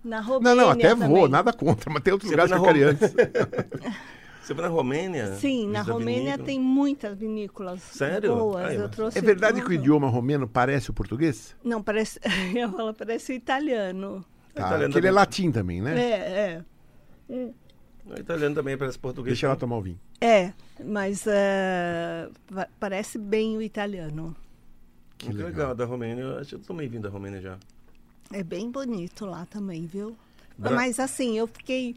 S2: Na Romênia
S1: Não, não, até
S2: também.
S1: vou, nada contra, mas tem outros
S3: Você
S1: lugares que
S3: foi
S1: eu
S3: na
S1: queria
S3: Roma?
S1: antes.
S3: Você foi na Romênia?
S2: Sim, na
S3: Visitar
S2: Romênia
S3: vinícola?
S2: tem muitas vinícolas
S3: Sério?
S2: boas.
S3: Ai,
S2: eu
S3: mas-
S2: trouxe
S1: É verdade que
S2: tudo.
S1: o idioma romeno parece o português?
S2: Não, parece. [LAUGHS] Eu falo, parece italiano.
S1: Tá,
S3: Italiano
S1: que ele é
S3: também.
S1: latim também,
S2: É,
S1: né?
S2: é.
S3: O italiano também parece português.
S1: Deixa ela tomar o vinho.
S2: É, mas eh, va- parece bem o italiano.
S1: Que
S3: Muito legal.
S1: legal.
S3: da Romênia. Eu acho que eu também vim da Romênia já.
S2: É bem bonito lá também, viu?
S3: Bra-
S2: Mas assim, eu fiquei.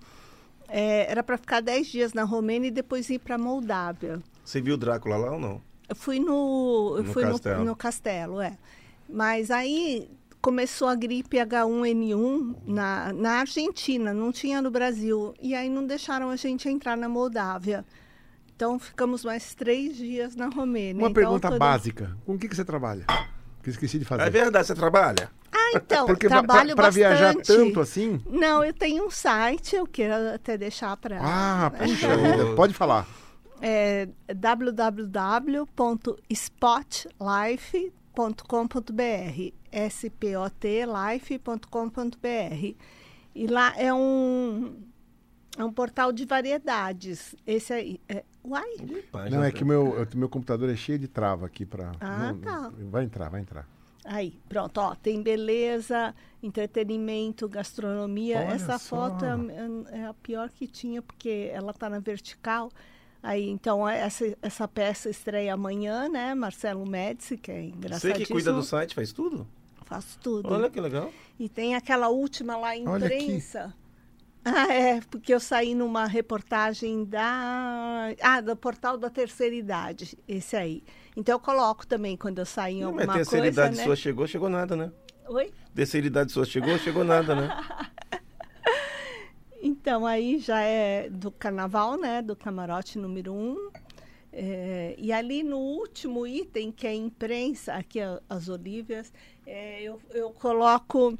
S2: eh, era para ficar 10 dias na Romênia e depois ir para Moldávia.
S3: Você viu o Drácula lá ou não?
S2: Eu fui no, eu
S3: No
S2: fui
S3: castelo.
S2: No, no castelo, é. Mas aí começou a gripe H1N1 na, na Argentina, não tinha no Brasil. E aí não deixaram a gente entrar na Moldávia. Então ficamos mais três dias na Romênia.
S1: Uma
S2: Então,
S1: pergunta
S2: todo-
S1: básica. Com o que, que você trabalha? Que eu esqueci de
S3: É
S1: fazer.
S3: verdade, você trabalha?
S2: Ah, então,
S1: Porque pra-
S2: trabalho
S1: pra, pra viajar
S2: bastante.
S1: tanto assim...
S2: Não, eu tenho um site, eu quero até deixar para...
S1: Ah, puxa
S3: Show.
S1: vida. Pode falar.
S2: é www.spotlife.com.br spotlife.com.br e lá é um é um portal de variedades esse aí é, uai
S1: Não, é que o meu, eu- meu computador é cheio de trava aqui pra...
S2: Ah,
S1: não,
S2: tá.
S1: Vai entrar, vai entrar.
S2: aí pronto ó tem beleza entretenimento gastronomia
S1: Olha
S2: essa
S1: só.
S2: foto é, a- é a pior que tinha porque ela tá na vertical Aí, então, essa, essa peça estreia amanhã, né? Marcelo Médici, que é
S3: Você
S2: engraçadíssimo.
S3: que cuida do site, faz tudo?
S2: Faço tudo.
S3: Olha que legal.
S2: E tem aquela última lá,
S1: Olha aqui.
S2: imprensa. [LAUGHS] Ah, é, porque eu saí numa reportagem da. Ah, do portal da terceira idade, esse aí. Então eu coloco também quando eu saio em
S3: Não,
S2: alguma
S3: mas terceira
S2: coisa.
S3: idade
S2: né?
S3: sua chegou, chegou nada, né?
S2: Oi?
S3: Terceira idade sua chegou, chegou nada, [LAUGHS] né?
S2: Então aí já é do carnaval, né? Do camarote número um. É, e ali no último item, que é imprensa, aqui ó, as Olívias, é, eu, eu coloco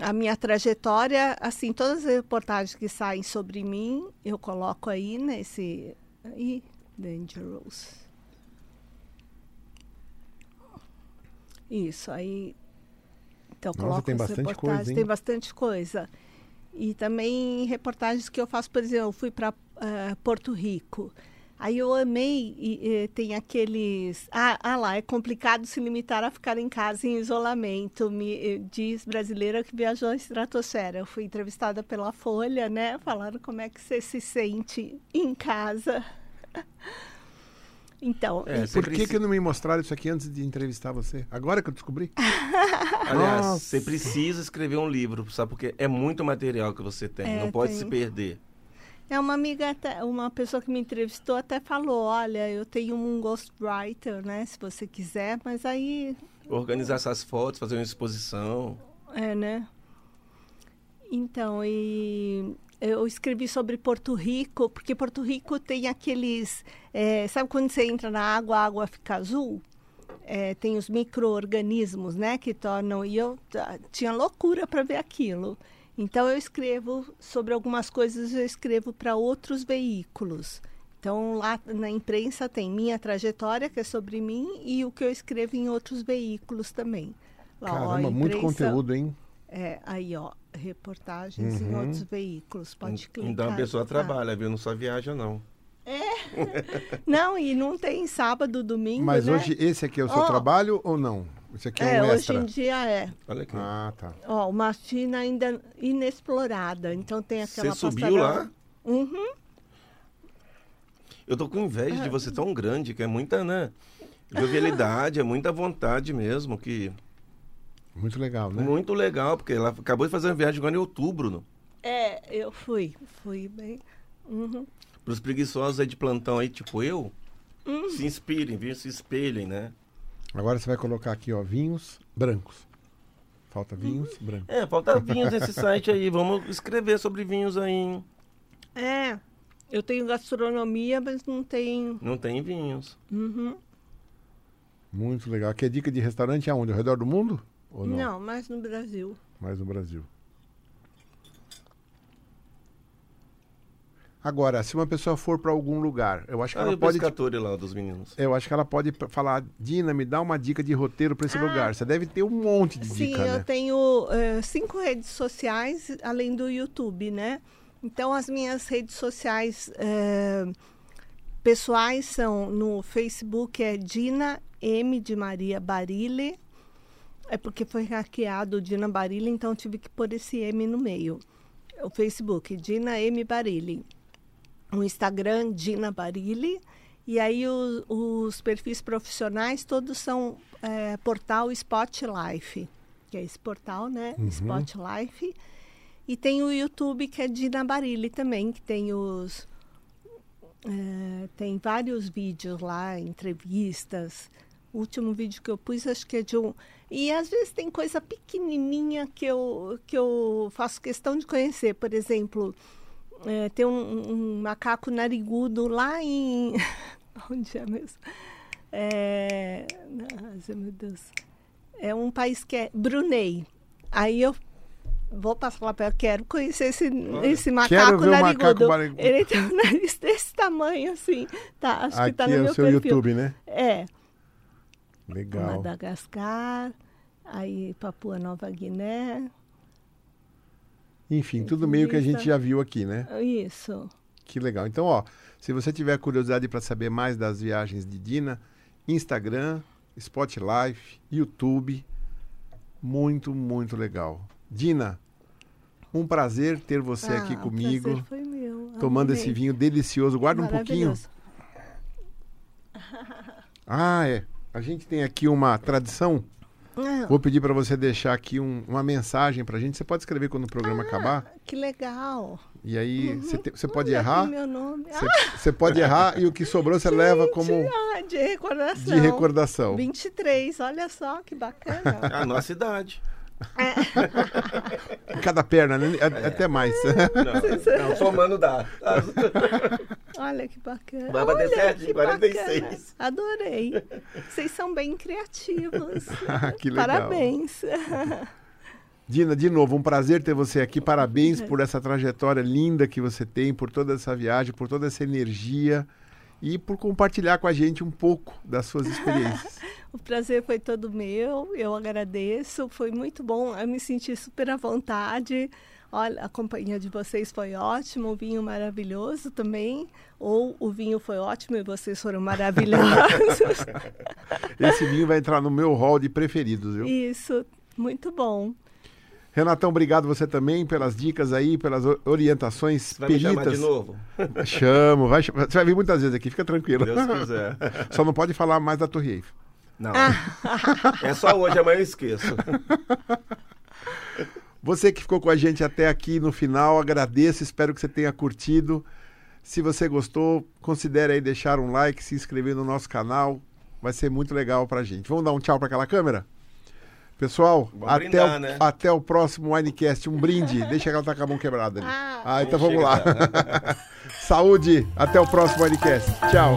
S2: a minha trajetória, assim, todas as reportagens que saem sobre mim, eu coloco aí nesse. Aí, Dangerous. Isso, aí. Então,
S1: Nossa,
S2: coloco
S1: tem
S2: as
S1: bastante coisa,
S2: reportagens,
S1: hein?
S2: tem bastante coisa. E também reportagens que eu faço, por exemplo, eu fui para Porto Rico. Aí eu amei, e, eh, tem aqueles. Ah, ah lá, é complicado se limitar a ficar em casa em isolamento, me eh, diz brasileira que viajou à estratosfera. Eu fui entrevistada pela Folha, né? Falaram como é que você se sente em casa. [LAUGHS] Então,
S3: É,
S1: Por
S3: sempre
S1: que,
S3: se-
S1: que não me mostraram isso aqui antes de entrevistar você? Agora que eu descobri?
S2: Ah,
S3: Aliás,
S1: Nossa.
S3: você precisa escrever um livro, sabe? Porque é muito material que você tem,
S2: É,
S3: não pode
S2: tem.
S3: se perder.
S2: É uma amiga, até- uma pessoa que me entrevistou até falou, olha, eu tenho um ghostwriter, né, se você quiser, mas aí,
S3: Organizar essas fotos, fazer uma exposição.
S2: é, né? Então, e eu escrevi sobre Porto Rico, porque Porto Rico tem aqueles, é, sabe quando você entra na água, a água fica azul? É, tem os micro-organismos, né, que tornam, e eu tá, tinha loucura para ver aquilo. Então, eu escrevo sobre algumas coisas, eu escrevo para outros veículos. Então, lá na imprensa tem minha trajetória, que é sobre mim, e o que eu escrevo em outros veículos também. Lá, ó,
S1: Caramba, muito
S2: imprensa-
S1: conteúdo, hein?
S2: É, aí, ó, reportagens em
S1: Uhum. Um,
S2: outros veículos. Pode clicar.
S3: Então a pessoa
S2: Ah,
S3: trabalha, viu? Não só viaja, não.
S2: Não, e não tem sábado, domingo,
S1: Mas
S2: né?
S1: hoje esse aqui é o seu
S2: Ó.
S1: trabalho ou não? Esse aqui é,
S2: É,
S1: um
S2: hoje
S1: extra.
S2: em dia é.
S3: Olha aqui.
S1: Ah, tá.
S2: Ó, uma China ainda inexplorada. Então tem aquela
S3: Você subiu
S2: passarela-
S3: lá?
S2: Uhum.
S3: Eu tô com inveja de você tão grande, que é muita, né? Jovialidade, é muita vontade mesmo, que...
S1: Muito legal, né?
S3: Muito legal, porque ela acabou de fazer uma viagem agora em outubro, no...
S2: É, eu fui. Fui bem. Uhum.
S3: Para
S2: Hum.
S3: os preguiçosos aí de plantão aí, tipo eu, se inspirem, viu? Se espelhem, né?
S1: Agora você vai colocar aqui, ó, vinhos brancos. Falta
S2: Uhum.
S1: vinhos brancos.
S3: É, falta vinhos nesse site aí. Vamos escrever sobre vinhos aí.
S2: É, eu tenho gastronomia, mas não tenho.
S3: Não tem vinhos.
S2: Uhum.
S1: Muito legal. Aqui é dica de restaurante aonde? Ao redor do mundo? Ou não?
S2: Não. mas no Brasil.
S1: Mas no Brasil. Agora, se uma pessoa for para algum lugar, eu acho que
S3: Olha
S1: ela
S3: o
S1: pode.
S3: pescatório lá dos meninos.
S1: Eu acho que ela pode p- falar, Dina, me dá uma dica de roteiro para esse
S2: Ah.
S1: lugar. Você deve ter um monte de
S2: Sim,
S1: dica,
S2: eu
S1: né?
S2: tenho eh, cinco redes sociais, além do YouTube, né? Então, as minhas redes sociais eh, pessoais são no Facebook, é Dina M de Maria Barile. É porque foi hackeado o Dina Barile, então tive que pôr esse M no meio. O Facebook, Dina M Barile. O um Instagram, Dina Barile. E aí o- os perfis profissionais todos são eh, portal Spot Life, que é esse portal, né? Spot Life. E tem o YouTube que é Dina Barile também, que tem os eh, tem vários vídeos lá, entrevistas. O último vídeo que eu pus, acho que é de um. E às vezes tem coisa pequenininha que eu, que eu faço questão de conhecer. Por exemplo, eh, tem um, um macaco narigudo lá em. [LAUGHS] Onde é mesmo? É... Nossa, meu Deus. É um país que é Brunei. Aí eu vou passar lá perto. Quero conhecer esse, esse macaco
S1: ver o macaco
S2: narigudo.
S1: narigudo.
S2: Ele tem um [LAUGHS] nariz desse tamanho, assim. Tá, acho que
S1: Aqui
S2: tá no
S1: é
S2: meu
S1: o seu
S2: perfil.
S1: YouTube, né?
S2: É.
S1: Legal.
S2: Madagascar, aí Papua Nova Guiné.
S1: Enfim, tudo meio que a gente
S2: Lista.
S1: já viu aqui, né?
S2: Isso.
S1: Que legal. Então, ó, se você tiver curiosidade para saber mais das viagens de Dina, Instagram, Spotify, YouTube, muito, muito legal. Dina, um prazer ter você
S2: Ah,
S1: aqui
S2: o
S1: comigo,
S2: prazer foi meu.
S1: tomando esse vinho delicioso. Guarda um pouquinho. Ah, é. A gente tem aqui uma tradição.
S2: pouquinho.
S1: Vou pedir para você deixar aqui um- uma mensagem para a gente. Você pode escrever quando o programa acabar.
S2: que legal.
S1: E aí você, te- você pode
S2: Ah. Uhum. Olha aqui
S1: errar.
S2: meu nome.
S1: Você, você pode errar e o que sobrou
S2: [LAUGHS]
S1: você leva como
S2: Ah, de recordação.
S1: de recordação.
S2: 23, olha só
S1: [LAUGHS]
S2: que bacana.
S3: É A nossa idade.
S1: Cada perna, né? A-
S3: É.
S1: Até mais. [LAUGHS]
S3: Não, não somando dá.
S2: Olha que bacana.
S3: Vai bater
S2: Olha
S3: certinho,
S2: que
S3: 46.
S2: bacana. Adorei. Vocês são bem criativos.
S1: [LAUGHS] Que legal. [LAUGHS]
S2: Parabéns.
S1: Dina, de novo, um prazer ter você aqui.
S3: [LAUGHS]
S1: Parabéns por essa trajetória linda que você tem, por toda essa viagem, por toda essa energia e por compartilhar com a gente um pouco das suas
S3: [LAUGHS]
S1: experiências.
S2: O prazer foi todo meu, eu agradeço, foi muito bom, eu me senti super à vontade. Olha, a companhia de vocês foi ótima, o vinho maravilhoso também. Ou o vinho foi ótimo e vocês foram maravilhosos.
S1: Esse vinho vai entrar no meu hall de preferidos, viu?
S2: Isso, muito bom.
S1: Renatão, obrigado você também pelas dicas aí, pelas o- orientações
S3: Vai me chamar de
S1: peritas.
S3: novo?
S1: Chamo, vai, ch- você vai vir muitas vezes aqui, fica tranquilo.
S3: Deus quiser.
S1: Só não pode falar mais da Torre Eiffel.
S3: Não. É só hoje, amanhã eu esqueço.
S1: Você que ficou com a gente até aqui no final, agradeço, espero que você tenha curtido. Se você gostou, considere aí deixar um like, se inscrever no nosso canal, vai ser muito legal pra gente. Vamos dar um tchau pra aquela câmera? Pessoal,
S3: Vamos
S1: até,
S3: brindar,
S1: o,
S3: né?
S1: até o próximo Winecast. Um brinde. Deixa que ela tá com a mão quebrada ali.
S2: Ah.
S1: ah então
S3: Chega
S1: vamos lá.
S3: né?
S1: [LAUGHS] Saúde. Até o próximo Winecast. Tchau.